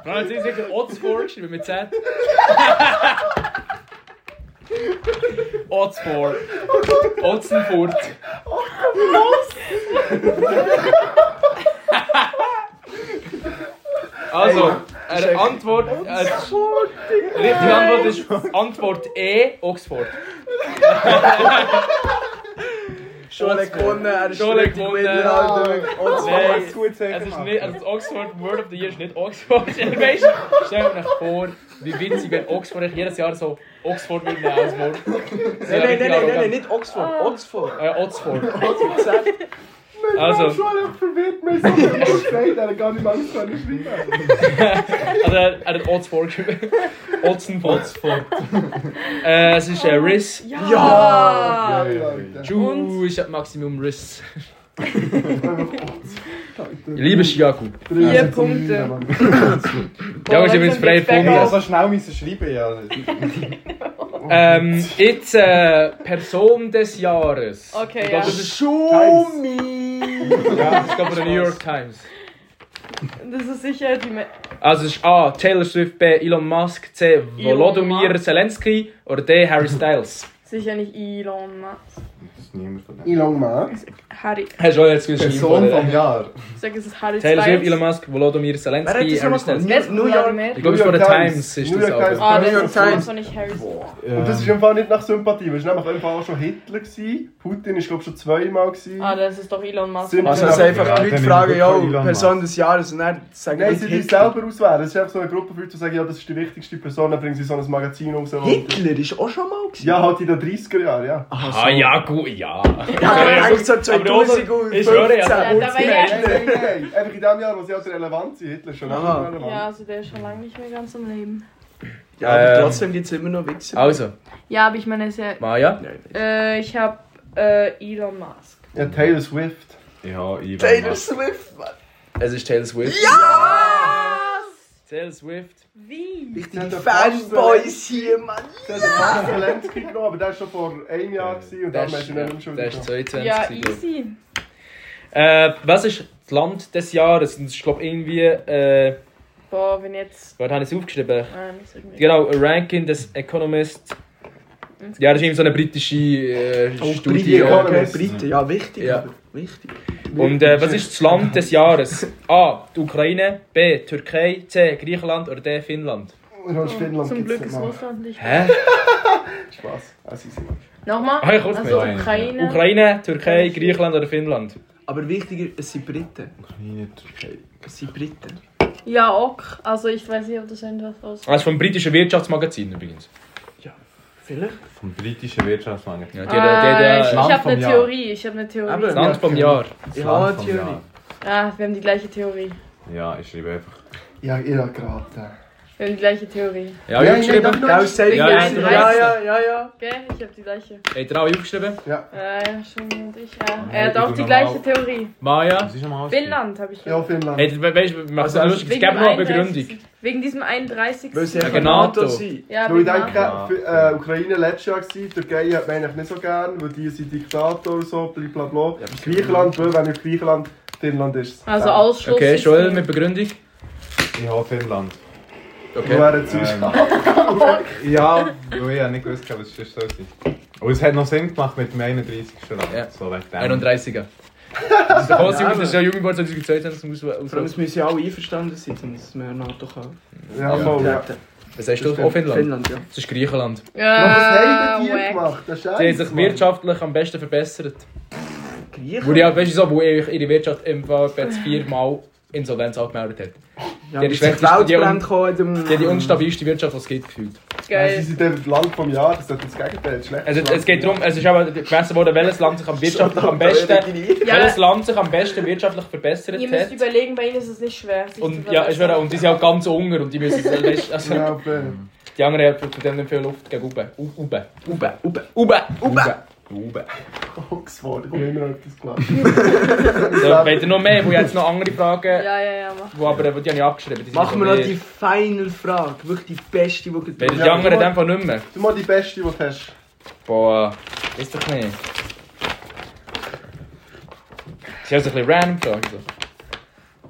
[SPEAKER 8] Franz, ich sage Oxford, schreibe mit Z. Oxford. Otzenfurt. Also, eine Antwort. äh, Richtige Antwort ist Antwort E, Oxford.
[SPEAKER 5] Schole gewonnen, er ist
[SPEAKER 8] Schule
[SPEAKER 5] richtig
[SPEAKER 8] gewonnen.
[SPEAKER 5] mit,
[SPEAKER 1] eh,
[SPEAKER 5] Alter. Oxford
[SPEAKER 8] Nein.
[SPEAKER 5] hat's gut
[SPEAKER 8] Es ist
[SPEAKER 9] Genau.
[SPEAKER 5] gemacht.
[SPEAKER 8] nicht, also das Oxford Word of the Year ist nicht Oxford Generation. Stell dir vor, wie witzig, wenn Oxford echt jedes Jahr so Oxford würde nehmen als Wort.
[SPEAKER 5] Nein, nein, nein, nein, nein, nein, nicht Oxford, Oxford.
[SPEAKER 8] Äh, Oxford.
[SPEAKER 5] Sag-
[SPEAKER 8] Also,
[SPEAKER 9] Schule verwirrt mich so. Ich muss sagen, er hat gar nicht mal Angst, wenn ich schreibe.
[SPEAKER 8] also er hat Oxford geschrieben. Oxenford. Äh, es ist äh, Riss.
[SPEAKER 3] Ja!
[SPEAKER 9] Ja, ja, Alter.
[SPEAKER 8] Ju, ich hab Maximum Riss. Ich liebe Chiago.
[SPEAKER 3] Vier Punkte.
[SPEAKER 8] Ja, ich habe jetzt frei
[SPEAKER 10] Ja,
[SPEAKER 8] gefunden.
[SPEAKER 10] so schnell müssen schreiben, ja.
[SPEAKER 8] Ähm, jetzt äh, Person des Jahres.
[SPEAKER 3] Okay,
[SPEAKER 8] ich
[SPEAKER 3] ja.
[SPEAKER 8] glaube, das ist,
[SPEAKER 9] Oh,
[SPEAKER 5] Schumi!
[SPEAKER 8] ja, das ist glaube ich, der New York Times.
[SPEAKER 3] Das ist sicher die... Me
[SPEAKER 8] Also es ist A. Taylor Swift, B. Elon Musk, C.
[SPEAKER 3] Elon
[SPEAKER 8] Volodymyr
[SPEAKER 3] Musk.
[SPEAKER 8] Zelensky oder D. Harry Styles.
[SPEAKER 3] sicher nicht Elon Musk.
[SPEAKER 10] Das ist niemand von denen.
[SPEAKER 9] Elon Musk.
[SPEAKER 3] Harry.
[SPEAKER 8] Hast du auch jetzt geschrieben,
[SPEAKER 10] Person
[SPEAKER 8] oder?
[SPEAKER 10] vom Jahr.
[SPEAKER 3] Ich sag, es ist Harry
[SPEAKER 8] Taylor Swift,
[SPEAKER 3] Styles.
[SPEAKER 8] Elon Musk, Volodymyr
[SPEAKER 5] Wer hat
[SPEAKER 8] Zelensky,
[SPEAKER 5] das
[SPEAKER 8] Harry
[SPEAKER 5] nochmal
[SPEAKER 8] Styles.
[SPEAKER 5] gemacht?
[SPEAKER 3] Wer ist
[SPEAKER 5] New York-
[SPEAKER 3] Vladimir?
[SPEAKER 8] Ich glaube, es ist
[SPEAKER 9] New
[SPEAKER 8] von der
[SPEAKER 9] York
[SPEAKER 8] Times,
[SPEAKER 9] Times.
[SPEAKER 8] ist
[SPEAKER 9] New
[SPEAKER 8] das
[SPEAKER 9] York
[SPEAKER 8] Album.
[SPEAKER 9] Times.
[SPEAKER 3] Ah,
[SPEAKER 9] New
[SPEAKER 3] das
[SPEAKER 9] York
[SPEAKER 3] ist Times
[SPEAKER 9] Times.
[SPEAKER 3] und nicht Harry Styles.
[SPEAKER 9] Und das ist im Fall nicht nach Sympathie, weil es war nämlich im Fall auch schon Hitler, gewesen. Putin ist glaube ich schon zweimal. gewesen.
[SPEAKER 3] Ah, das ist doch Elon Musk.
[SPEAKER 9] Sind-
[SPEAKER 5] Also,
[SPEAKER 9] Ja,
[SPEAKER 5] dass
[SPEAKER 10] ja,
[SPEAKER 5] einfach Leute
[SPEAKER 10] dann
[SPEAKER 5] fragen,
[SPEAKER 10] wirklich Elon
[SPEAKER 5] yo,
[SPEAKER 10] Musk.
[SPEAKER 5] Person des Jahres, und dann sagen
[SPEAKER 9] Nein,
[SPEAKER 5] wir
[SPEAKER 9] sie die
[SPEAKER 5] Hitler.
[SPEAKER 9] selber auswählen. Es ist einfach so eine Gruppe von Leuten, die sagen, ja, das ist die wichtigste Person, dann bringen sie so ein Magazin raus. wo-
[SPEAKER 5] Hitler ist auch schon mal gewesen.
[SPEAKER 9] Ja, halt in den 30er Jahren, ja.
[SPEAKER 8] Ah ja, gut, ja.
[SPEAKER 5] eigentlich so
[SPEAKER 8] Ich höre
[SPEAKER 3] Ja,
[SPEAKER 5] 2015.
[SPEAKER 8] ja.
[SPEAKER 3] da war ja...
[SPEAKER 9] Nein, nein, nein. Einfach in dem Jahr, wo sie halt relevant sind. Hitler ist schon
[SPEAKER 5] Aha.
[SPEAKER 9] lange relevant.
[SPEAKER 3] Ja, also der ist schon lange nicht mehr ganz am Leben.
[SPEAKER 5] Ja, aber
[SPEAKER 8] Ähm.
[SPEAKER 5] trotzdem gibt es immer noch Witze.
[SPEAKER 8] Also,
[SPEAKER 3] Ja, aber ich meine, er ist ja...
[SPEAKER 8] Maya.
[SPEAKER 3] Äh, ich hab äh, Elon Musk.
[SPEAKER 9] Ja, Taylor Swift.
[SPEAKER 10] Ja, ich
[SPEAKER 5] Taylor Swift, Mann.
[SPEAKER 8] Es ist Taylor Swift. Ja! Taylor Swift.
[SPEAKER 3] Wie?
[SPEAKER 9] Sie hat
[SPEAKER 5] Richtige
[SPEAKER 9] den
[SPEAKER 5] Fanboys hier, Mann.
[SPEAKER 9] Sie hat den Pass Zelensky genommen, aber der war schon vor einem Jahr gewesen und
[SPEAKER 8] Das
[SPEAKER 9] darum hast
[SPEAKER 8] ist
[SPEAKER 9] du ihn nicht entschuldigt.
[SPEAKER 8] das ist 22.
[SPEAKER 3] Ja,
[SPEAKER 8] glaub ich.
[SPEAKER 3] easy.
[SPEAKER 8] Äh, was ist das Land des Jahres? Und Das ist, glaube ich, irgendwie. Äh,
[SPEAKER 3] Boah, wenn jetzt...
[SPEAKER 8] was habe ich aufgeschrieben?
[SPEAKER 3] Nein, ich sag mir...
[SPEAKER 8] Genau, ein Ranking des Economist. Ja, das ist eben so eine britische äh,
[SPEAKER 5] Oh,
[SPEAKER 8] Studie.
[SPEAKER 5] Briten,
[SPEAKER 9] ja.
[SPEAKER 5] okay, Briten, ja, wichtig.
[SPEAKER 8] Ja.
[SPEAKER 5] aber Wichtig.
[SPEAKER 8] Und äh, was ist das Land des Jahres? A. Die Ukraine, B. Türkei, C. Griechenland oder D. Finnland?
[SPEAKER 9] Und Finnland
[SPEAKER 3] Zum Glück
[SPEAKER 9] gibt's
[SPEAKER 3] ist
[SPEAKER 9] nicht mal.
[SPEAKER 3] Russland nicht.
[SPEAKER 8] Hä?
[SPEAKER 9] Spaß. Also, easy.
[SPEAKER 3] Nochmal?
[SPEAKER 8] Ah, ich hol's
[SPEAKER 3] Also
[SPEAKER 10] mir.
[SPEAKER 3] Ukraine.
[SPEAKER 8] Ukraine, Türkei, Griechenland oder Finnland?
[SPEAKER 5] Aber wichtiger, es sind Briten.
[SPEAKER 10] Ukraine, Türkei.
[SPEAKER 5] Es sind Briten.
[SPEAKER 3] Ja, ok. Also ich weiß nicht, ob das irgendwas aus.
[SPEAKER 8] Das Ah, ist vom britischen Wirtschaftsmagazin übrigens.
[SPEAKER 5] Vielleicht.
[SPEAKER 10] Vom britischen Wirtschaftsmangel.
[SPEAKER 8] Ja, die, die,
[SPEAKER 3] Ah, ich
[SPEAKER 8] die,
[SPEAKER 3] ich
[SPEAKER 10] Land
[SPEAKER 3] habe
[SPEAKER 10] vom
[SPEAKER 3] eine
[SPEAKER 10] Jahr.
[SPEAKER 3] Theorie. Ich habe eine Theorie.
[SPEAKER 5] Aber-
[SPEAKER 8] das Land vom Jahr.
[SPEAKER 5] Ich habe eine Theorie.
[SPEAKER 3] Ah, wir haben die gleiche Theorie.
[SPEAKER 10] Ja, ich schreibe einfach.
[SPEAKER 9] Ja, ihr habt geraten.
[SPEAKER 3] Wir haben die gleiche Theorie.
[SPEAKER 8] Ja, ich
[SPEAKER 9] doch
[SPEAKER 8] aufgeschrieben.
[SPEAKER 9] nur-
[SPEAKER 5] Gell, safe.
[SPEAKER 8] Ja,
[SPEAKER 5] Ja,
[SPEAKER 8] ja,
[SPEAKER 5] ja, ja, ja, ja.
[SPEAKER 3] Gell? Ich habe die gleiche.
[SPEAKER 8] Habt ihr alle aufgeschrieben?
[SPEAKER 3] Ah, ja, schon und ich. Ja.
[SPEAKER 10] Hey,
[SPEAKER 3] Er hat
[SPEAKER 10] ich
[SPEAKER 3] auch
[SPEAKER 10] tu
[SPEAKER 3] die
[SPEAKER 10] noch
[SPEAKER 3] gleiche
[SPEAKER 10] mal-
[SPEAKER 3] Theorie.
[SPEAKER 8] Maya?
[SPEAKER 10] Was ist nochmal
[SPEAKER 3] Finnland habe ich
[SPEAKER 9] Ja,
[SPEAKER 3] gehört.
[SPEAKER 9] Finnland.
[SPEAKER 8] Hey, we weißt du,
[SPEAKER 5] Also,
[SPEAKER 8] also, es
[SPEAKER 5] wegen
[SPEAKER 8] gibt noch eine Begründung.
[SPEAKER 3] Wegen diesem 31.
[SPEAKER 5] Weil sie
[SPEAKER 8] Ja,
[SPEAKER 5] einfach
[SPEAKER 8] genau.
[SPEAKER 5] NATO sind.
[SPEAKER 3] Ja,
[SPEAKER 9] Nur ich
[SPEAKER 3] wegen
[SPEAKER 9] denke,
[SPEAKER 3] NATO.
[SPEAKER 10] Ja.
[SPEAKER 9] für, äh, Ukraine letztes Jahr gewesen, Türkei hat man eigentlich nicht so gern, weil die sind Diktator und so, blablabla. Ja, Griechenland, weil wenn nicht Griechenland, Finnland ist es.
[SPEAKER 3] Also Ausschluss.
[SPEAKER 8] Okay,
[SPEAKER 3] ist
[SPEAKER 8] Joel
[SPEAKER 3] nicht.
[SPEAKER 8] mit Begründung.
[SPEAKER 10] Ich habe Finnland.
[SPEAKER 9] Wir
[SPEAKER 8] Okay. Ähm.
[SPEAKER 9] wären zu
[SPEAKER 10] Ähm, ja, weil ich habe nicht gewusst, was es sonst so sein Und es hat noch Sinn gemacht mit dem 31. Land.
[SPEAKER 8] Ja.
[SPEAKER 10] So wegen dem.
[SPEAKER 8] 31er. Das ist Kossi, das ist ja Jugendwort 2012, das muss
[SPEAKER 5] Vor allem
[SPEAKER 8] ausrufen.
[SPEAKER 5] es müssen ja alle einverstanden sein, sonst wir NATO können.
[SPEAKER 9] Ja, voll. Ja.
[SPEAKER 5] Vertreten.
[SPEAKER 8] Was sagst du auf Finnland?
[SPEAKER 5] Finnland, ja.
[SPEAKER 8] Das ist Griechenland.
[SPEAKER 9] Was
[SPEAKER 3] Ja,
[SPEAKER 9] haben die
[SPEAKER 3] wack.
[SPEAKER 9] gemacht? Das ist
[SPEAKER 8] Sie haben sich wirtschaftlich am besten verbessert. Wo
[SPEAKER 5] Griechenland.
[SPEAKER 8] die halt, weißt du, so, wo ich ihre Wirtschaft im Alphabet viermal Insolvenz angemeldet hat.
[SPEAKER 5] Ja,
[SPEAKER 8] die
[SPEAKER 5] bis
[SPEAKER 8] schlechteste-
[SPEAKER 5] der Weltbrand
[SPEAKER 8] die-
[SPEAKER 5] kam, dann-
[SPEAKER 8] Die hat die unstabilste Wirtschaft, die es gibt, gefühlt.
[SPEAKER 9] Geil. Also, Sie
[SPEAKER 3] Geil.
[SPEAKER 9] sind dann das Land vom Jahr, das ist das Gegenteil. Das schlechteste
[SPEAKER 8] Also, es-
[SPEAKER 9] Land
[SPEAKER 8] es geht
[SPEAKER 9] vom
[SPEAKER 8] darum, es ist aber gemessen worden, welches Land sich am wirtschaftlich am besten,
[SPEAKER 3] Ja,
[SPEAKER 8] welches Land sich am besten wirtschaftlich verbessert
[SPEAKER 3] ihr müsst
[SPEAKER 8] hat.
[SPEAKER 3] überlegen, bei ihnen ist es nicht schwer. sich
[SPEAKER 8] Und
[SPEAKER 3] zu
[SPEAKER 8] ja, ich
[SPEAKER 3] verbessern.
[SPEAKER 8] wäre und die sind auch ganz unger und die müssen jetzt letztes-
[SPEAKER 9] Jahr.
[SPEAKER 8] also,
[SPEAKER 9] Ja, Finn.
[SPEAKER 8] die anderen haben von dem nicht viel Luft gegen oben. U- Oben.
[SPEAKER 5] Uben, Uben.
[SPEAKER 8] Oben. Oben. Oben.
[SPEAKER 9] Oxford, ich habe immer etwas gemacht.
[SPEAKER 8] So, wollt ihr noch mehr? Wo ich jetzt noch andere Fragen,
[SPEAKER 3] Ja, ja, ja, mach.
[SPEAKER 8] wo aber wo die habe ich abgeschrieben. Die sind
[SPEAKER 5] Machen wir
[SPEAKER 8] von
[SPEAKER 5] noch die
[SPEAKER 8] mir.
[SPEAKER 5] final Frage, wirklich die beste, die
[SPEAKER 8] Weil
[SPEAKER 5] gerade
[SPEAKER 8] die anderen in dem Fall nicht mehr.
[SPEAKER 9] Du mal die beste, die du hast.
[SPEAKER 8] Boah, ist doch nicht. Das ist also ein bisschen random Frage. so.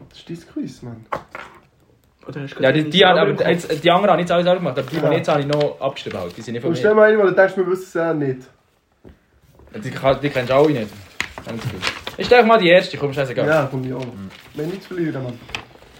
[SPEAKER 9] Das ist dein Quiz, Mann.
[SPEAKER 5] Oder hast du
[SPEAKER 8] Ja,
[SPEAKER 5] gerade
[SPEAKER 8] die,
[SPEAKER 5] eine
[SPEAKER 8] die, haben,
[SPEAKER 5] Frage
[SPEAKER 8] aber
[SPEAKER 5] bekommen?
[SPEAKER 8] jetzt, die anderen haben jetzt alles selber gemacht, aber die,
[SPEAKER 9] Ja.
[SPEAKER 8] die jetzt habe ich noch abgeschrieben. Halt. Die sind nicht von
[SPEAKER 9] Und stell
[SPEAKER 8] mir.
[SPEAKER 9] mal eine, wo du denkst, wir wissen es auch nicht.
[SPEAKER 8] Die, kann- die kennst du alle nicht. Ganz gut. Ich stelle mal die erste, komm, scheißegal.
[SPEAKER 9] Ja, vom Jahr.
[SPEAKER 8] Mhm.
[SPEAKER 9] Wir haben nichts zu verlieren, Mann.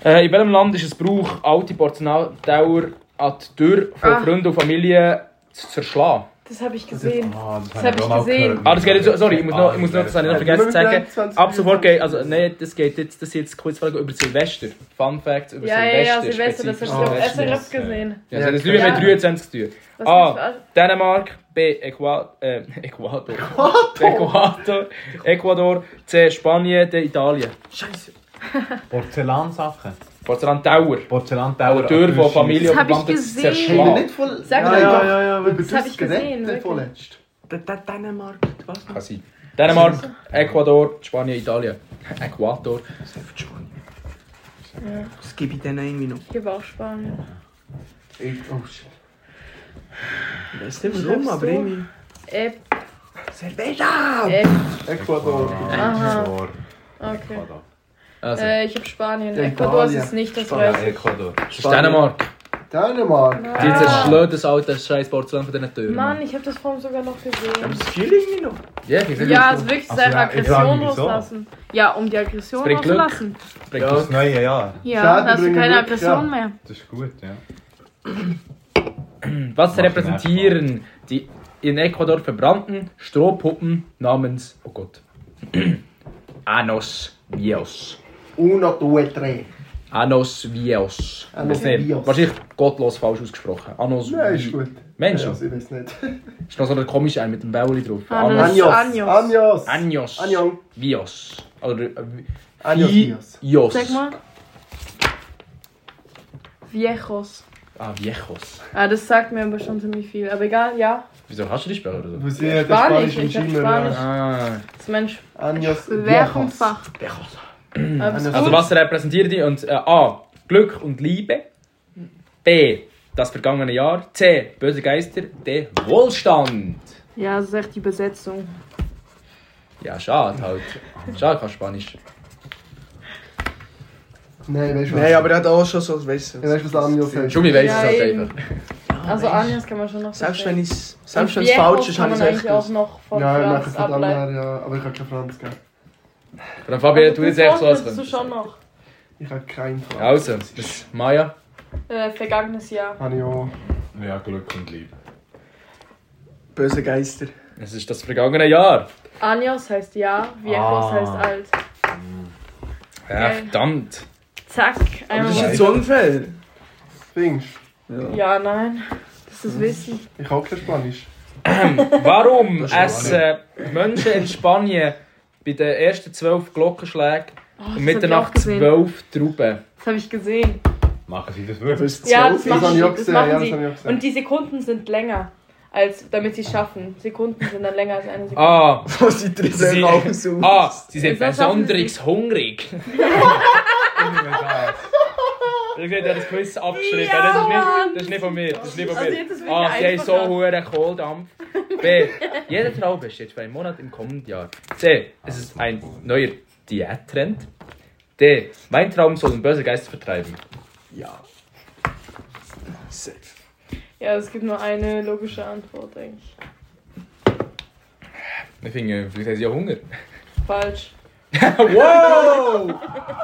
[SPEAKER 8] Äh, in welchem Land ist es Brauch, alte Porzellandauer an die Tür von
[SPEAKER 3] Ah.
[SPEAKER 8] Freunden und Familie zu zerschlagen?
[SPEAKER 3] Das habe ich gesehen.
[SPEAKER 8] Oh,
[SPEAKER 10] Ah, das,
[SPEAKER 3] hab ich
[SPEAKER 10] auch mal
[SPEAKER 3] gesehen.
[SPEAKER 10] gehört.
[SPEAKER 8] Ah, das geht jetzt, sorry, ich muss noch, ich muss noch das habe ich noch vergessen zu sagen. Ab sofort geht, also nein, das geht jetzt, das ist jetzt kurz Frage über Silvester. Fun Facts über
[SPEAKER 3] Ja, ja,
[SPEAKER 8] Silvester.
[SPEAKER 3] ja, Silvester, das
[SPEAKER 8] spezifisch
[SPEAKER 3] hast du auf
[SPEAKER 8] Silvester.
[SPEAKER 3] SRF gesehen.
[SPEAKER 8] Ja, also das ist wie mit
[SPEAKER 3] Ja.
[SPEAKER 8] 23 zu tun.
[SPEAKER 3] Was
[SPEAKER 8] Ah.
[SPEAKER 3] gibt's für alles?
[SPEAKER 8] Dänemark, B. Äquator, äh, Äquator. Äquator. Ecuador, C. Spanien, D. Italien.
[SPEAKER 5] Scheiße.
[SPEAKER 10] Porzellansachen.
[SPEAKER 8] Porzellan Tower.
[SPEAKER 10] Porzellantäuer.
[SPEAKER 8] Eine Tür, die Familie
[SPEAKER 3] Das hab ich
[SPEAKER 8] Verwandte
[SPEAKER 3] gesehen.
[SPEAKER 9] Haben wir
[SPEAKER 8] zerschlagen.
[SPEAKER 9] nicht voll...
[SPEAKER 3] Sag
[SPEAKER 9] ja,
[SPEAKER 3] doch.
[SPEAKER 9] ja, ja, ja, über
[SPEAKER 3] Das hab ich
[SPEAKER 9] geredet,
[SPEAKER 3] gesehen,
[SPEAKER 9] der
[SPEAKER 3] wirklich.
[SPEAKER 9] vorletzt.
[SPEAKER 5] Da- da- Dänemark, was noch?
[SPEAKER 8] Kann sein. Dänemark, Ecuador, Spanien, Italien. Äquator.
[SPEAKER 5] Das ist einfach Spanien. Das gebe ich denen irgendwie noch.
[SPEAKER 3] Ich gebe auch Spanien.
[SPEAKER 9] Ich, oh shit.
[SPEAKER 5] Ich weiß nicht warum,
[SPEAKER 3] Schreibst
[SPEAKER 5] aber
[SPEAKER 3] du?
[SPEAKER 5] irgendwie.
[SPEAKER 3] Äh,
[SPEAKER 5] Cerveza!
[SPEAKER 3] äh,
[SPEAKER 9] Ecuador.
[SPEAKER 10] Ecuador.
[SPEAKER 3] okay.
[SPEAKER 8] Also,
[SPEAKER 3] Äh, ich habe Spanien.
[SPEAKER 9] Ja,
[SPEAKER 3] Ecuador ist
[SPEAKER 9] Italien.
[SPEAKER 3] es nicht, das
[SPEAKER 9] Spanien.
[SPEAKER 3] weiß ich.
[SPEAKER 10] Ecuador.
[SPEAKER 8] das ist Dänemark.
[SPEAKER 9] Dänemark.
[SPEAKER 8] Die zerschlagen das alte scheiß Porzellan von diesen Türen.
[SPEAKER 3] Ah, Mann, ich habe das vorhin sogar noch gesehen.
[SPEAKER 5] Das Gefühl irgendwie noch.
[SPEAKER 8] Ja, ich finde
[SPEAKER 3] Ja,
[SPEAKER 8] das
[SPEAKER 3] es ist wirklich
[SPEAKER 10] Also,
[SPEAKER 3] sehr
[SPEAKER 10] ja, ich frage
[SPEAKER 3] Aggression
[SPEAKER 10] mich, wieso?
[SPEAKER 3] loslassen. Ja, um die Aggression
[SPEAKER 8] Das bringt Glück.
[SPEAKER 3] loszulassen.
[SPEAKER 8] bringt
[SPEAKER 10] Das
[SPEAKER 8] das.
[SPEAKER 10] neue Jahr.
[SPEAKER 3] Ja,
[SPEAKER 9] Schaden
[SPEAKER 3] dann hast du
[SPEAKER 9] bringen
[SPEAKER 3] keine
[SPEAKER 9] Glück,
[SPEAKER 3] Aggression
[SPEAKER 9] ja.
[SPEAKER 3] mehr.
[SPEAKER 10] Das ist gut, ja.
[SPEAKER 8] Was
[SPEAKER 10] Mach ich
[SPEAKER 8] repräsentieren die in Ecuador verbrannten Strohpuppen namens, oh Gott, Anos Vios.
[SPEAKER 9] Uno, due, tre.
[SPEAKER 8] Anos Vios.
[SPEAKER 9] Anos
[SPEAKER 8] Weiss nicht,
[SPEAKER 9] Vios.
[SPEAKER 8] Wahrscheinlich gottlos falsch ausgesprochen. Anos
[SPEAKER 9] Nein,
[SPEAKER 8] Vi-
[SPEAKER 9] ist gut.
[SPEAKER 8] Mensch.
[SPEAKER 9] Ja, also, ich weiß nicht.
[SPEAKER 8] Ist noch so ein komischer ein mit dem Bäuli drauf.
[SPEAKER 3] Anos.
[SPEAKER 8] Anos.
[SPEAKER 9] Anjos.
[SPEAKER 3] Anjos.
[SPEAKER 9] Anjos.
[SPEAKER 8] Anos.
[SPEAKER 9] Anjong.
[SPEAKER 8] Vios. Oder äh,
[SPEAKER 9] Anjos.
[SPEAKER 8] Vi-
[SPEAKER 9] Dios.
[SPEAKER 8] Jos.
[SPEAKER 3] Sag mal. Viejos.
[SPEAKER 8] Ah, Viejos.
[SPEAKER 3] Ah, das sagt mir aber schon ziemlich viel. Aber egal, ja.
[SPEAKER 8] Wieso hast du die Spelle oder so?
[SPEAKER 9] Wo sie den
[SPEAKER 3] Spanisch,
[SPEAKER 9] spanischen
[SPEAKER 3] ich hab
[SPEAKER 9] Schimmer,
[SPEAKER 3] Spanisch.
[SPEAKER 8] Ah.
[SPEAKER 3] Das Mensch.
[SPEAKER 9] äh, Anjos. Viejos.
[SPEAKER 3] Bewerbungsfach. Mhm.
[SPEAKER 9] Anjos.
[SPEAKER 8] Also was repräsentieren die? Und äh, A. Glück und Liebe. B. Das vergangene Jahr. C. Böse Geister. D. Wohlstand.
[SPEAKER 3] Ja, das ist echt die Besetzung.
[SPEAKER 8] Ja, schade halt. Schade, kannst Spanisch.
[SPEAKER 9] Nein, weißt du was?
[SPEAKER 5] Nein, aber er hat auch schon so, weißt
[SPEAKER 9] Ja,
[SPEAKER 5] du.
[SPEAKER 9] weißt du, was Anjos heißt?
[SPEAKER 8] Schumi weiss
[SPEAKER 3] Ja,
[SPEAKER 8] es halt
[SPEAKER 3] eben.
[SPEAKER 8] einfach.
[SPEAKER 3] Also Anjas kann man schon noch
[SPEAKER 5] Selbst wenn
[SPEAKER 3] verstehen.
[SPEAKER 5] ich es falsch
[SPEAKER 3] Und Viejos
[SPEAKER 5] ist,
[SPEAKER 3] kann
[SPEAKER 5] habe
[SPEAKER 3] man
[SPEAKER 5] ich es echt
[SPEAKER 3] eigentlich auch
[SPEAKER 5] gewusst.
[SPEAKER 3] noch von
[SPEAKER 9] Ja, ich mache
[SPEAKER 3] Franz
[SPEAKER 9] es mit
[SPEAKER 3] ableiten.
[SPEAKER 9] anderen, ja. Aber ich kann kein Franz geben.
[SPEAKER 8] Dann Fabian, du jetzt echt so als
[SPEAKER 3] Das du schon noch.
[SPEAKER 9] Ich habe keinen Fall.
[SPEAKER 8] Also, das Maya.
[SPEAKER 3] Äh, vergangenes Jahr.
[SPEAKER 9] Habe ich auch
[SPEAKER 10] Ja, Glück und Liebe.
[SPEAKER 1] Böse Geister.
[SPEAKER 8] Es ist das vergangene Jahr.
[SPEAKER 3] Anios heißt ja, Viejos
[SPEAKER 10] Ah.
[SPEAKER 3] heißt alt.
[SPEAKER 8] Ja,
[SPEAKER 3] Geil.
[SPEAKER 8] verdammt.
[SPEAKER 3] Zack,
[SPEAKER 1] Aber das ist
[SPEAKER 3] einmal.
[SPEAKER 1] jetzt unfair.
[SPEAKER 9] Fingst.
[SPEAKER 3] Ja, nein. Oh, Das ist Wissen.
[SPEAKER 9] Ich habe kein Spanisch.
[SPEAKER 8] Warum essen Menschen in Spanien bei den ersten zwölf Glockenschlägen
[SPEAKER 3] das
[SPEAKER 8] um
[SPEAKER 3] hab ich
[SPEAKER 8] Mitternacht
[SPEAKER 3] auch gesehen.
[SPEAKER 8] zwölf Trauben?
[SPEAKER 3] Das habe ich gesehen.
[SPEAKER 10] Machen Sie das wirklich?
[SPEAKER 9] Das
[SPEAKER 3] Ja, das
[SPEAKER 9] habe
[SPEAKER 3] machen,
[SPEAKER 9] ich
[SPEAKER 3] sie,
[SPEAKER 9] auch
[SPEAKER 3] das
[SPEAKER 9] gesehen. Ja,
[SPEAKER 3] machen
[SPEAKER 9] das habe ich auch
[SPEAKER 3] sie.
[SPEAKER 9] gesehen.
[SPEAKER 3] Und die Sekunden sind länger, als damit sie es schaffen. Sekunden sind dann länger als eine Sekunde.
[SPEAKER 8] Ah,
[SPEAKER 1] So sieht der
[SPEAKER 8] sie,
[SPEAKER 1] Film alles aus.
[SPEAKER 8] ah, sie sind
[SPEAKER 3] Das haben sie
[SPEAKER 8] besonders hungrig. Ich sehe, der hat das Quiz abgeschrieben.
[SPEAKER 3] Ja,
[SPEAKER 8] das, ist
[SPEAKER 3] Mann.
[SPEAKER 8] nicht, das ist nicht von mir. Das ist nicht von
[SPEAKER 3] Also
[SPEAKER 8] mir.
[SPEAKER 3] jetzt ist es
[SPEAKER 8] Ah,
[SPEAKER 3] wirklich
[SPEAKER 8] sie haben so
[SPEAKER 3] einfacher.
[SPEAKER 8] hohen Kohldampf. B. Jeder Traube steht für einen Monat im kommenden Jahr. C. Es ist ein neuer Diättrend. D. Mein Traum soll den bösen Geist vertreiben.
[SPEAKER 3] Ja, es gibt nur eine logische Antwort, eigentlich.
[SPEAKER 8] Ich finde, vielleicht haben sie ja Hunger.
[SPEAKER 3] Falsch.
[SPEAKER 1] Wow!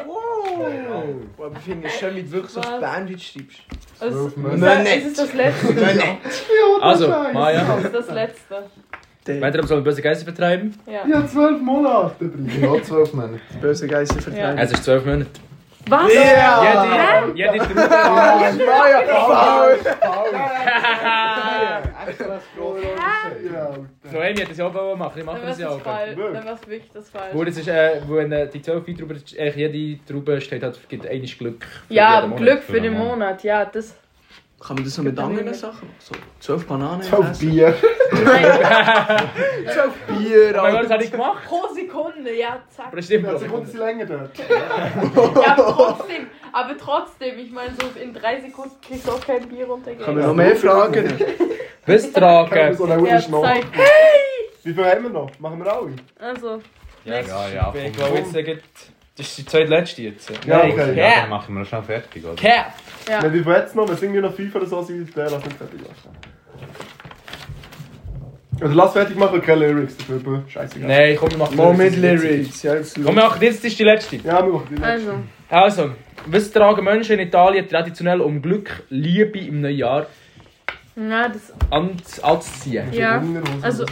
[SPEAKER 1] Wow! Aber ich finde es schön, wie du wirklich so
[SPEAKER 3] Was?
[SPEAKER 1] Bandit schreibst.
[SPEAKER 3] Es, es,
[SPEAKER 1] Nein,
[SPEAKER 3] es ist das letzte.
[SPEAKER 8] Also, Maja.
[SPEAKER 3] Es ist das letzte.
[SPEAKER 8] Mein
[SPEAKER 1] Der
[SPEAKER 8] Traum soll den bösen Geist vertreiben.
[SPEAKER 3] Ja.
[SPEAKER 9] Ja, zwölf Monate. Brie.
[SPEAKER 10] Ja, zwölf Männer.
[SPEAKER 1] böse Geister vertreibt.
[SPEAKER 8] Es ist 12 Monate.
[SPEAKER 3] Was?
[SPEAKER 1] Ja!
[SPEAKER 8] Jede, jede Traube.
[SPEAKER 1] Maja!
[SPEAKER 9] Ja.
[SPEAKER 8] Noemi hat das ja auch machen. Ich mache
[SPEAKER 3] Dann war
[SPEAKER 8] das
[SPEAKER 3] es
[SPEAKER 8] ja auch.
[SPEAKER 3] falsch. Dann war es wirklich das
[SPEAKER 8] Wo
[SPEAKER 3] falsch.
[SPEAKER 8] das ist, äh, wo wenn, äh, die 12 Weintrauben, äh, jede Traube steht, hat, gibt einiges Glück. für
[SPEAKER 3] Ja,
[SPEAKER 8] jeden Monat.
[SPEAKER 3] Glück für den Monat. Ja, das.
[SPEAKER 5] Kann man das noch mit anderen Sachen machen? So, zwölf Bananen
[SPEAKER 9] Zwölf
[SPEAKER 5] essen?
[SPEAKER 9] Bier.
[SPEAKER 3] Nein,
[SPEAKER 8] Oh mein Gott, das habe ich gemacht.
[SPEAKER 3] pro Sekunde. Ja, zack.
[SPEAKER 8] Aber das stimmt.
[SPEAKER 9] Ja,
[SPEAKER 8] pro
[SPEAKER 9] Sekunden
[SPEAKER 8] Sekunde.
[SPEAKER 9] sind länger dort.
[SPEAKER 3] Ja, trotzdem. Aber trotzdem. Ich meine, so in drei Sekunden kriegst du auch kein Bier runtergegeben.
[SPEAKER 1] Noch mehr Fragen?
[SPEAKER 8] Was
[SPEAKER 9] Okay.
[SPEAKER 8] tragen?
[SPEAKER 9] So eine
[SPEAKER 3] Ja,
[SPEAKER 9] ja, noch.
[SPEAKER 3] zeig.
[SPEAKER 9] Wie viel haben wir noch? Machen wir alle?
[SPEAKER 3] Also,
[SPEAKER 10] Ja, ja,
[SPEAKER 8] Ich
[SPEAKER 10] komm.
[SPEAKER 8] glaube, jetzt äh, geht- das ist die zweitletzte jetzt.
[SPEAKER 9] Ja,
[SPEAKER 8] Nein.
[SPEAKER 9] okay.
[SPEAKER 10] Ja, dann machen wir das schon fertig, oder?
[SPEAKER 8] Cap!
[SPEAKER 3] ja.
[SPEAKER 9] Wenn wir jetzt noch, wenn es irgendwie noch fünf oder so sind, dann lass uns fertig machen. Oder lass fertig machen, keine Lyrics dafür. Scheißegal.
[SPEAKER 8] Nein, komm, wir machen
[SPEAKER 1] Moment
[SPEAKER 8] das jetzt.
[SPEAKER 1] Lyrics. Ja, jetzt
[SPEAKER 8] Komm, wir machen jetzt ist die letzte.
[SPEAKER 9] Ja, wir machen die letzte.
[SPEAKER 3] Also,
[SPEAKER 8] Also, was tragen Menschen in Italien traditionell, um Glück, Liebe im neuen Jahr
[SPEAKER 3] na, das.
[SPEAKER 8] an- anzuziehen?
[SPEAKER 3] Ja.
[SPEAKER 9] Wunderhose.
[SPEAKER 3] Also,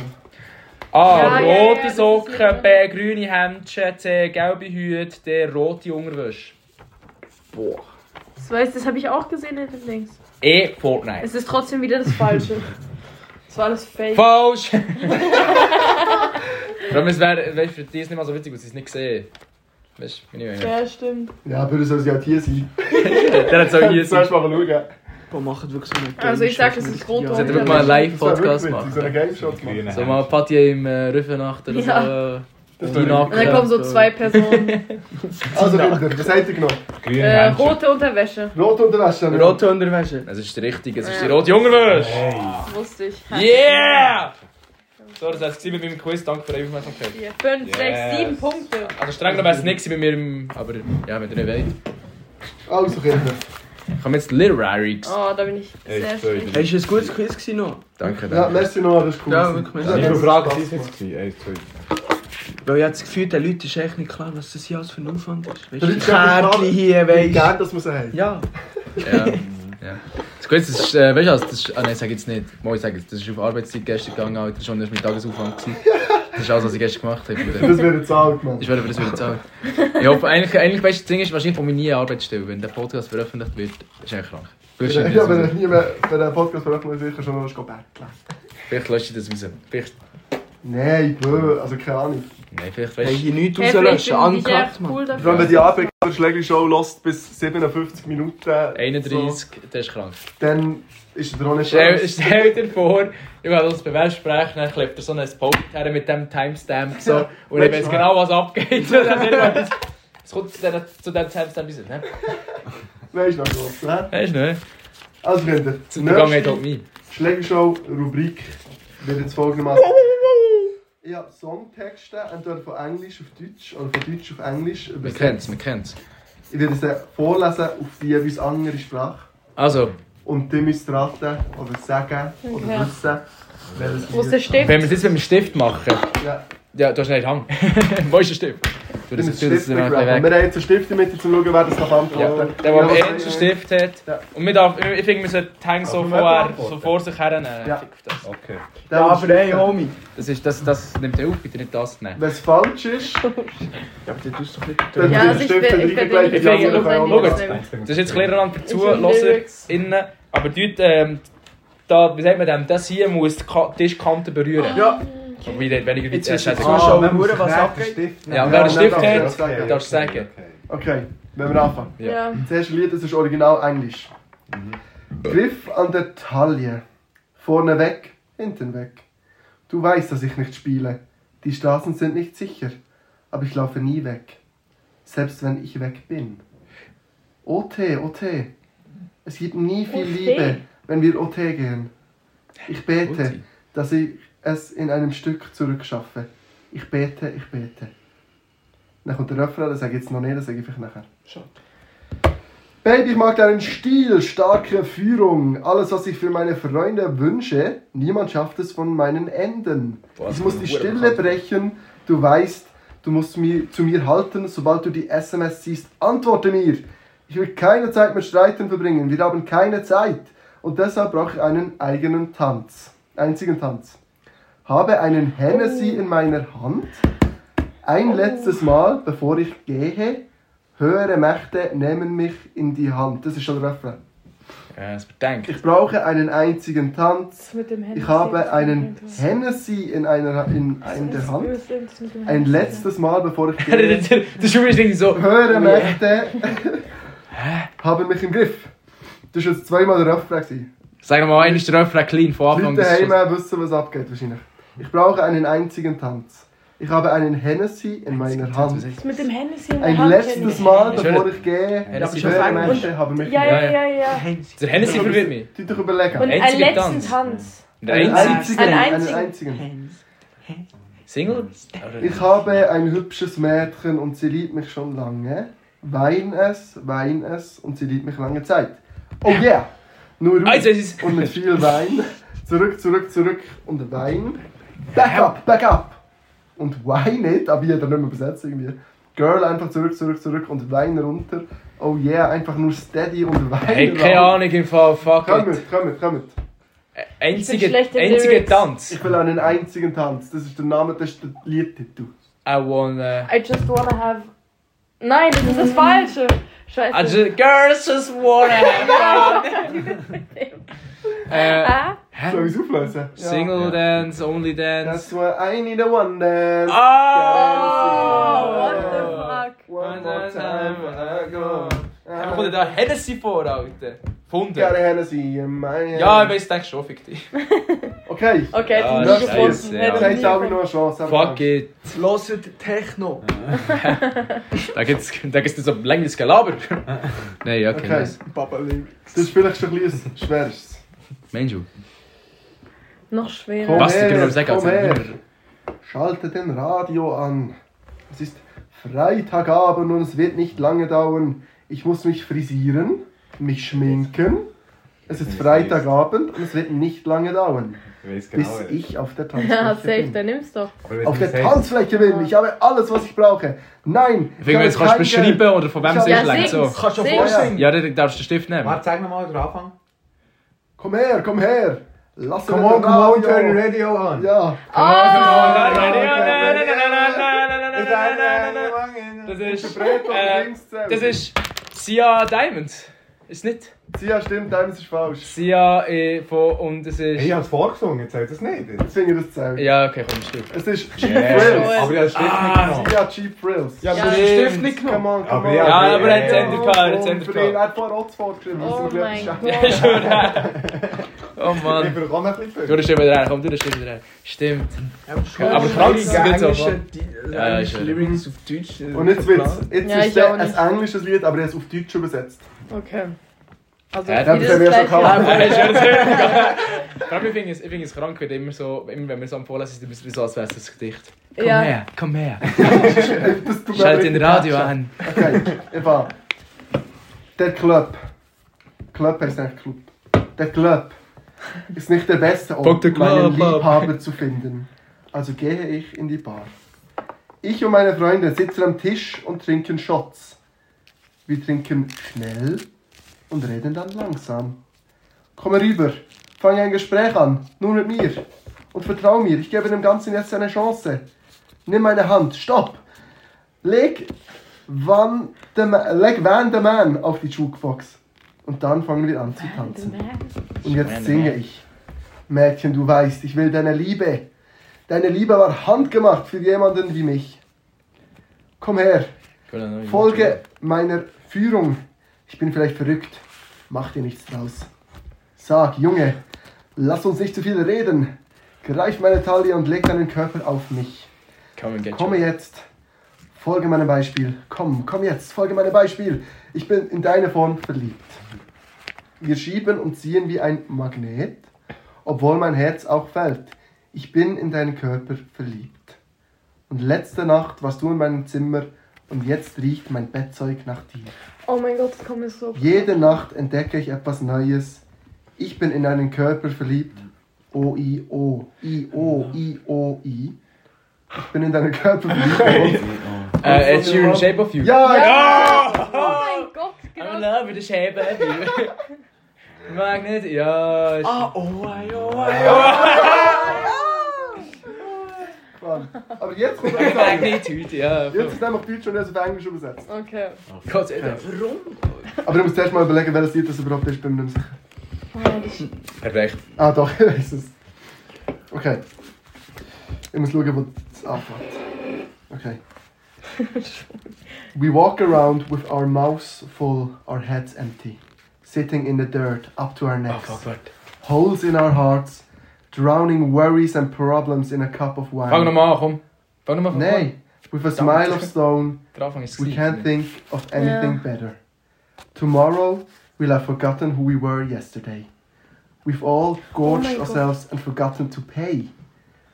[SPEAKER 8] A.
[SPEAKER 3] Ja, ja, ja,
[SPEAKER 8] rote
[SPEAKER 3] das ist
[SPEAKER 8] Socken,
[SPEAKER 3] nicht-
[SPEAKER 8] B. grüne Hemdchen, C. gelbe Hüte, D. rote Unterwäsche.
[SPEAKER 3] das weiß, das habe ich auch gesehen in den Dings.
[SPEAKER 8] E. Fortnite.
[SPEAKER 3] Es ist trotzdem wieder das Falsche. Das war alles fake.
[SPEAKER 8] Falsch! Darum es wäre wär für die ist nicht mal so witzig, weil sie es nicht sehen. Weißt du, wie ich meine?
[SPEAKER 3] Ja, stimmt.
[SPEAKER 9] Ja, aber du sollst ja auch hier sein.
[SPEAKER 8] Der hat so hier
[SPEAKER 9] Jetzt sollst
[SPEAKER 8] sein.
[SPEAKER 9] du mal schauen.
[SPEAKER 5] Boah, machen wirklich so eine
[SPEAKER 3] Also ich sag, es ist rot
[SPEAKER 5] Ja.
[SPEAKER 3] und
[SPEAKER 8] Sollten wir mal einen
[SPEAKER 9] Das
[SPEAKER 8] Live-Podcast
[SPEAKER 9] wäre wirklich witzig, so
[SPEAKER 8] machen?
[SPEAKER 9] eine Game-Show zu machen.
[SPEAKER 10] Grüne
[SPEAKER 8] So mal Patje im äh, Rüffen oder so.
[SPEAKER 3] Ja.
[SPEAKER 8] Ja.
[SPEAKER 9] Das
[SPEAKER 8] eh, Die
[SPEAKER 9] wäre-
[SPEAKER 3] Und dann
[SPEAKER 8] Nacken.
[SPEAKER 3] kommen so zwei Personen.
[SPEAKER 9] Also, Kinder, was habt ihr genommen?
[SPEAKER 10] Grüne
[SPEAKER 8] Eh,
[SPEAKER 3] äh,
[SPEAKER 10] Hemdchen.
[SPEAKER 3] rote Unterwäsche.
[SPEAKER 9] Rot Unterwäsche. ne?
[SPEAKER 1] Rote Unterwäsche.
[SPEAKER 8] Es ist richtig, es ist
[SPEAKER 3] Ja.
[SPEAKER 8] die rote Jungerwäsche!
[SPEAKER 10] Hey.
[SPEAKER 3] Wusste ich.
[SPEAKER 8] Yeah! So, das war es mit meinem Quiz. Danke für eure Aufmerksamkeit.
[SPEAKER 3] Vier, fünf, sechs, sieben Punkte.
[SPEAKER 8] Also streng genommen wäre es nichts mit mir im... Aber ja, wenn ihr nicht wollt.
[SPEAKER 9] Also, Kinder.
[SPEAKER 8] Kommen jetzt Literary.
[SPEAKER 3] Oh, da bin ich sehr
[SPEAKER 10] Eins, zwei,
[SPEAKER 3] schlecht.
[SPEAKER 10] drei.
[SPEAKER 5] Hast du ein gutes Quiz gewesen noch?
[SPEAKER 8] Danke,
[SPEAKER 9] Ja, letzte noch, das ist cool.
[SPEAKER 5] Ja, wirklich.
[SPEAKER 10] Wie
[SPEAKER 9] Ja,
[SPEAKER 10] viele
[SPEAKER 9] das
[SPEAKER 10] Fragen
[SPEAKER 9] ist
[SPEAKER 10] sind es jetzt?
[SPEAKER 9] Spaß
[SPEAKER 10] gewesen? Eins, zwei, drei.
[SPEAKER 5] Weil ich habe das Gefühl, den Leuten ist echt nicht klar, was das hier alles für ein Aufwand ist. Weißt
[SPEAKER 9] Das
[SPEAKER 5] du,
[SPEAKER 9] ist ja
[SPEAKER 5] Kärtchen
[SPEAKER 9] nicht
[SPEAKER 5] hier,
[SPEAKER 9] Ich hätte
[SPEAKER 5] weißt du?
[SPEAKER 9] gerne, dass wir sie haben.
[SPEAKER 5] Ja.
[SPEAKER 8] Ja. ja. Das Gute ist, das ist, äh, weißt du, was, das ist, ah nein, sag jetzt nicht. Mal, ich sag jetzt, das ist auf Arbeitszeit gestern gegangen, Alter, das war schon erst mein Tagesaufwand. gewesen. Das ist alles, was ich gestern gemacht habe. für den-
[SPEAKER 9] Das wäre jetzt alt, Mann.
[SPEAKER 8] Ich werde für das wieder zahlen. Ich hoffe, eigentlich, eigentlich weißt du, das Ding ist wahrscheinlich von mir nie eine Arbeitsstelle. Wenn der Podcast veröffentlicht wird, ist er krank. Vielleicht
[SPEAKER 9] Ja,
[SPEAKER 8] schneide ich das
[SPEAKER 9] wenn
[SPEAKER 8] raus.
[SPEAKER 9] ich nie mehr wenn der Podcast veröffentlicht wird, kannst du noch was betteln.
[SPEAKER 8] Vielleicht lösche ich das raus. Vielleicht,
[SPEAKER 9] Nein, blöd, also keine Ahnung.
[SPEAKER 8] nein, vielleicht
[SPEAKER 5] Hey,
[SPEAKER 8] weißt du.
[SPEAKER 5] hier nichts
[SPEAKER 3] Hey, vielleicht
[SPEAKER 5] rauslöschen,
[SPEAKER 3] bin ich
[SPEAKER 5] angekackt,
[SPEAKER 3] echt
[SPEAKER 5] Mann.
[SPEAKER 3] cool
[SPEAKER 9] Vor allem,
[SPEAKER 3] dafür.
[SPEAKER 9] wenn die Abend der Schlägli-Show lässt bis 57 Minuten. So,
[SPEAKER 8] 31, der ist krank.
[SPEAKER 9] dann ist der auch nicht
[SPEAKER 8] Stell,
[SPEAKER 9] schlecht.
[SPEAKER 8] stell dir vor, ich habe das Bewerbsgespräch, dann klebt er so ein Post her mit dem Timestamp so, und ich weiß genau, was abgeht. Und dann irgendwann- Es kommt zu dieser- zu diesem Timestamp raus, ne?
[SPEAKER 9] Weißt du noch was? ne?
[SPEAKER 8] Weißt du, ne?
[SPEAKER 9] Also, Kinder,
[SPEAKER 8] Zu
[SPEAKER 9] die
[SPEAKER 8] der Gang halt
[SPEAKER 9] nächste
[SPEAKER 8] mich.
[SPEAKER 9] Schlägli-Show-Rubrik wird jetzt folgendermaßen. Ich habe Songtexte, entweder von Englisch auf Deutsch oder von Deutsch auf Englisch
[SPEAKER 8] Man
[SPEAKER 9] übersetzt.
[SPEAKER 8] kennt's, man kennt's.
[SPEAKER 9] Ich werde sie vorlesen auf die jeweils andere Sprache.
[SPEAKER 8] Also,
[SPEAKER 9] Und die müsst ihr raten oder sagen oder
[SPEAKER 3] Okay.
[SPEAKER 9] wissen, welches
[SPEAKER 3] Wo ist der
[SPEAKER 9] Lied-
[SPEAKER 3] Stift?
[SPEAKER 8] wenn wir es jetzt mit dem Stift machen.
[SPEAKER 9] Ja.
[SPEAKER 8] Ja, du hast nicht den Hang. Wo ist der Stift? Für
[SPEAKER 9] Wir
[SPEAKER 8] das
[SPEAKER 9] haben
[SPEAKER 8] Gefühl, dass
[SPEAKER 9] jetzt
[SPEAKER 8] es immer
[SPEAKER 9] einen
[SPEAKER 8] ein bisschen weg.
[SPEAKER 9] Stift mit, um zu schauen, wer das kann
[SPEAKER 8] Ja,
[SPEAKER 9] antworten
[SPEAKER 8] der, der am
[SPEAKER 9] Ja,
[SPEAKER 8] ehesten Stift hat.
[SPEAKER 9] Ja.
[SPEAKER 8] Und wir darf, ich, ich finde, wir sollten die Hänge so,
[SPEAKER 10] Aber wir
[SPEAKER 8] vor,
[SPEAKER 10] beantworten.
[SPEAKER 8] so vor sich hernehmen.
[SPEAKER 9] Ja.
[SPEAKER 8] Fick auf Das.
[SPEAKER 10] Okay.
[SPEAKER 9] der mit dem Stift.
[SPEAKER 1] Homie.
[SPEAKER 8] Das, ist, das, das nimmt er auf, bitte nicht das nehmen.
[SPEAKER 9] Wenn es falsch ist,
[SPEAKER 1] Ja, aber du tust doch
[SPEAKER 9] dann
[SPEAKER 1] nicht.
[SPEAKER 3] Ja,
[SPEAKER 9] wird
[SPEAKER 3] also
[SPEAKER 9] der
[SPEAKER 3] ich
[SPEAKER 9] Stift
[SPEAKER 3] bin- ich bin
[SPEAKER 8] nicht-
[SPEAKER 9] reingegleitet, die
[SPEAKER 8] ich bin
[SPEAKER 9] anderen können
[SPEAKER 8] nicht-
[SPEAKER 9] auch
[SPEAKER 8] Das Das ist jetzt ein bisschen einander zuhören,
[SPEAKER 3] Lyrics.
[SPEAKER 8] innen. Aber die Leute, ähm, da, wie sagt man dem, das hier muss die Ka- Tischkante berühren.
[SPEAKER 9] Ja.
[SPEAKER 8] Aber wie weniger weit
[SPEAKER 1] Jetzt ist
[SPEAKER 8] ist.
[SPEAKER 1] der
[SPEAKER 8] scheißegal.
[SPEAKER 9] Ah,
[SPEAKER 1] Zuschauer,
[SPEAKER 9] man muss
[SPEAKER 1] Hure, was
[SPEAKER 9] den
[SPEAKER 1] abgeht.
[SPEAKER 9] Stift nehmen.
[SPEAKER 8] Ja, und wer den
[SPEAKER 9] Ja,
[SPEAKER 8] Stift
[SPEAKER 9] darf
[SPEAKER 8] hat,
[SPEAKER 9] ich das sagen.
[SPEAKER 8] darfst du sagen.
[SPEAKER 9] Okay, wenn wir anfangen.
[SPEAKER 8] Ja.
[SPEAKER 3] Ja.
[SPEAKER 9] Das erste Lied das ist original Englisch. Griff an der Taille. Vorne weg, hinten weg. Du weißt, dass ich nicht spiele. Die Straßen sind nicht sicher. Aber ich laufe nie weg. Selbst wenn ich weg bin. OT, OT. Es gibt nie viel
[SPEAKER 3] OT.
[SPEAKER 9] Liebe, wenn wir OT gehen. Ich bete,
[SPEAKER 8] OT.
[SPEAKER 9] dass ich es in einem Stück zurückschaffe. Ich bete, ich bete. Dann kommt der Refrain, das sage ich jetzt noch nicht, das sage ich vielleicht nachher. Baby, ich mag deinen Stil, starke Führung, alles, was ich für meine Freunde wünsche. Niemand schafft es von meinen Enden.
[SPEAKER 8] Boah,
[SPEAKER 9] ich
[SPEAKER 8] das
[SPEAKER 9] muss
[SPEAKER 8] ist
[SPEAKER 9] die
[SPEAKER 8] eine
[SPEAKER 9] Stille
[SPEAKER 8] Hure
[SPEAKER 9] brechen. Du weißt, du musst mir, zu mir halten. Sobald du die SMS siehst, antworte mir. Ich will keine Zeit mit Streiten verbringen. Wir haben keine Zeit. Und deshalb brauche ich einen eigenen Tanz. Einzigen Tanz. Habe einen Hennessy in meiner Hand. Ein letztes Mal, bevor ich gehe, höhere Mächte nehmen mich in die Hand. Das ist schon der Refrain.
[SPEAKER 8] Ja, das bedenkt.
[SPEAKER 9] Ich brauche einen einzigen Tanz.
[SPEAKER 3] Das mit dem Hennessy.
[SPEAKER 9] Ich habe einen Hennessy in, einer, in, in der Hand. Ein letztes Mal, bevor ich gehe,
[SPEAKER 8] das Schuh ist irgendwie so.
[SPEAKER 9] höhere Mächte haben mich im Griff. Das war jetzt zweimal der Refrain. gewesen.
[SPEAKER 8] Sag mal, einer ist der Refrain clean von
[SPEAKER 9] Die
[SPEAKER 8] Anfang
[SPEAKER 9] Leute
[SPEAKER 8] bis Schluss.
[SPEAKER 9] daheim wissen, was abgeht wahrscheinlich. Ich brauche einen einzigen Tanz. Ich habe einen Hennessy in meiner Hand.
[SPEAKER 3] Das mit dem Hennessy in der
[SPEAKER 9] Ein
[SPEAKER 3] Hand
[SPEAKER 9] letztes
[SPEAKER 3] kenn
[SPEAKER 9] Mal,
[SPEAKER 8] Ich
[SPEAKER 9] bevor
[SPEAKER 8] höre-
[SPEAKER 9] ich gehe,
[SPEAKER 8] Hennessy
[SPEAKER 9] höhere
[SPEAKER 8] verwirrt mich.
[SPEAKER 9] Mächte haben mich
[SPEAKER 3] ich.
[SPEAKER 9] im
[SPEAKER 3] Ja,
[SPEAKER 9] Griff.
[SPEAKER 3] ja, ja, ja.
[SPEAKER 8] Der Hennessy verwirrt mich.
[SPEAKER 9] Die doch überlegen.
[SPEAKER 3] Und ein
[SPEAKER 8] Einziger
[SPEAKER 3] letzten
[SPEAKER 8] Tanz.
[SPEAKER 3] Tanz.
[SPEAKER 8] Der
[SPEAKER 9] Einen
[SPEAKER 8] einzige
[SPEAKER 9] einzigen.
[SPEAKER 3] Ein
[SPEAKER 9] Einen
[SPEAKER 3] einzigen.
[SPEAKER 9] einzigen.
[SPEAKER 8] Single?
[SPEAKER 9] Ich habe ein hübsches Mädchen und sie liebt mich schon lange. Wein es, wein es und sie liebt mich lange Zeit. Oh yeah! Nur
[SPEAKER 8] Ah, jetzt
[SPEAKER 11] Also-
[SPEAKER 9] ruhig
[SPEAKER 8] ist es-
[SPEAKER 9] und mit viel Wein. Zurück, zurück, zurück und Wein. Back up, back up! Und Wein nicht, aber jeder nicht mehr besetzt irgendwie. Girl einfach zurück, zurück, zurück und Wein runter. Oh yeah, einfach nur steady und Wein
[SPEAKER 8] Hey, keine
[SPEAKER 9] rauf.
[SPEAKER 8] Ahnung im Fall, Oh, fuck
[SPEAKER 9] Komm
[SPEAKER 8] it.
[SPEAKER 9] mit, komm mit, komm mit.
[SPEAKER 8] Einziger,
[SPEAKER 3] schlecht in
[SPEAKER 8] einziger
[SPEAKER 3] Lyrics.
[SPEAKER 8] Tanz.
[SPEAKER 9] Ich will einen einzigen Tanz. Das ist der Name, das ist der Liedtitel.
[SPEAKER 8] I wanna...
[SPEAKER 3] I just wanna have. Nein, das ist das Falsche. Scheiße.
[SPEAKER 8] Mm. I just, girls just wanna have fun. äh,
[SPEAKER 3] ah,
[SPEAKER 9] Soll ich es auflösen?
[SPEAKER 8] Single
[SPEAKER 3] Oh.
[SPEAKER 10] Ja.
[SPEAKER 8] Dance, Only Dance.
[SPEAKER 9] That's why I need a one dance.
[SPEAKER 8] Ah!
[SPEAKER 3] Oh,
[SPEAKER 8] Oh.
[SPEAKER 3] what the fuck.
[SPEAKER 9] One more time when I go.
[SPEAKER 8] Hey, kommt denn da Hennessy vor, Alter? Funden.
[SPEAKER 9] Got a Hennessy in my hand.
[SPEAKER 8] Ja, ich weiß, denkst schon, fick dich.
[SPEAKER 9] Okay.
[SPEAKER 3] Okay,
[SPEAKER 8] Ja,
[SPEAKER 3] das ist nie gefunden.
[SPEAKER 8] scheiße, ja.
[SPEAKER 3] Hätte ich
[SPEAKER 9] Das heißt
[SPEAKER 3] nie
[SPEAKER 9] auch
[SPEAKER 3] gefunden.
[SPEAKER 9] noch eine Chance. aber
[SPEAKER 8] Fuck it.
[SPEAKER 1] Loset Techno.
[SPEAKER 8] Da gibt's, da gibt's so ein längeres Gelaber. Nein, okay.
[SPEAKER 9] Okay.
[SPEAKER 8] nice.
[SPEAKER 1] Papa Lyrics.
[SPEAKER 9] Das ist vielleicht schon ein bisschen ein schweres.
[SPEAKER 8] Mensch, du.
[SPEAKER 3] Noch schwerer.
[SPEAKER 9] Komm
[SPEAKER 8] Was? Die können
[SPEAKER 9] her,
[SPEAKER 8] wir sagen,
[SPEAKER 9] komm
[SPEAKER 8] also-
[SPEAKER 9] her. Schalte den Radio an. Es ist Freitagabend und es wird nicht lange dauern. Ich muss mich frisieren, mich schminken. Es ist Freitagabend und es wird nicht lange dauern,
[SPEAKER 10] Ich weiß genau.
[SPEAKER 9] bis ich auf der
[SPEAKER 3] Ja,
[SPEAKER 9] Tanzfläche
[SPEAKER 3] safe,
[SPEAKER 9] bin.
[SPEAKER 3] dann nimm's doch.
[SPEAKER 9] auf der Tanzfläche bin. Ich habe alles, was ich brauche. Nein.
[SPEAKER 8] Ich finde, jetzt kannst du
[SPEAKER 9] kein
[SPEAKER 8] beschreiben oder von wem es
[SPEAKER 9] Ich
[SPEAKER 8] ist,
[SPEAKER 9] hab-
[SPEAKER 8] längt so.
[SPEAKER 3] sing's.
[SPEAKER 1] schon
[SPEAKER 3] Sing's.
[SPEAKER 9] vorstellen.
[SPEAKER 8] Ja, dann darfst du den Stift nehmen.
[SPEAKER 10] Warte, zeig nochmal den Anfang.
[SPEAKER 9] Komm her, komm her. Lass
[SPEAKER 10] Come
[SPEAKER 9] mir
[SPEAKER 10] on,
[SPEAKER 9] den
[SPEAKER 10] come on,
[SPEAKER 9] Radio-
[SPEAKER 10] turn the radio on.
[SPEAKER 9] Ja.
[SPEAKER 3] Oh.
[SPEAKER 8] Das
[SPEAKER 9] Ist
[SPEAKER 8] ist.
[SPEAKER 9] der Brett oder
[SPEAKER 8] äh,
[SPEAKER 9] links zählt?
[SPEAKER 8] Das ist. Sia Diamond. Ist nicht?
[SPEAKER 9] Ja, stimmt, dein ist falsch.
[SPEAKER 8] Sia äh, von. Und es ist.
[SPEAKER 10] Ich hab's vorgesungen, jetzt sagt das nicht.
[SPEAKER 9] Jetzt finde ich das zählt.
[SPEAKER 8] Ja, okay, komm, Stift.
[SPEAKER 9] Es ist Cheap
[SPEAKER 3] Oh
[SPEAKER 9] Frills.
[SPEAKER 10] Aber ich hab's Stift nicht genommen.
[SPEAKER 9] Ja, Cheap Frills. Ja,
[SPEAKER 8] Ja, Stift nicht.
[SPEAKER 9] come on, come
[SPEAKER 10] Aber
[SPEAKER 9] on.
[SPEAKER 10] ja,
[SPEAKER 8] Ja, aber er
[SPEAKER 10] Ja,
[SPEAKER 8] hat Sender gehabt, er hat Sender
[SPEAKER 9] Für ihn
[SPEAKER 8] gehabt.
[SPEAKER 9] hat vorher auch vorgeschrieben.
[SPEAKER 3] Oh
[SPEAKER 9] das ist ein
[SPEAKER 3] mein
[SPEAKER 9] Scheiß.
[SPEAKER 3] Gott.
[SPEAKER 8] Ja, schon. Oh
[SPEAKER 10] Ich
[SPEAKER 8] Mann.
[SPEAKER 10] bekomme ein bisschen
[SPEAKER 8] Du stimmst wieder rein, komm, du stimmst wieder rein. Stimmt. Aber Franz ist gut so, Mann. Ja,
[SPEAKER 1] Ja, ich
[SPEAKER 8] ist-
[SPEAKER 1] Lyrics auf Deutsch.
[SPEAKER 5] äh,
[SPEAKER 9] Und jetzt wird's. Jetzt
[SPEAKER 3] Ja, ich
[SPEAKER 9] ist der,
[SPEAKER 3] auch nicht.
[SPEAKER 9] ein englisches Lied, aber er ist auf Deutsch übersetzt.
[SPEAKER 3] Okay. Also,
[SPEAKER 8] Ja,
[SPEAKER 3] wie
[SPEAKER 8] das
[SPEAKER 3] das
[SPEAKER 9] haben wir schon
[SPEAKER 3] gleiche-
[SPEAKER 9] gehabt.
[SPEAKER 8] Ja, ist ja das- Vor allem, ich finde es, ich finde es krank, wenn immer so, immer wenn wir so am Vorlesen sind, ist es so, als wäre es ein Gedicht. Komm
[SPEAKER 3] Ja,
[SPEAKER 8] her, komm her.
[SPEAKER 9] Das tut mir
[SPEAKER 8] Schalt
[SPEAKER 9] richtig
[SPEAKER 8] den Radio
[SPEAKER 9] leid.
[SPEAKER 8] an.
[SPEAKER 9] Okay, Eva. Der Club. Club heißt eigentlich Club. Der Club ist nicht der beste
[SPEAKER 8] Fuck
[SPEAKER 9] Ort, um
[SPEAKER 8] the
[SPEAKER 9] meinen
[SPEAKER 8] club up.
[SPEAKER 9] Liebhaber zu finden. Also gehe ich in die Bar. Ich und meine Freunde sitzen am Tisch und trinken Shots. Wir trinken schnell und reden dann langsam. Komm rüber, fange ein Gespräch an, nur mit mir. Und vertrau mir, ich gebe dem Ganzen jetzt eine Chance. Nimm meine Hand, stopp! Leg, wann the ma leg Van the Man auf die Jukebox. Und dann fangen wir an zu tanzen. Und jetzt singe ich. Mädchen, du weißt, ich will deine Liebe. Deine Liebe war handgemacht für jemanden wie mich. Komm her, folge meiner Führung. Ich bin vielleicht verrückt. Mach dir nichts draus. Sag, Junge, lass uns nicht zu viel reden. Greif meine Taille und leg deinen Körper auf mich. Komme jetzt. Folge meinem Beispiel. Komm, komm jetzt. Folge meinem Beispiel. Ich bin in deine Form verliebt. Wir schieben und ziehen wie ein Magnet, obwohl mein Herz auch fällt. Ich bin in deinen Körper verliebt. Und letzte Nacht warst du in meinem Zimmer und jetzt riecht mein Bettzeug nach dir.
[SPEAKER 3] Oh mein Gott, das kommt mir so.
[SPEAKER 9] Jede Nacht entdecke ich etwas Neues. Ich bin in einen Körper verliebt. O I O I O I O I. Ich bin in deinen Körper verliebt.
[SPEAKER 8] Äh, Ed Sheeran, Shape of You.
[SPEAKER 9] ja,
[SPEAKER 3] Oh mein Gott,
[SPEAKER 8] I'm in
[SPEAKER 3] genau.
[SPEAKER 8] love with the shape of you. Magnet, ja. Ah, oh,
[SPEAKER 9] Mann. Aber jetzt kommt eine Frage.
[SPEAKER 8] Magnet, heute, ja.
[SPEAKER 9] Jetzt ist nämlich Deutsch und er ist auf Englisch übersetzt.
[SPEAKER 3] Okay.
[SPEAKER 8] Gott sei Dank.
[SPEAKER 9] Aber du musst erst mal überlegen, welches Lied das überhaupt ist. Bin mir nicht sicher.
[SPEAKER 8] Perfekt.
[SPEAKER 9] Ah, doch, ich weiß es. Okay. Ich muss schauen, wo das anfängt. Okay. We walk around with our mouths full, our heads empty, sitting in the dirt up to
[SPEAKER 8] Oh,
[SPEAKER 9] our necks, holes in our hearts, drowning worries and problems in a cup of wine.
[SPEAKER 8] Fang nochmal an, Ah, komm. Fang nochmal von vorne.
[SPEAKER 9] Nay, with a smile of stone,
[SPEAKER 8] Der Anfang ist
[SPEAKER 9] We
[SPEAKER 8] es.
[SPEAKER 9] can't think of anything better. Tomorrow we'll have forgotten who we were yesterday. We've all gorged ourselves and forgotten to pay,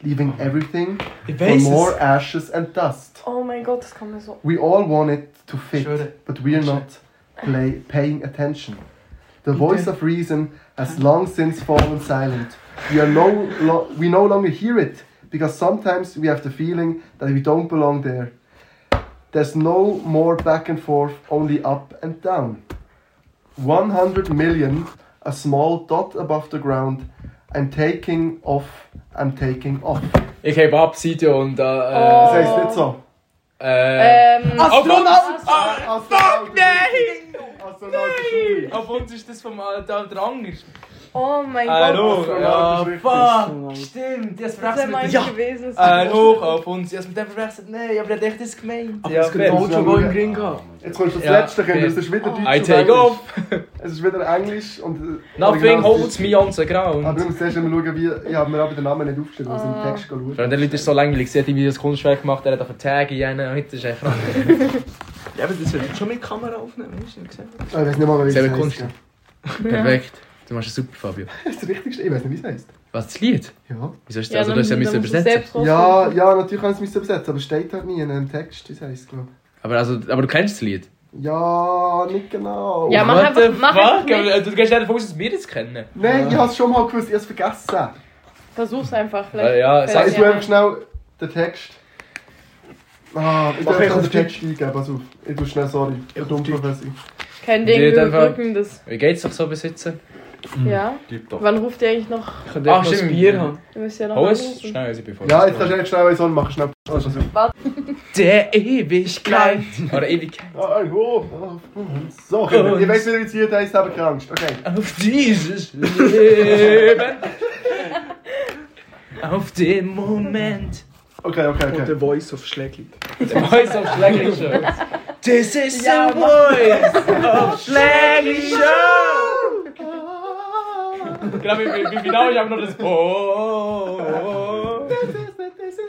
[SPEAKER 9] leaving everything
[SPEAKER 8] Ich
[SPEAKER 9] for
[SPEAKER 8] weiß
[SPEAKER 9] more
[SPEAKER 8] es.
[SPEAKER 9] ashes and dust.
[SPEAKER 3] Oh mein Gott, das kommt mir so.
[SPEAKER 9] We all want it to fit,
[SPEAKER 8] Sure.
[SPEAKER 9] but we're not play, paying attention. The voice of reason has long since fallen silent. We are no lo- we no longer hear it because sometimes we have the feeling that we don't belong there. There's no more back and forth, only up and down. 100 million, a small dot above the ground. I'm taking off, I'm taking off.
[SPEAKER 8] Ich heb ab, Seite und. Äh,
[SPEAKER 9] Das
[SPEAKER 8] äh,
[SPEAKER 9] heißt nicht so.
[SPEAKER 3] Oh.
[SPEAKER 8] äh,
[SPEAKER 3] Ähm,
[SPEAKER 8] Auf uns!
[SPEAKER 9] Fuck, nein!
[SPEAKER 8] Auf uns ist das vom äh, der, der Angers.
[SPEAKER 3] oh mein
[SPEAKER 8] Äh,
[SPEAKER 3] Gott.
[SPEAKER 8] hoch. Ja,
[SPEAKER 9] Astronaut ist
[SPEAKER 8] fuck. Stimmt, das
[SPEAKER 3] Das wäre
[SPEAKER 8] verwechselt
[SPEAKER 3] mein
[SPEAKER 8] mit dem.
[SPEAKER 3] gewesen.
[SPEAKER 8] Äh, hoch auf uns. Ich hab's mit dem verwechselt. Nein, aber der hat echt das gemeint. Ja, fair.
[SPEAKER 9] Dojo im
[SPEAKER 5] Ring
[SPEAKER 9] Jetzt kommst du das
[SPEAKER 8] Ja,
[SPEAKER 9] letzte Kind,
[SPEAKER 8] fair.
[SPEAKER 9] es ist wieder Deutsch.
[SPEAKER 8] I
[SPEAKER 9] und
[SPEAKER 8] take
[SPEAKER 9] Englisch.
[SPEAKER 8] off.
[SPEAKER 9] Es ist wieder Englisch und. äh,
[SPEAKER 8] Nothing
[SPEAKER 9] original
[SPEAKER 8] holds
[SPEAKER 9] Deutsch.
[SPEAKER 8] me on the
[SPEAKER 9] Aber du
[SPEAKER 8] ground.
[SPEAKER 9] musst erst einmal schauen, wie. Ich habe mir aber den Namen nicht aufgeschrieben, also im Text schauen.
[SPEAKER 8] Der Leute ist so langweilig, sie hat irgendwie das Kunstwerk gemacht, er hat auf Tage rein, heute ist echt krank.
[SPEAKER 5] Ja, aber das wird schon mit Kamera aufnehmen, hast du nicht gesehen?
[SPEAKER 9] Ah, Ich weiß nicht mal, wie es
[SPEAKER 8] Selber
[SPEAKER 9] heißt.
[SPEAKER 8] Kunst.
[SPEAKER 9] ja.
[SPEAKER 8] Perfekt. Du machst es super, Fabio.
[SPEAKER 9] Das ist das Richtigste, ich weiß nicht, wie es heißt.
[SPEAKER 8] Was, das Lied?
[SPEAKER 9] Ja.
[SPEAKER 8] Wieso ist das? also, du hast ja müssen übersetzen.
[SPEAKER 9] Ja, ja, natürlich kann ich es mich übersetzen, aber es steht halt nie in einem Text, wie es heißt, glaube
[SPEAKER 8] Aber, also, aber du kennst das Lied.
[SPEAKER 9] ich. Ja, nicht genau.
[SPEAKER 3] Ja, mach
[SPEAKER 8] What
[SPEAKER 3] einfach-
[SPEAKER 8] the
[SPEAKER 3] mach
[SPEAKER 8] fuck?
[SPEAKER 3] einfach mit.
[SPEAKER 8] Aber, äh, Du gehst nicht davon aus, dass wir das kennen.
[SPEAKER 9] Nein, ich habe es schon mal gewusst, ich habe es vergessen.
[SPEAKER 3] Versuch's einfach.
[SPEAKER 8] Äh, ja,
[SPEAKER 3] fällt
[SPEAKER 8] sag
[SPEAKER 9] Sag
[SPEAKER 3] dir
[SPEAKER 9] ich mir
[SPEAKER 3] ein.
[SPEAKER 9] einfach schnell den Text. Ah, ich
[SPEAKER 5] Mach
[SPEAKER 9] darf
[SPEAKER 5] ich
[SPEAKER 9] den
[SPEAKER 5] auf
[SPEAKER 9] Text eingeben, pass auf. Ich tu schnell, sorry. Ich bin unprofessionell.
[SPEAKER 3] Kein Ding,
[SPEAKER 8] Geht
[SPEAKER 3] wir
[SPEAKER 8] einfach.
[SPEAKER 3] drücken das.
[SPEAKER 8] Wie geht's doch so besitzen? Mhm.
[SPEAKER 3] Ja.
[SPEAKER 10] Tipptopp.
[SPEAKER 3] Wann ruft ihr eigentlich noch?
[SPEAKER 5] Ich könnte einfach
[SPEAKER 8] stimmt.
[SPEAKER 5] noch ein Bier haben.
[SPEAKER 3] Ihr müsst ja noch
[SPEAKER 8] Hol es
[SPEAKER 3] anrufen.
[SPEAKER 8] schnell, ich bevor.
[SPEAKER 9] Ja, jetzt kannst du nicht schnell was an machen, schnell. Oh, pass auf.
[SPEAKER 8] Der Ewigkeit. Oder Ewigkeit.
[SPEAKER 9] Ah, ein Hof. So, Kinder, ich weiß wieder, wie es hier heißt, aber keine Angst. Okay.
[SPEAKER 8] Auf dieses Leben. Auf den Moment.
[SPEAKER 9] Okay, okay,
[SPEAKER 5] Und
[SPEAKER 9] okay.
[SPEAKER 5] der Voice of Schlägli.
[SPEAKER 8] Der Voice of Schlägli Show. This is the Voice of Schlägli Show. Genau, im, im Finale ich habe noch das Oh. Ah,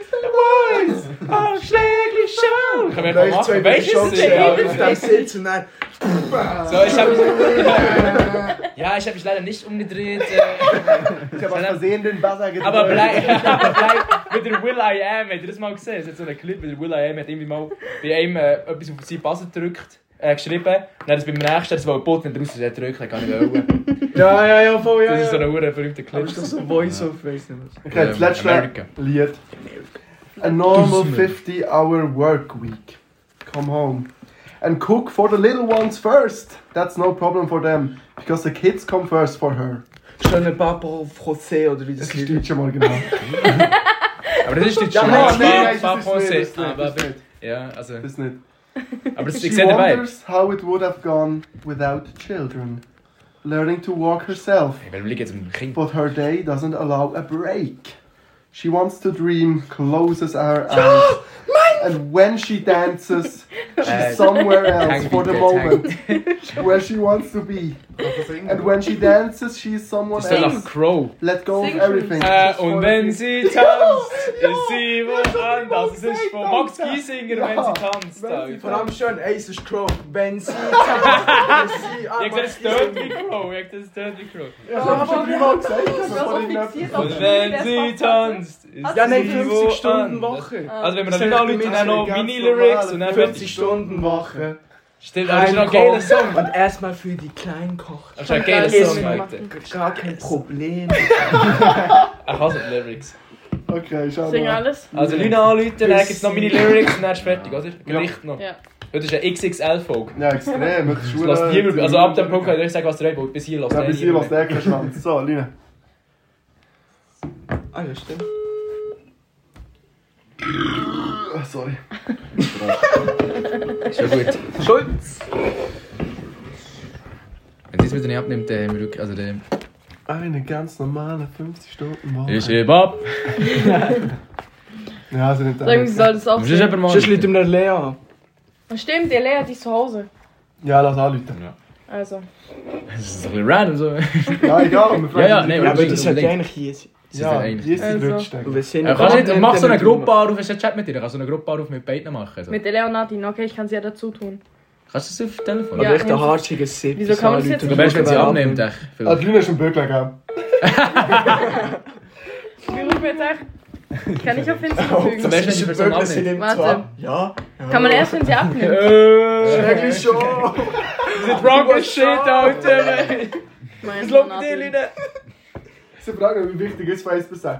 [SPEAKER 8] Voice of Schlägli Show. Kann man ja noch machen. Welches ist denn?
[SPEAKER 5] Da sitzt und dann...
[SPEAKER 8] So, ich hab mich, ja, ich habe mich leider nicht umgedreht. Äh,
[SPEAKER 9] Ich habe aus Versehen den
[SPEAKER 8] Ah,
[SPEAKER 9] Buzzer gedrückt.
[SPEAKER 8] aber bleib, aber bleib mit der Will I Am. Habt ihr das mal gesehen? Es hat so einen Clip mit der Will I Am. hat irgendwie mal bei einem äh, etwas auf seine Basse gedrückt, äh, geschrieben. Und dann hat es beim nächsten das wohl geboten und draußen gedrückt. Das kann ich wollen.
[SPEAKER 5] Ja, ja, ja, voll, Oh, ja,
[SPEAKER 8] Das ist so
[SPEAKER 5] ja.
[SPEAKER 8] ein verrückter
[SPEAKER 5] Aber
[SPEAKER 8] Clip.
[SPEAKER 5] ist doch so Voice of, weiss nicht was.
[SPEAKER 9] Okay, das letzte
[SPEAKER 8] America.
[SPEAKER 9] Lied. a normal 50 hour work week. Come home. And cook for the little ones first. That's no problem for them, because the kids come first for her.
[SPEAKER 5] Schöne Bubble Frosé oder wie das
[SPEAKER 9] Das ist
[SPEAKER 5] heißt.
[SPEAKER 9] Deutsche mal genau.
[SPEAKER 8] Aber das ist die
[SPEAKER 9] Ja, nein,
[SPEAKER 8] Schweiz.
[SPEAKER 9] nein, nein,
[SPEAKER 8] Papa, Ah,
[SPEAKER 9] das ist nicht,
[SPEAKER 8] Papa,
[SPEAKER 9] das ist
[SPEAKER 8] Papa.
[SPEAKER 9] nicht,
[SPEAKER 8] Ja, also.
[SPEAKER 9] das ist nicht.
[SPEAKER 8] Aber das,
[SPEAKER 9] She
[SPEAKER 8] ich sehe den Vibe.
[SPEAKER 9] wonders how it would have gone without children. Learning to walk herself.
[SPEAKER 8] Hey, warum liegt jetzt ein Kind?
[SPEAKER 9] But her day doesn't allow a break. She wants to dream, closes her eyes, and when she dances,
[SPEAKER 8] Äh,
[SPEAKER 9] she's somewhere else
[SPEAKER 8] hang
[SPEAKER 9] for the
[SPEAKER 8] bitte,
[SPEAKER 9] moment where she wants to be. And when she dances, she's someone
[SPEAKER 8] Ist der
[SPEAKER 9] else.
[SPEAKER 8] nach Crow?
[SPEAKER 9] Let go of
[SPEAKER 3] Sing.
[SPEAKER 9] everything.
[SPEAKER 8] Äh,
[SPEAKER 9] Just
[SPEAKER 8] und
[SPEAKER 9] for
[SPEAKER 8] wenn
[SPEAKER 9] a-
[SPEAKER 8] sie tanzt, ist sie wo anders. Das ist von
[SPEAKER 9] gesagt,
[SPEAKER 8] Max
[SPEAKER 9] Alter.
[SPEAKER 8] Giesinger, wenn
[SPEAKER 9] Ja.
[SPEAKER 8] sie tanzt.
[SPEAKER 5] Vor allem
[SPEAKER 8] Alter.
[SPEAKER 5] schön, ey, es ist Crow. Wenn sie tanzt,
[SPEAKER 8] Ich hab gesagt, es tönt wie Crow. Ich hab gesagt, es tönt wie Crow.
[SPEAKER 9] Ja, das hab ich schon dreimal gesagt,
[SPEAKER 3] Ich bin
[SPEAKER 9] bevor
[SPEAKER 3] so
[SPEAKER 9] ich nicht-
[SPEAKER 3] fixiert auf
[SPEAKER 8] Und wenn
[SPEAKER 3] das
[SPEAKER 8] sie
[SPEAKER 3] macht
[SPEAKER 8] tanzt, ist
[SPEAKER 9] Also,
[SPEAKER 3] Ja,
[SPEAKER 5] Ja, nein,
[SPEAKER 8] sie
[SPEAKER 5] 50 Stunden
[SPEAKER 8] woanders.
[SPEAKER 5] Woche.
[SPEAKER 8] Also wenn wir
[SPEAKER 5] Das
[SPEAKER 8] dann
[SPEAKER 5] sind
[SPEAKER 8] Leute und dann
[SPEAKER 5] Menschen,
[SPEAKER 8] noch
[SPEAKER 5] ganz
[SPEAKER 8] Mini-Lyrics und dann
[SPEAKER 5] 40
[SPEAKER 8] wird
[SPEAKER 5] Stunden Woche.
[SPEAKER 8] Stimmt, aber das ist noch ein geiler Song.
[SPEAKER 5] Und erstmal für die Kleinen kochen.
[SPEAKER 8] Das ist ein geiler
[SPEAKER 5] Ist-
[SPEAKER 8] Song, Alter.
[SPEAKER 5] Gar kein Problem.
[SPEAKER 8] Ich hasse die Lyrics.
[SPEAKER 9] Okay, schau
[SPEAKER 3] Sing
[SPEAKER 9] mal.
[SPEAKER 3] alles.
[SPEAKER 8] Also Lina anrufen, dann gibt's noch meine Lyrics und dann ist fertig, also, oder? Gedicht noch.
[SPEAKER 3] Ja.
[SPEAKER 8] Heute ist eine XXL-Folge.
[SPEAKER 9] Ja, extrem. mit
[SPEAKER 8] Das
[SPEAKER 9] Schule-
[SPEAKER 8] lässt niemand, also ab dem Punkt kann ich euch sagen, was der Raybow bis hier lässt.
[SPEAKER 9] Ja,
[SPEAKER 8] eh
[SPEAKER 9] bis hier was
[SPEAKER 8] niemand.
[SPEAKER 9] der kein Schwanz. So, Lina.
[SPEAKER 5] Ah, ja, stimmt.
[SPEAKER 3] Oh,
[SPEAKER 9] Ah, Sorry.
[SPEAKER 8] Ist ja gut. Schulz! Wenn sie es wieder nicht abnimmt, dann haben wir wirklich, also dann...
[SPEAKER 9] Eine ganz normale 50-Stunden-Woche.
[SPEAKER 8] Ich heb ab!
[SPEAKER 9] Ja, sie nimmt
[SPEAKER 3] Sagen wir, sie
[SPEAKER 9] alles.
[SPEAKER 3] soll das auch
[SPEAKER 8] Muss ich
[SPEAKER 3] sehen.
[SPEAKER 8] jemand mal...
[SPEAKER 5] Sonst liegt ihm der Lea.
[SPEAKER 3] Stimmt, der Lea, die ist zu Hause.
[SPEAKER 9] Ja, lass anrufen.
[SPEAKER 3] Also.
[SPEAKER 8] Das ist ein bisschen random so.
[SPEAKER 9] Ja, egal. wir
[SPEAKER 8] Ja, ja,
[SPEAKER 5] Ja,
[SPEAKER 8] nein,
[SPEAKER 9] fragen sie nicht.
[SPEAKER 5] aber
[SPEAKER 8] unbedingt,
[SPEAKER 5] das sollte
[SPEAKER 8] unbedingt.
[SPEAKER 5] eigentlich hier sein.
[SPEAKER 8] halt Das ist ja
[SPEAKER 9] Ja,
[SPEAKER 8] eigentlich...
[SPEAKER 9] hier ist die
[SPEAKER 3] Also.
[SPEAKER 9] Würzstelle.
[SPEAKER 5] Wir sind
[SPEAKER 8] Äh, kannst du
[SPEAKER 5] Abend-
[SPEAKER 8] nicht, mach so eine
[SPEAKER 5] Abend-
[SPEAKER 8] Gruppe auf, hast du einen Chat mit dir, kannst du eine Gruppe auf mit beiden machen. So.
[SPEAKER 3] Mit der Lea und Nadine, okay, ich kann sie ja dazu tun.
[SPEAKER 8] Kannst du das auf Telefon?
[SPEAKER 5] Aber
[SPEAKER 3] Ja.
[SPEAKER 5] echt ein hartiges Sipp.
[SPEAKER 3] Wieso kann man das jetzt
[SPEAKER 8] Am besten, wenn sie abnimmt, echt.
[SPEAKER 9] Ah, die Lina ist ein Bögler, gell?
[SPEAKER 3] Wir rufen jetzt echt. Kann ich auf hinzufügen?
[SPEAKER 8] Zum Beispiel, wenn die Person abnimmt.
[SPEAKER 3] Warte.
[SPEAKER 5] Ja.
[SPEAKER 3] Kann man erst, wenn sie abnimmt?
[SPEAKER 9] Eigentlich schon.
[SPEAKER 8] Wrong with shit, Alter!
[SPEAKER 3] Mein
[SPEAKER 9] Sie fragen, wie wichtig ist 1 bis 10.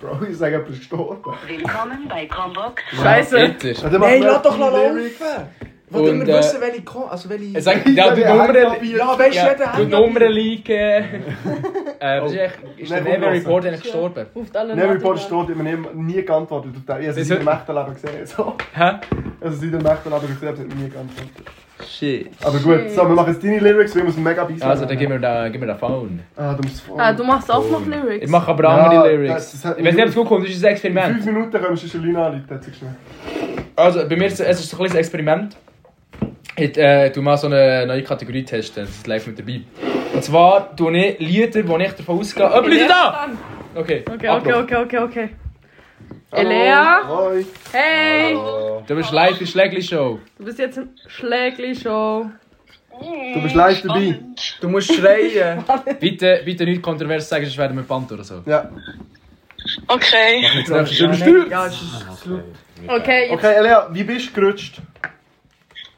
[SPEAKER 9] Bro, ich sage, er ist gestorben.
[SPEAKER 7] Willkommen bei Convox.
[SPEAKER 3] Scheiße.
[SPEAKER 9] Ja, dann machen
[SPEAKER 5] Nein,
[SPEAKER 9] wir
[SPEAKER 5] lass doch
[SPEAKER 9] die Lyrics.
[SPEAKER 5] laufen. Wollt
[SPEAKER 8] Und,
[SPEAKER 5] immer
[SPEAKER 8] äh,
[SPEAKER 5] wissen, welche Kon... Also welche...
[SPEAKER 8] Er sagt, ja, halt die
[SPEAKER 9] Ja,
[SPEAKER 8] Nummer...
[SPEAKER 9] Handpapier.
[SPEAKER 5] Ja, weißt du,
[SPEAKER 8] Ja,
[SPEAKER 5] jeder
[SPEAKER 8] die
[SPEAKER 5] hat noch-
[SPEAKER 8] Nummer liegen. Äh, was ist echt... Ist der
[SPEAKER 9] Oh. Nein,
[SPEAKER 8] Never
[SPEAKER 9] komm,
[SPEAKER 8] Report eigentlich gestorben?
[SPEAKER 3] Ruft alle
[SPEAKER 9] Nein,
[SPEAKER 3] Nadine
[SPEAKER 9] Report
[SPEAKER 3] an.
[SPEAKER 9] steht immer nie, nie geantwortet. auf den- Ich habe
[SPEAKER 8] Das
[SPEAKER 9] sie in
[SPEAKER 8] ist-
[SPEAKER 9] dem echten Leben gesehen. So.
[SPEAKER 8] Hä?
[SPEAKER 9] Also, sie in dem echten Leben gesehen, aber sie hat nie geantwortet.
[SPEAKER 8] Shit.
[SPEAKER 9] Aber gut, so, wir machen jetzt deine Lyrics, wir müssen mega beißen.
[SPEAKER 8] Also, dann gib mir den, gib mir den Phone.
[SPEAKER 9] Ah, du musst vor.
[SPEAKER 3] Ah, du machst auch noch Lyrics.
[SPEAKER 8] Ich mache aber
[SPEAKER 9] Ja,
[SPEAKER 8] andere
[SPEAKER 9] das-
[SPEAKER 8] Lyrics.
[SPEAKER 9] das
[SPEAKER 8] Ich
[SPEAKER 9] hat
[SPEAKER 8] weiß
[SPEAKER 9] mich
[SPEAKER 8] nicht, ob es gut kommt, das ist ein Experiment.
[SPEAKER 9] 5 Minuten kommst du schon Lina anrufen, hat sie geschrieben.
[SPEAKER 8] Also, bei mir ist es ist ein kleines Experiment. Ich äh, tu mal so eine neue Kategorie testen, das ist live mit dabei. Und zwar tue ich Lieder, wo ich davon ausgehe. Oh, Leute da! Okay,
[SPEAKER 3] Okay, okay,
[SPEAKER 8] Abbruch.
[SPEAKER 3] okay, okay, okay. Elea,
[SPEAKER 9] Hoi.
[SPEAKER 3] hey!
[SPEAKER 8] Du bist live in Schlägli Show.
[SPEAKER 3] Du bist jetzt im Schlägli-Show.
[SPEAKER 9] Du bist live dabei.
[SPEAKER 5] Du musst schreien.
[SPEAKER 8] Bitte, bitte nicht kontrovers sagen, sonst werden wir gebannt oder so.
[SPEAKER 9] Ja.
[SPEAKER 5] Ja,
[SPEAKER 8] Mach
[SPEAKER 5] nein,
[SPEAKER 8] Jetzt ja, du
[SPEAKER 5] Ja, es ist...
[SPEAKER 3] Okay, jetzt
[SPEAKER 9] Okay, Elea, wie bist du gerutscht?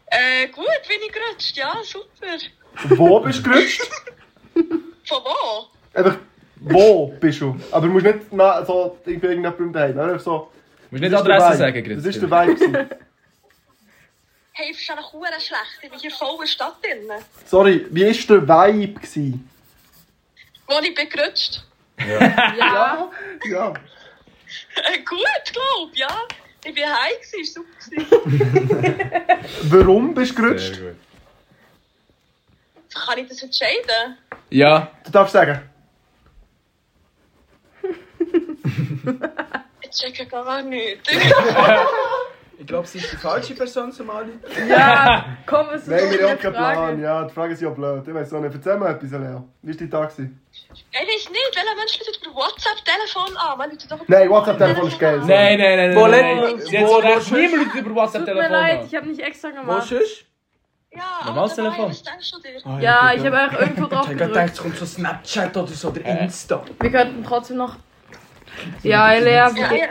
[SPEAKER 12] Äh, gut, bin ich gerutscht, ja, super.
[SPEAKER 9] Wo bist du gerutscht?
[SPEAKER 12] Von wo?
[SPEAKER 9] Einfach, wo bist du? Aber du musst nicht na, so irgendwie irgendjemandem daheim. Einfach so.
[SPEAKER 8] musst nicht
[SPEAKER 9] das ist der
[SPEAKER 8] Adresse
[SPEAKER 9] Vibe.
[SPEAKER 8] sagen,
[SPEAKER 9] Das ist der
[SPEAKER 8] Grüezi.
[SPEAKER 9] Vibe. gewesen.
[SPEAKER 12] Hey, ist ja noch verdammt schlecht, ich bin hier voll in der Stadt drin.
[SPEAKER 9] Sorry, wie ist der Vibe? Gewesen?
[SPEAKER 12] Wo ich bin gerutscht?
[SPEAKER 9] Ja.
[SPEAKER 12] Äh, gut, glaub, ja. Ich bin heim, gewesen, super. gewesen.
[SPEAKER 9] Warum bist du gerutscht?
[SPEAKER 12] Kann ich das entscheiden?
[SPEAKER 8] Ja,
[SPEAKER 9] Du darfst sagen.
[SPEAKER 12] Ich checke gar nicht.
[SPEAKER 5] Ich glaube, sie ist die falsche Person zum Anrufen.
[SPEAKER 3] ja, komm, es ist
[SPEAKER 9] Nein, wir haben
[SPEAKER 3] eine
[SPEAKER 9] keinen Plan.
[SPEAKER 3] Frage.
[SPEAKER 9] Ja, die Frage ist ja blöd. Ich weiß auch nicht. Erzähl mal etwas, Leo. Wie war dein Tag? gewesen?
[SPEAKER 12] Ich weiß Äh, nicht, welcher Mensch ruft über WhatsApp-Telefon an? Man ruft doch über
[SPEAKER 9] Nein, WhatsApp-Telefon ist geil.
[SPEAKER 8] nein, nein, nein,
[SPEAKER 5] Wo
[SPEAKER 8] nein, nein.
[SPEAKER 5] lädt-
[SPEAKER 8] Jetzt
[SPEAKER 5] wo-
[SPEAKER 8] recht
[SPEAKER 5] wo-
[SPEAKER 8] niemand über
[SPEAKER 3] Tut
[SPEAKER 8] WhatsApp
[SPEAKER 3] mir
[SPEAKER 8] Telefon
[SPEAKER 3] leid,
[SPEAKER 8] an.
[SPEAKER 3] ich habe nicht extra gemacht.
[SPEAKER 5] Was ist?
[SPEAKER 12] Ja,
[SPEAKER 8] Normales
[SPEAKER 12] aber dabei,
[SPEAKER 8] Telefon.
[SPEAKER 12] Was denkst du dir?
[SPEAKER 3] Ja, ich habe einfach irgendwo drauf
[SPEAKER 5] Ich dachte,
[SPEAKER 3] gedrückt.
[SPEAKER 5] es kommt so Snapchat oder so, oder
[SPEAKER 11] Äh,
[SPEAKER 5] Insta.
[SPEAKER 3] Wir könnten trotzdem noch. Ja, Elea,
[SPEAKER 12] Ja,
[SPEAKER 3] bitte.
[SPEAKER 12] ja.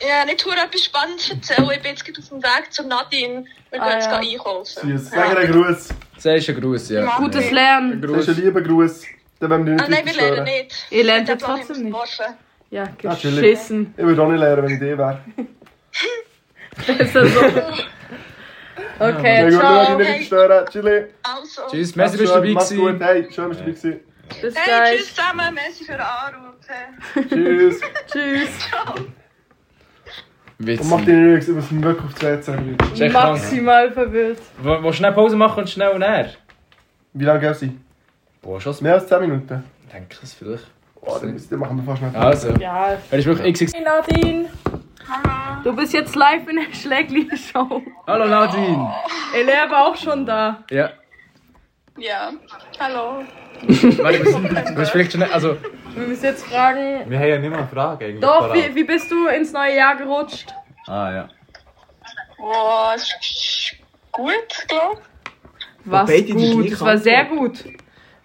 [SPEAKER 12] Ja, nicht verdammt etwas Spannendes zu erzählen. Ich bin jetzt gerade auf dem Weg zu Nadine. Wir
[SPEAKER 3] Ah,
[SPEAKER 12] gehen jetzt
[SPEAKER 3] ja.
[SPEAKER 12] gehen einkaufen.
[SPEAKER 9] Yes. Sag einen Gruß.
[SPEAKER 8] Das ist ein Gruß, ja.
[SPEAKER 3] Gutes Lernen.
[SPEAKER 9] Das ist ein lieber Gruß. Dann werden wir
[SPEAKER 12] Ah,
[SPEAKER 9] nicht
[SPEAKER 12] nein, wir lernen
[SPEAKER 9] stören.
[SPEAKER 12] nicht.
[SPEAKER 3] Ihr lernt ja
[SPEAKER 12] Den Plan haben
[SPEAKER 3] trotzdem
[SPEAKER 12] wir
[SPEAKER 3] nicht.
[SPEAKER 12] verworfen.
[SPEAKER 3] Ja,
[SPEAKER 9] Natürlich.
[SPEAKER 3] geschissen.
[SPEAKER 9] Ich würde auch nicht lernen, wenn ich die wäre.
[SPEAKER 3] Besser so. Okay,
[SPEAKER 9] Sehr gut, schau,
[SPEAKER 3] ciao.
[SPEAKER 9] ich nicht stören. Chili.
[SPEAKER 12] Also.
[SPEAKER 11] Tschüss, merci, bist du dabei
[SPEAKER 9] Mach's gut.
[SPEAKER 11] gewesen.
[SPEAKER 9] Hey, schön, bist du dabei gewesen.
[SPEAKER 3] Bis
[SPEAKER 12] Hey, tschüss
[SPEAKER 3] gleich.
[SPEAKER 12] zusammen, merci für den Anruf.
[SPEAKER 9] Tschüss.
[SPEAKER 3] Tschüss.
[SPEAKER 9] Und mach
[SPEAKER 11] Witzig.
[SPEAKER 9] dir nicht nichts, ich muss mir wirklich aufs Herz sagen.
[SPEAKER 11] Ist echt krank.
[SPEAKER 3] Maximal verwirrt.
[SPEAKER 11] Wo- Willst du schnell Pause machen und schnell näher?
[SPEAKER 9] Wie lange gehen sie?
[SPEAKER 11] Boah, schon so.
[SPEAKER 9] Mehr als 10 Minuten.
[SPEAKER 11] Ich denke, das vielleicht.
[SPEAKER 9] Oh, dann, müssen- dann machen wir fast nicht.
[SPEAKER 11] Also,
[SPEAKER 3] Ja.
[SPEAKER 11] wenn ich wirklich XX.
[SPEAKER 3] Hey Nadine. Du bist jetzt live in der Schlägli-Show.
[SPEAKER 11] Hallo Nadine!
[SPEAKER 3] Elea war auch schon da.
[SPEAKER 11] Ja.
[SPEAKER 12] Ja, hallo.
[SPEAKER 11] Warte, was, was vielleicht schon. Also,
[SPEAKER 3] Wir müssen jetzt fragen.
[SPEAKER 8] Wir haben ja nicht mal eine Frage eigentlich.
[SPEAKER 3] Doch,
[SPEAKER 8] parat.
[SPEAKER 3] wie, wie bist du ins neue Jahr gerutscht?
[SPEAKER 8] Ah ja.
[SPEAKER 12] Boah, es ist gut, glaube
[SPEAKER 3] Was gut. Es war sehr gut.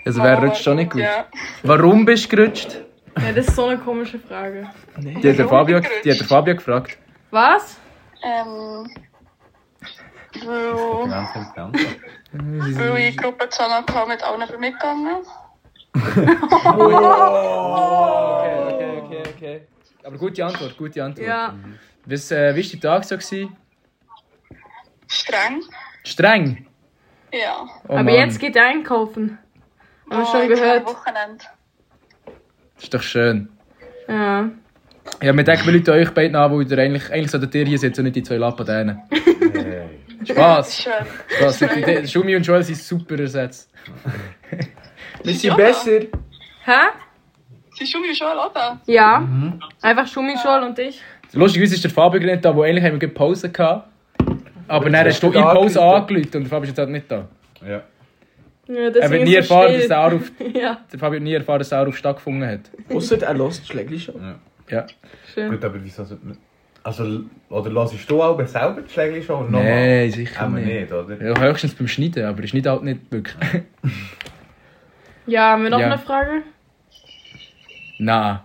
[SPEAKER 11] also
[SPEAKER 12] ich.
[SPEAKER 11] wer rutscht schon nicht gut?
[SPEAKER 12] Ja.
[SPEAKER 11] Warum bist du gerutscht?
[SPEAKER 3] Ja, das ist so eine komische Frage.
[SPEAKER 11] Die hat der Fabio, die hat der Fabio gefragt.
[SPEAKER 3] Was?
[SPEAKER 12] Ähm. Weil,
[SPEAKER 8] Ganz im Ganzen.
[SPEAKER 12] weil ich in Gruppe zusammen kam, mit allen bin mitgegangen.
[SPEAKER 11] Okay, okay, okay. Aber gute Antwort, gute Antwort.
[SPEAKER 3] Ja.
[SPEAKER 11] Was äh, wie war dein Tag so? Gewesen?
[SPEAKER 12] Streng.
[SPEAKER 11] Streng?
[SPEAKER 12] Ja.
[SPEAKER 11] Oh,
[SPEAKER 3] Aber
[SPEAKER 11] Mann.
[SPEAKER 3] jetzt geht er einkaufen. Haben wir
[SPEAKER 12] Oh,
[SPEAKER 3] schon
[SPEAKER 12] jetzt am
[SPEAKER 3] gehört.
[SPEAKER 12] Wochenende.
[SPEAKER 11] Das ist doch schön.
[SPEAKER 3] Ja.
[SPEAKER 11] Ja, wir denken, wir rufen euch beiden an, wo ihr eigentlich, eigentlich solltet ihr hier sitzen und nicht die zwei Lappen da hinten. Spaß!
[SPEAKER 12] Schön.
[SPEAKER 11] Spaß. Die- die- Schumi und Joel sind super ersetzt.
[SPEAKER 12] Wir sind besser.
[SPEAKER 3] Hä?
[SPEAKER 12] Sie ist schon schon oder?
[SPEAKER 3] Ja.
[SPEAKER 11] Mhm.
[SPEAKER 3] Einfach Schumi, Schol und ich.
[SPEAKER 11] Lustigerweise ist der Fabio gerade nicht da, wo eigentlich haben wir gerade Pause gehabt. Aber dann hast du in Pause angelüht und der Fabio ist jetzt halt nicht da.
[SPEAKER 8] Ja.
[SPEAKER 3] Ja,
[SPEAKER 11] Er wird
[SPEAKER 3] deswegen
[SPEAKER 11] nie
[SPEAKER 3] ist so
[SPEAKER 11] erfahren, dass
[SPEAKER 3] still.
[SPEAKER 11] der Anruf,
[SPEAKER 3] Ja,
[SPEAKER 11] der Fabio hat nie erfahren, dass der Anruf stattgefunden hat.
[SPEAKER 5] Außer er lässt Schlägli schon.
[SPEAKER 11] Ja.
[SPEAKER 3] schön.
[SPEAKER 8] Gut, aber wieso sollte man. Also, oder lassest du auch selber die Schläge schon? Nochmal?
[SPEAKER 11] Nein, sicher
[SPEAKER 8] Eben
[SPEAKER 11] nicht.
[SPEAKER 8] nicht, oder?
[SPEAKER 11] Ja, höchstens beim Schneiden, aber ist nicht halt nicht wirklich.
[SPEAKER 3] Ja, haben wir noch
[SPEAKER 11] Ja.
[SPEAKER 3] eine Frage?
[SPEAKER 11] Nein.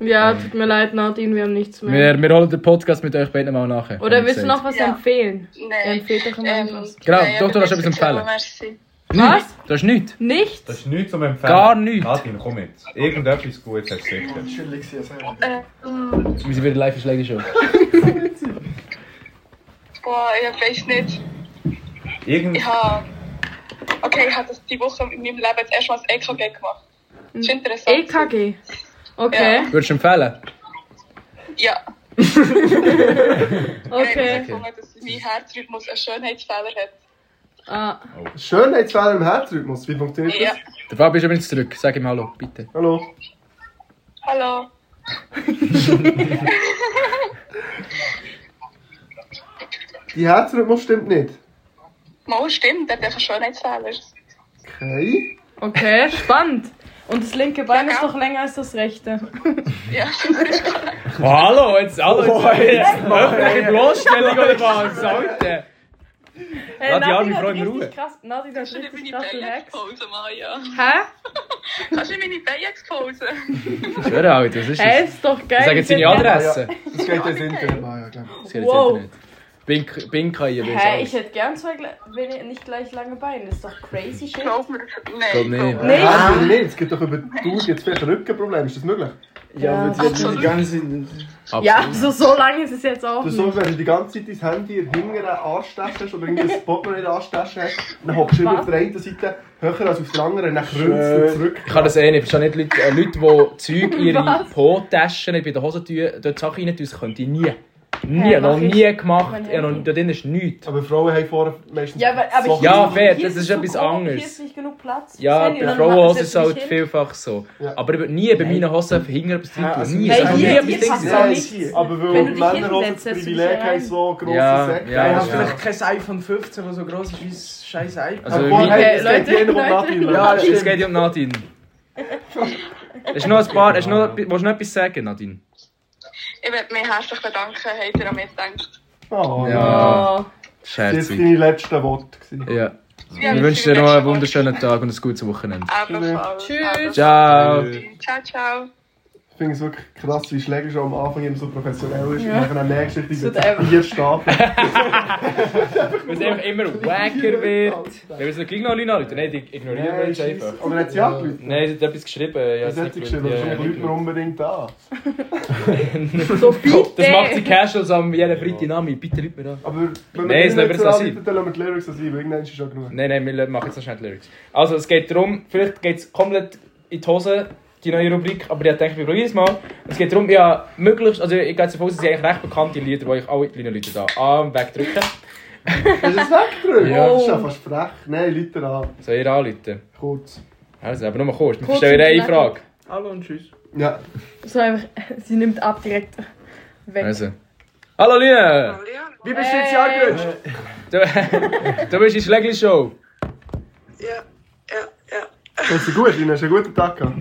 [SPEAKER 3] Ja, tut mir leid, Nadine, wir haben nichts mehr.
[SPEAKER 11] Wir, wir holen den Podcast mit euch beiden mal nachher.
[SPEAKER 3] Oder
[SPEAKER 11] hab ich
[SPEAKER 3] willst du
[SPEAKER 11] gesagt.
[SPEAKER 3] noch was
[SPEAKER 12] Ja. ähm,
[SPEAKER 3] empfehlen?
[SPEAKER 12] Nein.
[SPEAKER 3] Empfehlt doch immer
[SPEAKER 12] Ehm,
[SPEAKER 3] irgendwas.
[SPEAKER 11] Genau,
[SPEAKER 12] nein,
[SPEAKER 11] doch, du
[SPEAKER 12] aber
[SPEAKER 11] hast etwas
[SPEAKER 12] bitte,
[SPEAKER 11] empfehlen.
[SPEAKER 12] merci.
[SPEAKER 3] Was?
[SPEAKER 11] Das ist nichts.
[SPEAKER 8] Das
[SPEAKER 3] Nichts?
[SPEAKER 8] ist nichts zum Empfehlen.
[SPEAKER 11] Gar nichts.
[SPEAKER 8] Martin, komm jetzt. Irgendetwas Gutes hast du sicher.
[SPEAKER 12] Ähm,
[SPEAKER 11] Wir sind wieder live in Schläge schon.
[SPEAKER 12] boah, ich weiß nicht.
[SPEAKER 8] Irgend...
[SPEAKER 12] Ich habe. Okay, ich habe das die Woche in meinem Leben jetzt erstmals EKG gemacht. Das ist
[SPEAKER 3] Mm.
[SPEAKER 12] interessant.
[SPEAKER 3] EKG. E Okay,
[SPEAKER 11] Würdest du empfehlen?
[SPEAKER 12] Ja.
[SPEAKER 3] okay.
[SPEAKER 12] Ich habe gefunden, dass mein Herzrhythmus einen Schönheitsfehler hat.
[SPEAKER 3] Ah,
[SPEAKER 9] Schönheitsfehler im Herzrhythmus. Wie funktioniert
[SPEAKER 12] Ja.
[SPEAKER 9] das?
[SPEAKER 11] Der Fabio ist übrigens zurück. Sag ihm Hallo, bitte.
[SPEAKER 9] Hallo.
[SPEAKER 12] Hallo.
[SPEAKER 9] Die Herzrhythmus stimmt nicht.
[SPEAKER 12] Mal stimmt, der hat einen Schönheitsfehler.
[SPEAKER 9] Okay.
[SPEAKER 3] okay, spannend. Und das linke Bein
[SPEAKER 12] Ja,
[SPEAKER 3] ist
[SPEAKER 12] ja.
[SPEAKER 3] doch länger als das rechte.
[SPEAKER 12] Ja.
[SPEAKER 11] Oh, hallo, jetzt, hallo, jetzt. Oh, jetzt öffentliche Bloßstellung oder was? Alter.
[SPEAKER 3] Hey,
[SPEAKER 11] Lass die arme
[SPEAKER 3] Nadine hat
[SPEAKER 11] Frau in Ruhe.
[SPEAKER 3] richtig krass, Nadine hat
[SPEAKER 12] Kannst du nicht
[SPEAKER 3] richtig
[SPEAKER 12] meine
[SPEAKER 3] krass relaxed.
[SPEAKER 12] Beine-Pause machen, ja?
[SPEAKER 3] Hä?
[SPEAKER 12] Kannst du nicht meine Beine-Pause?
[SPEAKER 11] Schön, Alter, was ist
[SPEAKER 3] Hey,
[SPEAKER 11] das?
[SPEAKER 3] ist doch geil.
[SPEAKER 11] Sag jetzt seine Adresse.
[SPEAKER 9] Das geht ins Internet. Ah, ja, glaub ich.
[SPEAKER 11] Das geht jetzt
[SPEAKER 3] Wow.
[SPEAKER 11] Internet. Bink, Bink kann hier
[SPEAKER 3] Hä, ich hätte gern zwei, gle- wenn- nicht gleich lange Beine. Das ist doch crazy shit.
[SPEAKER 12] Glaub mir, das
[SPEAKER 11] Glaub
[SPEAKER 12] Nein.
[SPEAKER 11] nicht.
[SPEAKER 12] glaub
[SPEAKER 3] Nicht?
[SPEAKER 9] Ah, nein, es gibt doch über Tour jetzt vielleicht ein Rückenproblem. Ist das möglich?
[SPEAKER 5] Ja, aber
[SPEAKER 3] Ja.
[SPEAKER 5] das ist die ganze Zeit.
[SPEAKER 3] Ja, so, so lange ist es jetzt auch
[SPEAKER 9] Du
[SPEAKER 3] nicht.
[SPEAKER 9] so, wenn du die ganze Zeit dein Handy in der hinteren Arschtasche hast oder irgendwie ein Portemonnaie in der Arschtasche hast, dann hockst du immer auf der einen Seite höher als auf der anderen und dann krümmst du zurück.
[SPEAKER 11] Ich kann das eh nicht. Ich verstehe nicht Leute, äh, Leute die Zeug in ihre Po-Taschen bei den Hosen tun, dort Sachen rein tun. Das könnte ich nie. Nie,
[SPEAKER 3] Hä,
[SPEAKER 11] noch
[SPEAKER 3] mach ich-
[SPEAKER 11] nie gemacht.
[SPEAKER 3] Mein
[SPEAKER 11] Ja, noch,
[SPEAKER 3] Handy.
[SPEAKER 11] da drin ist nichts.
[SPEAKER 9] Aber Frauen haben vorher meistens
[SPEAKER 3] Ja, aber, aber
[SPEAKER 9] Socken.
[SPEAKER 3] hier,
[SPEAKER 11] Ja, fair,
[SPEAKER 3] hier
[SPEAKER 11] das ist
[SPEAKER 3] so
[SPEAKER 11] etwas
[SPEAKER 3] groß,
[SPEAKER 11] anderes.
[SPEAKER 3] Hier ist nicht genug Platz.
[SPEAKER 11] Ja,
[SPEAKER 3] Sandy,
[SPEAKER 11] bei
[SPEAKER 3] dann
[SPEAKER 11] Frauen
[SPEAKER 3] mach das
[SPEAKER 11] Hose ist es
[SPEAKER 3] jetzt
[SPEAKER 11] halt
[SPEAKER 3] nicht hin.
[SPEAKER 11] vielfach so.
[SPEAKER 9] Ja.
[SPEAKER 11] Aber ich würde nie bei meinen Hosen hinten etwas drin
[SPEAKER 5] Ja,
[SPEAKER 11] tun.
[SPEAKER 5] also
[SPEAKER 11] Nie.
[SPEAKER 5] wir
[SPEAKER 11] Ich habe
[SPEAKER 5] sagen
[SPEAKER 11] nie
[SPEAKER 5] ja,
[SPEAKER 11] etwas
[SPEAKER 3] hier
[SPEAKER 11] drin
[SPEAKER 3] passt
[SPEAKER 11] gesehen.
[SPEAKER 3] auch
[SPEAKER 9] Nein,
[SPEAKER 3] nichts.
[SPEAKER 9] hier. aber
[SPEAKER 3] Wenn
[SPEAKER 9] weil
[SPEAKER 3] du dich
[SPEAKER 9] Männer auch das
[SPEAKER 3] hinsetzt, setzt du dich
[SPEAKER 9] Privileg
[SPEAKER 3] rein.
[SPEAKER 9] haben, so grosse
[SPEAKER 11] Ja,
[SPEAKER 9] Säcke.
[SPEAKER 11] ja,
[SPEAKER 5] Ich
[SPEAKER 9] Nein,
[SPEAKER 5] habe
[SPEAKER 9] hast du
[SPEAKER 11] ja.
[SPEAKER 5] vielleicht kein iPhone 15, das so groß ist wie das scheiß iPhone.
[SPEAKER 11] Also,
[SPEAKER 9] Also,
[SPEAKER 11] wie-
[SPEAKER 9] Boah, hey,
[SPEAKER 3] Hey,
[SPEAKER 9] es geht
[SPEAKER 3] Leute,
[SPEAKER 9] jeder um
[SPEAKER 3] Leute.
[SPEAKER 9] Nadine.
[SPEAKER 11] Ja,
[SPEAKER 9] Ja,
[SPEAKER 11] es
[SPEAKER 9] stimmt.
[SPEAKER 11] geht ja um Nadine. Hast du noch ein paar, hast du noch, willst du noch etwas sagen, Nadine?
[SPEAKER 12] Ich möchte mich herzlich bedanken, habt ihr an mich gedacht.
[SPEAKER 9] Oh,
[SPEAKER 3] Oh.
[SPEAKER 9] Das waren
[SPEAKER 11] scherzig.
[SPEAKER 9] deine letzten Worte. gewesen.
[SPEAKER 11] Ja.
[SPEAKER 12] Ja,
[SPEAKER 11] Wir wünschen dir noch einen wunderschönen Tag und ein gutes Wochenende.
[SPEAKER 12] Ebenfalls.
[SPEAKER 3] Tschüss.
[SPEAKER 11] Ciao.
[SPEAKER 12] Ciao, ciao.
[SPEAKER 9] Ich finde es wirklich krass, wie Schläger schon am Anfang immer so professionell ist.
[SPEAKER 3] Ja.
[SPEAKER 9] Und dann merkst du richtig,
[SPEAKER 3] So
[SPEAKER 9] so vier Stapel.
[SPEAKER 11] Weil es einfach immer wacker wird. Wenn wir es noch gleich noch Leute anrufen, nein, die ignorieren wir
[SPEAKER 9] Nein,
[SPEAKER 11] jetzt einfach.
[SPEAKER 9] Oder hat sie angerufen?
[SPEAKER 11] Nein, sie hat etwas geschrieben. Ja,
[SPEAKER 9] Was hat sie geschrieben? Warum ruft man unbedingt an?
[SPEAKER 11] so bitte! Das macht sie casual so am jeden Freitagnachmittag. Bitte ruft mir an.
[SPEAKER 9] Aber wenn
[SPEAKER 11] Nein,
[SPEAKER 9] wir
[SPEAKER 11] es
[SPEAKER 9] das
[SPEAKER 11] lassen
[SPEAKER 9] nicht
[SPEAKER 11] wir es auch
[SPEAKER 9] so anrufen, dann lassen wir die Lyrics so sein, weil irgendwann ist es schon genug.
[SPEAKER 11] Nein, nein, wir machen jetzt noch schnell die Lyrics. Also, es geht darum, vielleicht geht es komplett in die Hose, die neue Rubrik, aber ich denke, wir probieren es mal. Es geht darum, ja, möglichst, also ich gehe jetzt davon aus, es sind eigentlich recht bekannte Lieder, die ich alle kleinen Leute da am wegdrücken.
[SPEAKER 9] Ist es weggedrückt?
[SPEAKER 11] Ja.
[SPEAKER 9] Das ist ja fast frech. Nein, Leute an.
[SPEAKER 11] Soll ich anrufen?
[SPEAKER 9] Kurz.
[SPEAKER 11] Also, aber nur kurz, wir
[SPEAKER 3] Kurz
[SPEAKER 11] verstehen
[SPEAKER 3] und
[SPEAKER 11] eine
[SPEAKER 3] knackig.
[SPEAKER 11] Frage.
[SPEAKER 1] Hallo und tschüss.
[SPEAKER 9] Ja.
[SPEAKER 3] So einfach, sie nimmt ab direkt weg.
[SPEAKER 11] Also. Hallo Lina!
[SPEAKER 13] Wie bist du jetzt hier angerutscht?
[SPEAKER 11] Du, du bist in Schlägli-Show.
[SPEAKER 7] Ja, ja, ja.
[SPEAKER 9] Das ist gut, Lina. Hast du einen guten Tag gehabt?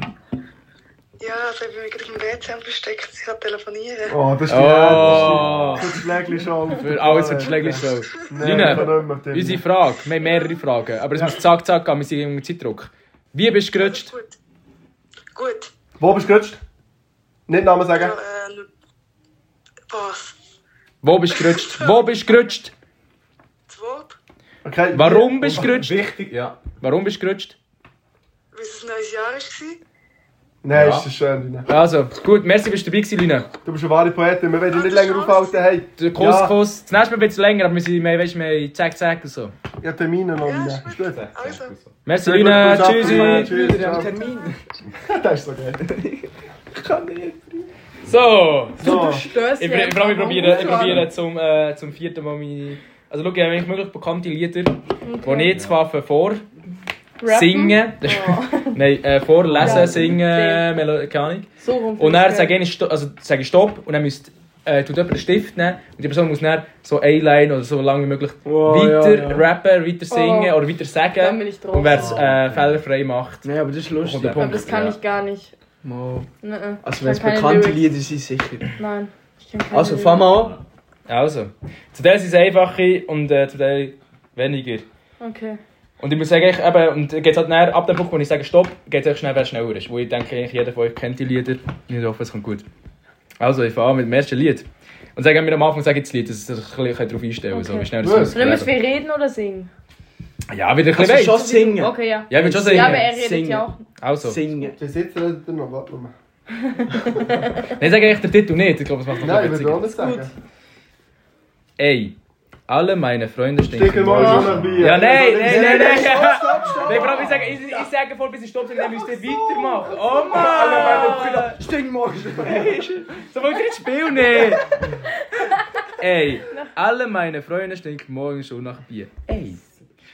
[SPEAKER 7] Ja, also ich bin gerade im WC versteckt, ich kann telefonieren.
[SPEAKER 9] Oh, das ist die
[SPEAKER 11] Oh.
[SPEAKER 9] Härteste. Für die Schlägerschau.
[SPEAKER 11] Für alles für die Schlägli-Show.
[SPEAKER 9] Nein,
[SPEAKER 11] Lina,
[SPEAKER 9] ich kann nicht mehr mit dir.
[SPEAKER 11] Unsere Frage, wir haben mehrere Fragen, aber es muss zack zack gehen, wir sind im Zeitdruck. Wie bist du gerutscht?
[SPEAKER 7] Gut. Gut.
[SPEAKER 9] Wo bist du gerutscht? Nicht Namen sagen.
[SPEAKER 7] Ja, ähm, was?
[SPEAKER 11] Wo bist du gerutscht? Wo bist du gerutscht?
[SPEAKER 7] Das Wort?
[SPEAKER 9] Okay.
[SPEAKER 11] Warum bist du gerutscht?
[SPEAKER 8] Wichtig, ja.
[SPEAKER 11] Warum bist du gerutscht?
[SPEAKER 7] Weil es ein neues Jahr war.
[SPEAKER 9] Nein,
[SPEAKER 8] Ja.
[SPEAKER 9] ist das schön, Lina.
[SPEAKER 11] Also, gut, merci, bist du dabei gewesen, Lina.
[SPEAKER 9] Du bist eine wahre Poetin. Wir werden dich nicht länger aufhalten. Hey,
[SPEAKER 11] Der Kuss,
[SPEAKER 9] ja,
[SPEAKER 11] Kuss. Das nächste Mal wird es länger, aber wir sind mehr, weißt du, mehr zack, zack und so.
[SPEAKER 9] ich habe Termine noch, Lina. Ist gut.
[SPEAKER 7] Also.
[SPEAKER 11] Merci,
[SPEAKER 9] Sehr gut,
[SPEAKER 11] Lina.
[SPEAKER 9] guten Abend, Lina.
[SPEAKER 11] Tschüssi.
[SPEAKER 9] Tschüss. ciao.
[SPEAKER 1] Termin.
[SPEAKER 9] Das ist so geil.
[SPEAKER 11] So.
[SPEAKER 9] So,
[SPEAKER 11] Ich, ich, ich probiere, ich probiere zum, äh, zum vierten Mal meine... Also, schau, ich habe eigentlich möglich bekannte Lieder, die ich zwar vor...
[SPEAKER 3] Rappen?
[SPEAKER 11] Singen.
[SPEAKER 3] Oh.
[SPEAKER 11] Nein, äh, vorlesen,
[SPEAKER 3] Ja.
[SPEAKER 11] singen, Melo keine Ahnung.
[SPEAKER 3] So rum.
[SPEAKER 11] Und dann sage ich, sto- also sage ich Stopp und dann müsst, äh, tut jemand einen Stift nehmen und die Person muss dann so eine Line oder so lange wie möglich
[SPEAKER 1] Oh,
[SPEAKER 11] weiter
[SPEAKER 1] ja, ja.
[SPEAKER 11] rappen, weiter singen
[SPEAKER 3] Oh.
[SPEAKER 11] oder weiter
[SPEAKER 3] Dann
[SPEAKER 11] sagen.
[SPEAKER 3] bin ich drauf.
[SPEAKER 11] Und wer es äh, fehlerfrei macht,
[SPEAKER 1] Nein, aber das ist lustig.
[SPEAKER 11] kommt der
[SPEAKER 3] Aber
[SPEAKER 11] Punkt.
[SPEAKER 3] das kann
[SPEAKER 11] ja.
[SPEAKER 3] ich gar nicht.
[SPEAKER 1] Mal.
[SPEAKER 3] Nein,
[SPEAKER 1] Also wenn es
[SPEAKER 3] Ich kann keine
[SPEAKER 1] bekannte
[SPEAKER 3] Lyrics.
[SPEAKER 1] Lieder sind, sicher.
[SPEAKER 3] nein. Ich kann keine
[SPEAKER 1] Also
[SPEAKER 3] Lyrics.
[SPEAKER 1] fang mal an.
[SPEAKER 11] Also, zu der sind es einfache und äh, zu der weniger.
[SPEAKER 3] Okay.
[SPEAKER 11] Und ich muss sagen, ich, eben, und geht's halt näher, ab dem Punkt, wo ich sage Stopp, geht es schnell, wer schneller ist. Wo ich denke, eigentlich jeder von euch kennt die Lieder. Und ich hoffe, es kommt gut. Also, ich fange an mit dem ersten Lied. Und sage mir am Anfang, sage ich das Lied, dass ihr euch ein bisschen darauf einstellen könnt, so,
[SPEAKER 3] Okay.
[SPEAKER 11] wie schnell das
[SPEAKER 9] Gut.
[SPEAKER 11] muss.
[SPEAKER 3] Sollen wir es viel reden oder singen?
[SPEAKER 11] Ja, wieder ein bisschen
[SPEAKER 1] Also
[SPEAKER 11] weit.
[SPEAKER 1] schon singen.
[SPEAKER 3] Okay, ja.
[SPEAKER 11] Ja, ich will schon
[SPEAKER 3] Ja,
[SPEAKER 11] singen.
[SPEAKER 3] aber er redet
[SPEAKER 1] Singen.
[SPEAKER 3] ja auch.
[SPEAKER 11] Also.
[SPEAKER 1] Singen.
[SPEAKER 9] der sitzt redet er noch. Warte mal.
[SPEAKER 11] Nein, sag eigentlich den Titel nicht. Ich glaube, es macht noch
[SPEAKER 9] Nein, ich
[SPEAKER 11] witzig.
[SPEAKER 9] würde auch nicht sagen.
[SPEAKER 11] Ey, alle meine Freunde
[SPEAKER 9] Sticke
[SPEAKER 11] stinken.
[SPEAKER 9] mal
[SPEAKER 11] wohl.
[SPEAKER 9] schon nach Bier.
[SPEAKER 11] Ja, nein,
[SPEAKER 9] Also,
[SPEAKER 11] nein, nein, nein.
[SPEAKER 9] Stopp, stopp,
[SPEAKER 11] Nein,
[SPEAKER 9] stopp.
[SPEAKER 11] Frau, ich sage, ich, ich sage vor, bis ich stopp sage, dann müsst ihr weitermachen. Oh
[SPEAKER 9] Alle meine
[SPEAKER 11] Mann!
[SPEAKER 9] Brüder, Sting morgen.
[SPEAKER 11] So wollt ihr das Spiel nehmen. ne? Ey, alle meine Freunde stinken morgen schon nach Bier. Ey.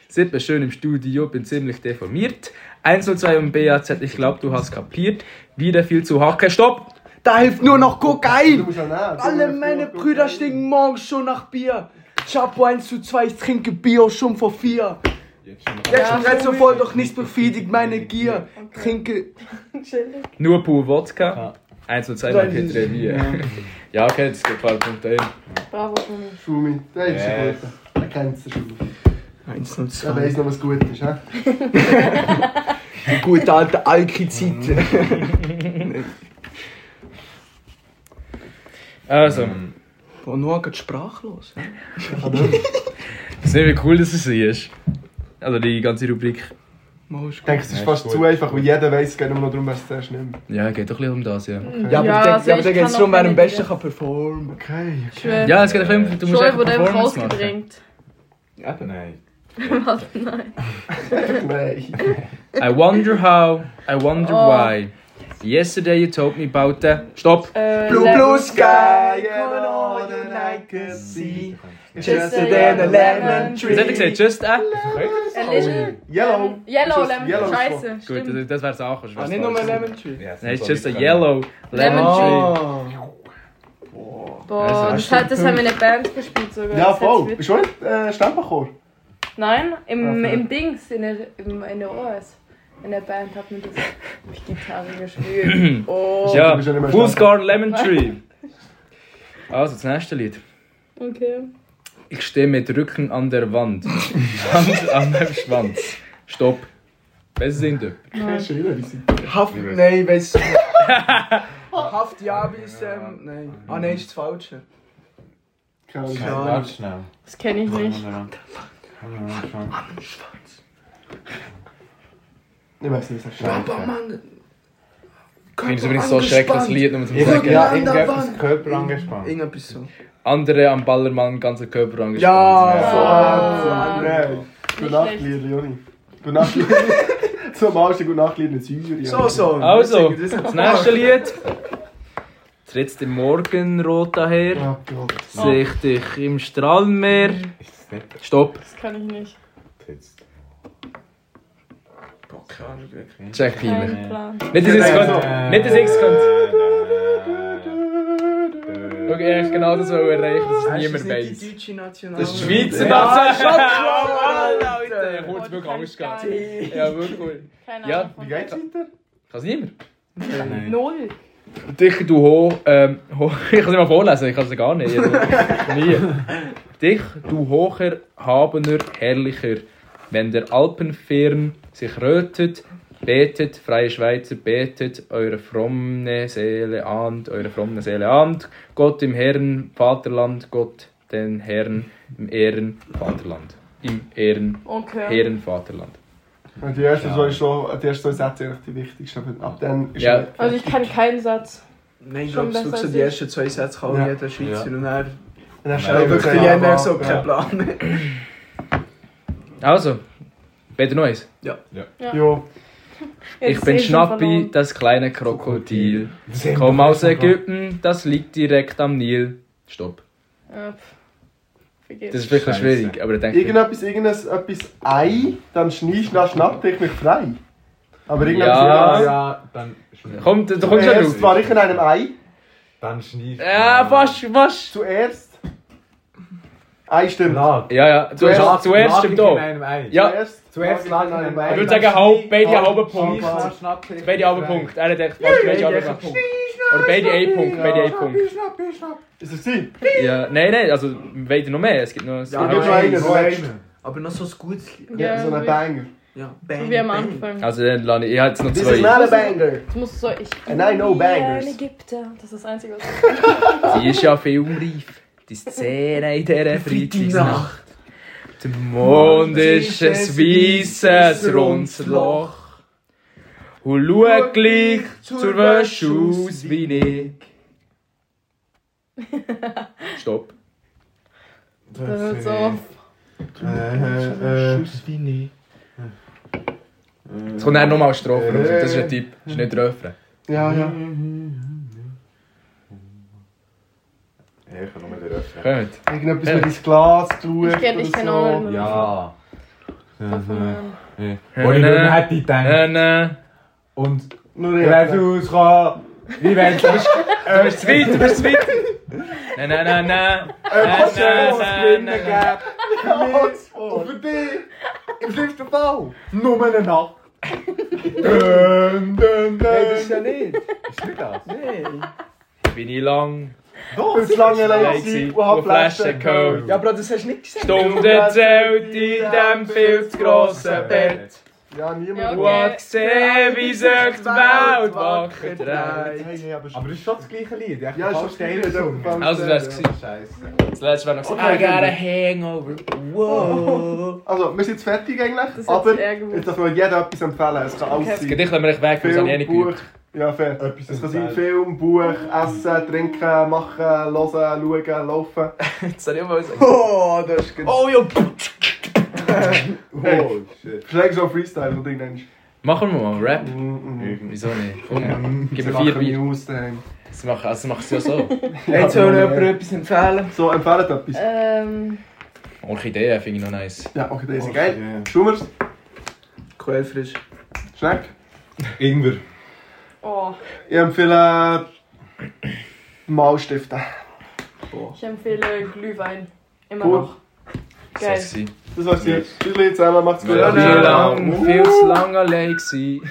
[SPEAKER 11] Sind wir schön im Studio, bin ziemlich deformiert. 1 und 2 und BAZ, ich glaube, du hast kapiert. Wieder viel zu hacke. Stopp!
[SPEAKER 1] Da hilft nur noch
[SPEAKER 9] Du
[SPEAKER 1] Kokain.
[SPEAKER 9] musst auch nehmen.
[SPEAKER 1] Alle meine Brüder stinken morgens schon nach Bier. Chapo 1 zu 2, ich trinke Bier schon vor 4. Jetzt schon ja, so voll, doch nicht befriedigt meine Gier. Trinke.
[SPEAKER 11] Nur pur Wodka. Eins und zwei
[SPEAKER 1] Nein,
[SPEAKER 11] Mal geht
[SPEAKER 1] das ist-
[SPEAKER 11] Revier. Ja. okay, das geht halt voll Punkt ein.
[SPEAKER 3] Bravo, Tommy.
[SPEAKER 9] Schumi. Nein, das ist ein
[SPEAKER 8] Yes.
[SPEAKER 9] guter. Er kennt es schon.
[SPEAKER 1] 1 und
[SPEAKER 9] Er
[SPEAKER 1] 2.
[SPEAKER 9] weiß noch, was gut ist. hä?
[SPEAKER 1] Die gute alte Alki-Zeit.
[SPEAKER 11] Also,
[SPEAKER 1] Und nur geht sprachlos. ja.
[SPEAKER 11] seht wie cool das ist. Also die ganze Rubrik.
[SPEAKER 1] Mal ist
[SPEAKER 9] Ich
[SPEAKER 1] gut.
[SPEAKER 9] denke, es ist fast zu einfach, weil jeder weiß, es geht nur noch darum, wer es zuerst nimmt.
[SPEAKER 11] Ja, geht doch ein bisschen um das, ja.
[SPEAKER 1] Ja, aber
[SPEAKER 3] Ja,
[SPEAKER 1] ja, dann,
[SPEAKER 3] also
[SPEAKER 1] aber
[SPEAKER 3] ich
[SPEAKER 1] dann geht
[SPEAKER 3] kann
[SPEAKER 1] es darum,
[SPEAKER 3] noch
[SPEAKER 1] wer am
[SPEAKER 3] keine
[SPEAKER 1] besten
[SPEAKER 3] Lieder.
[SPEAKER 1] kann performen
[SPEAKER 9] Okay.
[SPEAKER 3] Schön.
[SPEAKER 11] Ja, es geht ein bisschen um, du musst
[SPEAKER 3] Joel
[SPEAKER 11] einfach
[SPEAKER 3] wurde einfach
[SPEAKER 11] Performance machen.
[SPEAKER 3] rausgedrängt.
[SPEAKER 8] Nein.
[SPEAKER 3] Was? Nein.
[SPEAKER 9] Nein.
[SPEAKER 11] I wonder how, I wonder
[SPEAKER 3] Oh.
[SPEAKER 11] why. Yesterday you told me about the... Stopp!
[SPEAKER 3] Äh,
[SPEAKER 1] Blue,
[SPEAKER 3] Level-
[SPEAKER 1] blue sky, coming on you like a sea. Just a damn lemon tree.
[SPEAKER 11] Was hat er gesagt? Just a...
[SPEAKER 3] Äh, Lemon-
[SPEAKER 9] Yellow.
[SPEAKER 3] Yellow
[SPEAKER 9] Just
[SPEAKER 3] Lemon.
[SPEAKER 9] yellow
[SPEAKER 3] Scheiße.
[SPEAKER 11] Oh, Gut,
[SPEAKER 3] stimmt.
[SPEAKER 11] das- das wär's auch. das wär's
[SPEAKER 1] Ah, nicht nur
[SPEAKER 11] falsch.
[SPEAKER 1] ein lemon tree.
[SPEAKER 8] Ja, es
[SPEAKER 11] Nein, it's
[SPEAKER 8] sind so
[SPEAKER 11] just a
[SPEAKER 8] Leute,
[SPEAKER 11] yellow lemon
[SPEAKER 3] Lemon
[SPEAKER 11] tree.
[SPEAKER 1] Ah.
[SPEAKER 3] Boah, das, hat, das haben wir in der Band gespielt sogar.
[SPEAKER 9] Ja,
[SPEAKER 3] Das hat's
[SPEAKER 9] voll.
[SPEAKER 3] mit-
[SPEAKER 9] Bist du nicht äh, Stempelchor?
[SPEAKER 3] Nein, im,
[SPEAKER 9] Ah, voll.
[SPEAKER 3] im Dings, in der, im, in der OS. In der Band hat man das hab ich Gitarre gespielt. Oh.
[SPEAKER 9] du
[SPEAKER 11] Ja,
[SPEAKER 9] bist ja nicht mehr
[SPEAKER 11] Fullscar Lemon Tree. Also, das nächste Lied.
[SPEAKER 3] Okay.
[SPEAKER 11] Ich stehe mit Rücken an der Wand. Hand an meinem Schwanz. Stopp. Besser sind wir.
[SPEAKER 9] Schön, wie sie.
[SPEAKER 1] Haft, ehm, nein, weißt du.
[SPEAKER 5] Haftjabi ist, ähm, nein. Ah, nein, ist das Falsche.
[SPEAKER 9] Keine Ahnung.
[SPEAKER 5] Keine Ahnung.
[SPEAKER 10] Warte schnell.
[SPEAKER 3] Das kenne ich nicht.
[SPEAKER 9] Ich weiß nicht, was ich
[SPEAKER 5] Aber
[SPEAKER 10] Scheiße.
[SPEAKER 5] Mann,
[SPEAKER 11] Ich finde es übrigens so schrecklich, das Lied nur zum
[SPEAKER 10] Irgend-
[SPEAKER 11] Sagen.
[SPEAKER 10] Ja, irgendetwas Körper angespannt.
[SPEAKER 5] irgendetwas so.
[SPEAKER 11] Andere am Ballermann, ganzer Körper angespannt.
[SPEAKER 9] Ja, so nein. Gute Nacht,
[SPEAKER 3] schlecht.
[SPEAKER 9] Lieder, Joni. Gute Nacht, Lieder. Zum Arsch, gute Nacht, Lieder in Syrien.
[SPEAKER 5] So, so.
[SPEAKER 11] Also,
[SPEAKER 5] Das ist-
[SPEAKER 11] das nächste Lied. Trittst im Morgenrot daher,
[SPEAKER 9] Oh Gott.
[SPEAKER 11] seh ich dich im Strahlenmeer. Stopp,
[SPEAKER 3] Das kann ich nicht.
[SPEAKER 11] check peinlich.
[SPEAKER 3] Kein Plan.
[SPEAKER 11] Nicht, dass ich es könnte. Nicht, dass ich es könnte. Schau, ich hab genau das wollte erreichen, dass es
[SPEAKER 5] Hast du
[SPEAKER 11] niemand
[SPEAKER 5] nicht die
[SPEAKER 11] weiss.
[SPEAKER 5] deutsche National.
[SPEAKER 11] Das ist Oh, die Schweizer
[SPEAKER 5] Ja,
[SPEAKER 11] Nationalmannschaft! Leute, ich habe wirklich Angst gehabt.
[SPEAKER 3] Keine
[SPEAKER 11] Ja, wirklich.
[SPEAKER 3] Ahnung.
[SPEAKER 11] Ja,
[SPEAKER 3] von-
[SPEAKER 9] geht's weiter?
[SPEAKER 11] Kann es niemand?
[SPEAKER 3] Null.
[SPEAKER 11] Dich, du Ho, ähm, Ho ich kann es nicht mal vorlesen, ich kann es gar nicht. Also, nie. Dich, du hoher, habener, herrlicher, wenn der Alpenfirn sich rötet, betet, freie Schweizer, betet, eure fromme Seele ahnt, eure fromme Seele ahnt, Gott im Herren, Vaterland, Gott den Herrn im Ehren, Vaterland. Im Ehren,
[SPEAKER 3] Okay.
[SPEAKER 11] Herren, Vaterland.
[SPEAKER 9] Und die ersten zwei schon, die ersten zwei Sätze sind eigentlich die wichtigsten. aber Ab dann ist
[SPEAKER 11] Ja.
[SPEAKER 9] er-
[SPEAKER 3] Also ich kann keinen Satz.
[SPEAKER 5] Nein, ich
[SPEAKER 3] Schon
[SPEAKER 5] glaube, so
[SPEAKER 3] besser
[SPEAKER 5] gesehen,
[SPEAKER 3] als
[SPEAKER 5] die
[SPEAKER 3] ich.
[SPEAKER 5] ersten zwei Sätze kann
[SPEAKER 9] Ja.
[SPEAKER 5] jeder Schweizer und er.
[SPEAKER 9] Dann hast du
[SPEAKER 5] Ja,
[SPEAKER 9] auch
[SPEAKER 5] wirklich,
[SPEAKER 9] keinen
[SPEAKER 5] die haben ja so
[SPEAKER 9] Plan.
[SPEAKER 5] keinen Plan mehr.
[SPEAKER 11] Also, weder noch eins.
[SPEAKER 9] Ja.
[SPEAKER 3] Ja,
[SPEAKER 11] Ich
[SPEAKER 3] das
[SPEAKER 11] bin
[SPEAKER 3] ist schon
[SPEAKER 11] Schnappi,
[SPEAKER 3] verloren.
[SPEAKER 11] das kleine Krokodil. Komm aus Ägypten, das liegt direkt am Nil. Stopp.
[SPEAKER 3] Ja, pff. Vergiss.
[SPEAKER 11] Das ist vielleicht noch
[SPEAKER 10] Scheiße.
[SPEAKER 11] schwierig, aber ich denke.
[SPEAKER 9] Irgendetwas, irgendetwas etwas Ei, dann schneidest du, schnapp dich mich frei. Aber irgendetwas.
[SPEAKER 11] Ja.
[SPEAKER 10] Ja, dann schneid.
[SPEAKER 11] Komm, du, du kommst schon
[SPEAKER 9] Zuerst
[SPEAKER 11] drauf.
[SPEAKER 9] war ich in einem Ei.
[SPEAKER 10] Dann schneid.
[SPEAKER 11] Ja, fast, fast.
[SPEAKER 9] Zuerst. Ei stimmt.
[SPEAKER 10] Lag.
[SPEAKER 11] Ja, ja, du
[SPEAKER 9] Zuerst-
[SPEAKER 11] hast zuerst im
[SPEAKER 10] Lag in
[SPEAKER 11] Dom.
[SPEAKER 10] einem Ei.
[SPEAKER 11] Ja,
[SPEAKER 9] Zuerst.
[SPEAKER 10] Zuerst lag ich in einem Ei.
[SPEAKER 11] ich würde sagen, halb, beide
[SPEAKER 9] Halb-
[SPEAKER 11] halben Punkt.
[SPEAKER 9] halb-
[SPEAKER 11] Beide halben Punkt. Er hat echt fast beide halben Punkt. Oder beide ein Punkt, beide ein Punkt.
[SPEAKER 9] Ist es sie?
[SPEAKER 11] Ja, nein, nein, also beide noch mehr. Es gibt noch. es
[SPEAKER 5] Ja,
[SPEAKER 11] gibt
[SPEAKER 9] Gib
[SPEAKER 11] noch-
[SPEAKER 9] noch
[SPEAKER 5] nein,
[SPEAKER 9] einen,
[SPEAKER 5] so
[SPEAKER 9] so
[SPEAKER 5] einen. Aber noch so ein gutes Lied.
[SPEAKER 9] Ja, so ein Banger.
[SPEAKER 5] Ja,
[SPEAKER 3] So
[SPEAKER 5] bang,
[SPEAKER 3] Wie am
[SPEAKER 5] bang.
[SPEAKER 3] Anfang.
[SPEAKER 11] Also dann lade ich, ich habe jetzt noch
[SPEAKER 9] This is
[SPEAKER 11] zwei.
[SPEAKER 9] not a banger.
[SPEAKER 3] Das muss so ich.
[SPEAKER 9] And I know bangers.
[SPEAKER 3] Wie ein Ägypter. Das ist das Einzige, was
[SPEAKER 11] Die ist ja filmreif. Die Szene in dieser Freitagsnacht. Der Mond ist ein weisses, rundes Loch. Und schau gleich zur Wäsche aus wie ich. Stopp.
[SPEAKER 3] Das hört so auf.
[SPEAKER 9] Äh, äh,
[SPEAKER 11] Es kommt dann nochmal Strophe raus. Das ist ein Tipp. Das ist nicht der Refrain.
[SPEAKER 9] ja, ja.
[SPEAKER 10] Ja, ich kann nur den Refrain.
[SPEAKER 11] Kommt.
[SPEAKER 9] Irgendetwas mit ins Glas tun.
[SPEAKER 3] Ich kenne ich kenn auch nicht mehr.
[SPEAKER 10] Ja.
[SPEAKER 3] davon.
[SPEAKER 10] Ja. Wo ich nicht mehr hätte gedacht.
[SPEAKER 11] Äh, ne.
[SPEAKER 10] Und
[SPEAKER 9] Nur
[SPEAKER 10] ich
[SPEAKER 9] ja.
[SPEAKER 10] werde rauskommen. Wie wär's?
[SPEAKER 11] Du bist zu weit, du bist zu weit. Nein, nein, nein, nein.
[SPEAKER 9] Äh,
[SPEAKER 11] Nein, nein, nein, nein, nein.
[SPEAKER 9] Was Und für dich. Im schlimmsten Fall.
[SPEAKER 10] Nur eine Nacht. Dun, dun,
[SPEAKER 5] Das ist
[SPEAKER 10] dun.
[SPEAKER 5] ja nicht.
[SPEAKER 10] Ist nicht das?
[SPEAKER 5] Nein.
[SPEAKER 11] Bin ich lang.
[SPEAKER 9] Doch. Für lange
[SPEAKER 11] Nein,
[SPEAKER 9] allein
[SPEAKER 11] sie.
[SPEAKER 9] sein
[SPEAKER 11] Wo
[SPEAKER 9] und hab
[SPEAKER 11] Flaschen
[SPEAKER 9] Flaschen
[SPEAKER 11] geholt.
[SPEAKER 5] Ja, Bro, das hast du nicht gesagt.
[SPEAKER 11] Stunden zählt in dem viel zu grossen Bett.
[SPEAKER 9] Ja, niemand.
[SPEAKER 3] Ja,
[SPEAKER 11] Du hast gesehen, wie sich die Welt wacker dreht.
[SPEAKER 9] Hey, hey, aber
[SPEAKER 10] Aber das ist schon das gleiche Lied. Ich
[SPEAKER 9] Ja,
[SPEAKER 10] hab
[SPEAKER 9] ist
[SPEAKER 10] falsch
[SPEAKER 9] schon geil.
[SPEAKER 10] gesungen.
[SPEAKER 11] Also, das wär's gewesen.
[SPEAKER 10] Scheiße.
[SPEAKER 11] Das letzte war noch so, I got a hangover. Wow.
[SPEAKER 9] Also, wir sind jetzt fertig eigentlich.
[SPEAKER 3] Das hat
[SPEAKER 9] aber
[SPEAKER 3] sich eher gewusst.
[SPEAKER 9] jetzt darf mir jeder etwas empfehlen. Es kann alles
[SPEAKER 11] Das
[SPEAKER 9] sein.
[SPEAKER 11] Gedicht lassen wir echt weg, weil es habe ich eh nicht
[SPEAKER 9] Buch.
[SPEAKER 11] geübt.
[SPEAKER 9] Ja, fair.
[SPEAKER 10] Etwas
[SPEAKER 9] Es kann sein
[SPEAKER 10] empfehlen.
[SPEAKER 9] Film, Buch, Essen, Trinken, Machen, Hören, Schauen, Laufen.
[SPEAKER 11] Jetzt soll ich mal sagen.
[SPEAKER 5] Oh, das ist gut.
[SPEAKER 11] Oh, ja.
[SPEAKER 10] Oh, shit.
[SPEAKER 9] Schlägst du auch Freestyle und irgendwann.
[SPEAKER 11] Machen wir mal einen Rap.
[SPEAKER 9] Mhm.
[SPEAKER 11] Wieso nicht? Komm,
[SPEAKER 9] Mhm.
[SPEAKER 11] gib
[SPEAKER 9] Sie
[SPEAKER 11] mir vier
[SPEAKER 9] lachen mich
[SPEAKER 11] Bier.
[SPEAKER 9] aus daheim.
[SPEAKER 11] Das macht also das macht es ja so.
[SPEAKER 5] Jetzt soll jemand etwas empfehlen.
[SPEAKER 9] So, empfehlt etwas.
[SPEAKER 3] Ähm,
[SPEAKER 11] Orchideen finde ich noch nice.
[SPEAKER 9] Ja, okay, das ist geil. Schummers,
[SPEAKER 5] Quellfrisch.
[SPEAKER 9] Schneck.
[SPEAKER 10] Ingwer.
[SPEAKER 3] oh,
[SPEAKER 9] Ich empfehle äh, Malstifte.
[SPEAKER 3] ich empfehle Glühwein. Immer
[SPEAKER 9] Cool.
[SPEAKER 3] noch. Geil.
[SPEAKER 11] Sexy.
[SPEAKER 9] Das war's jetzt. Tschüss, zusammen, macht's gut.
[SPEAKER 11] Wir waren lang, viel zu lang allein. gewesen.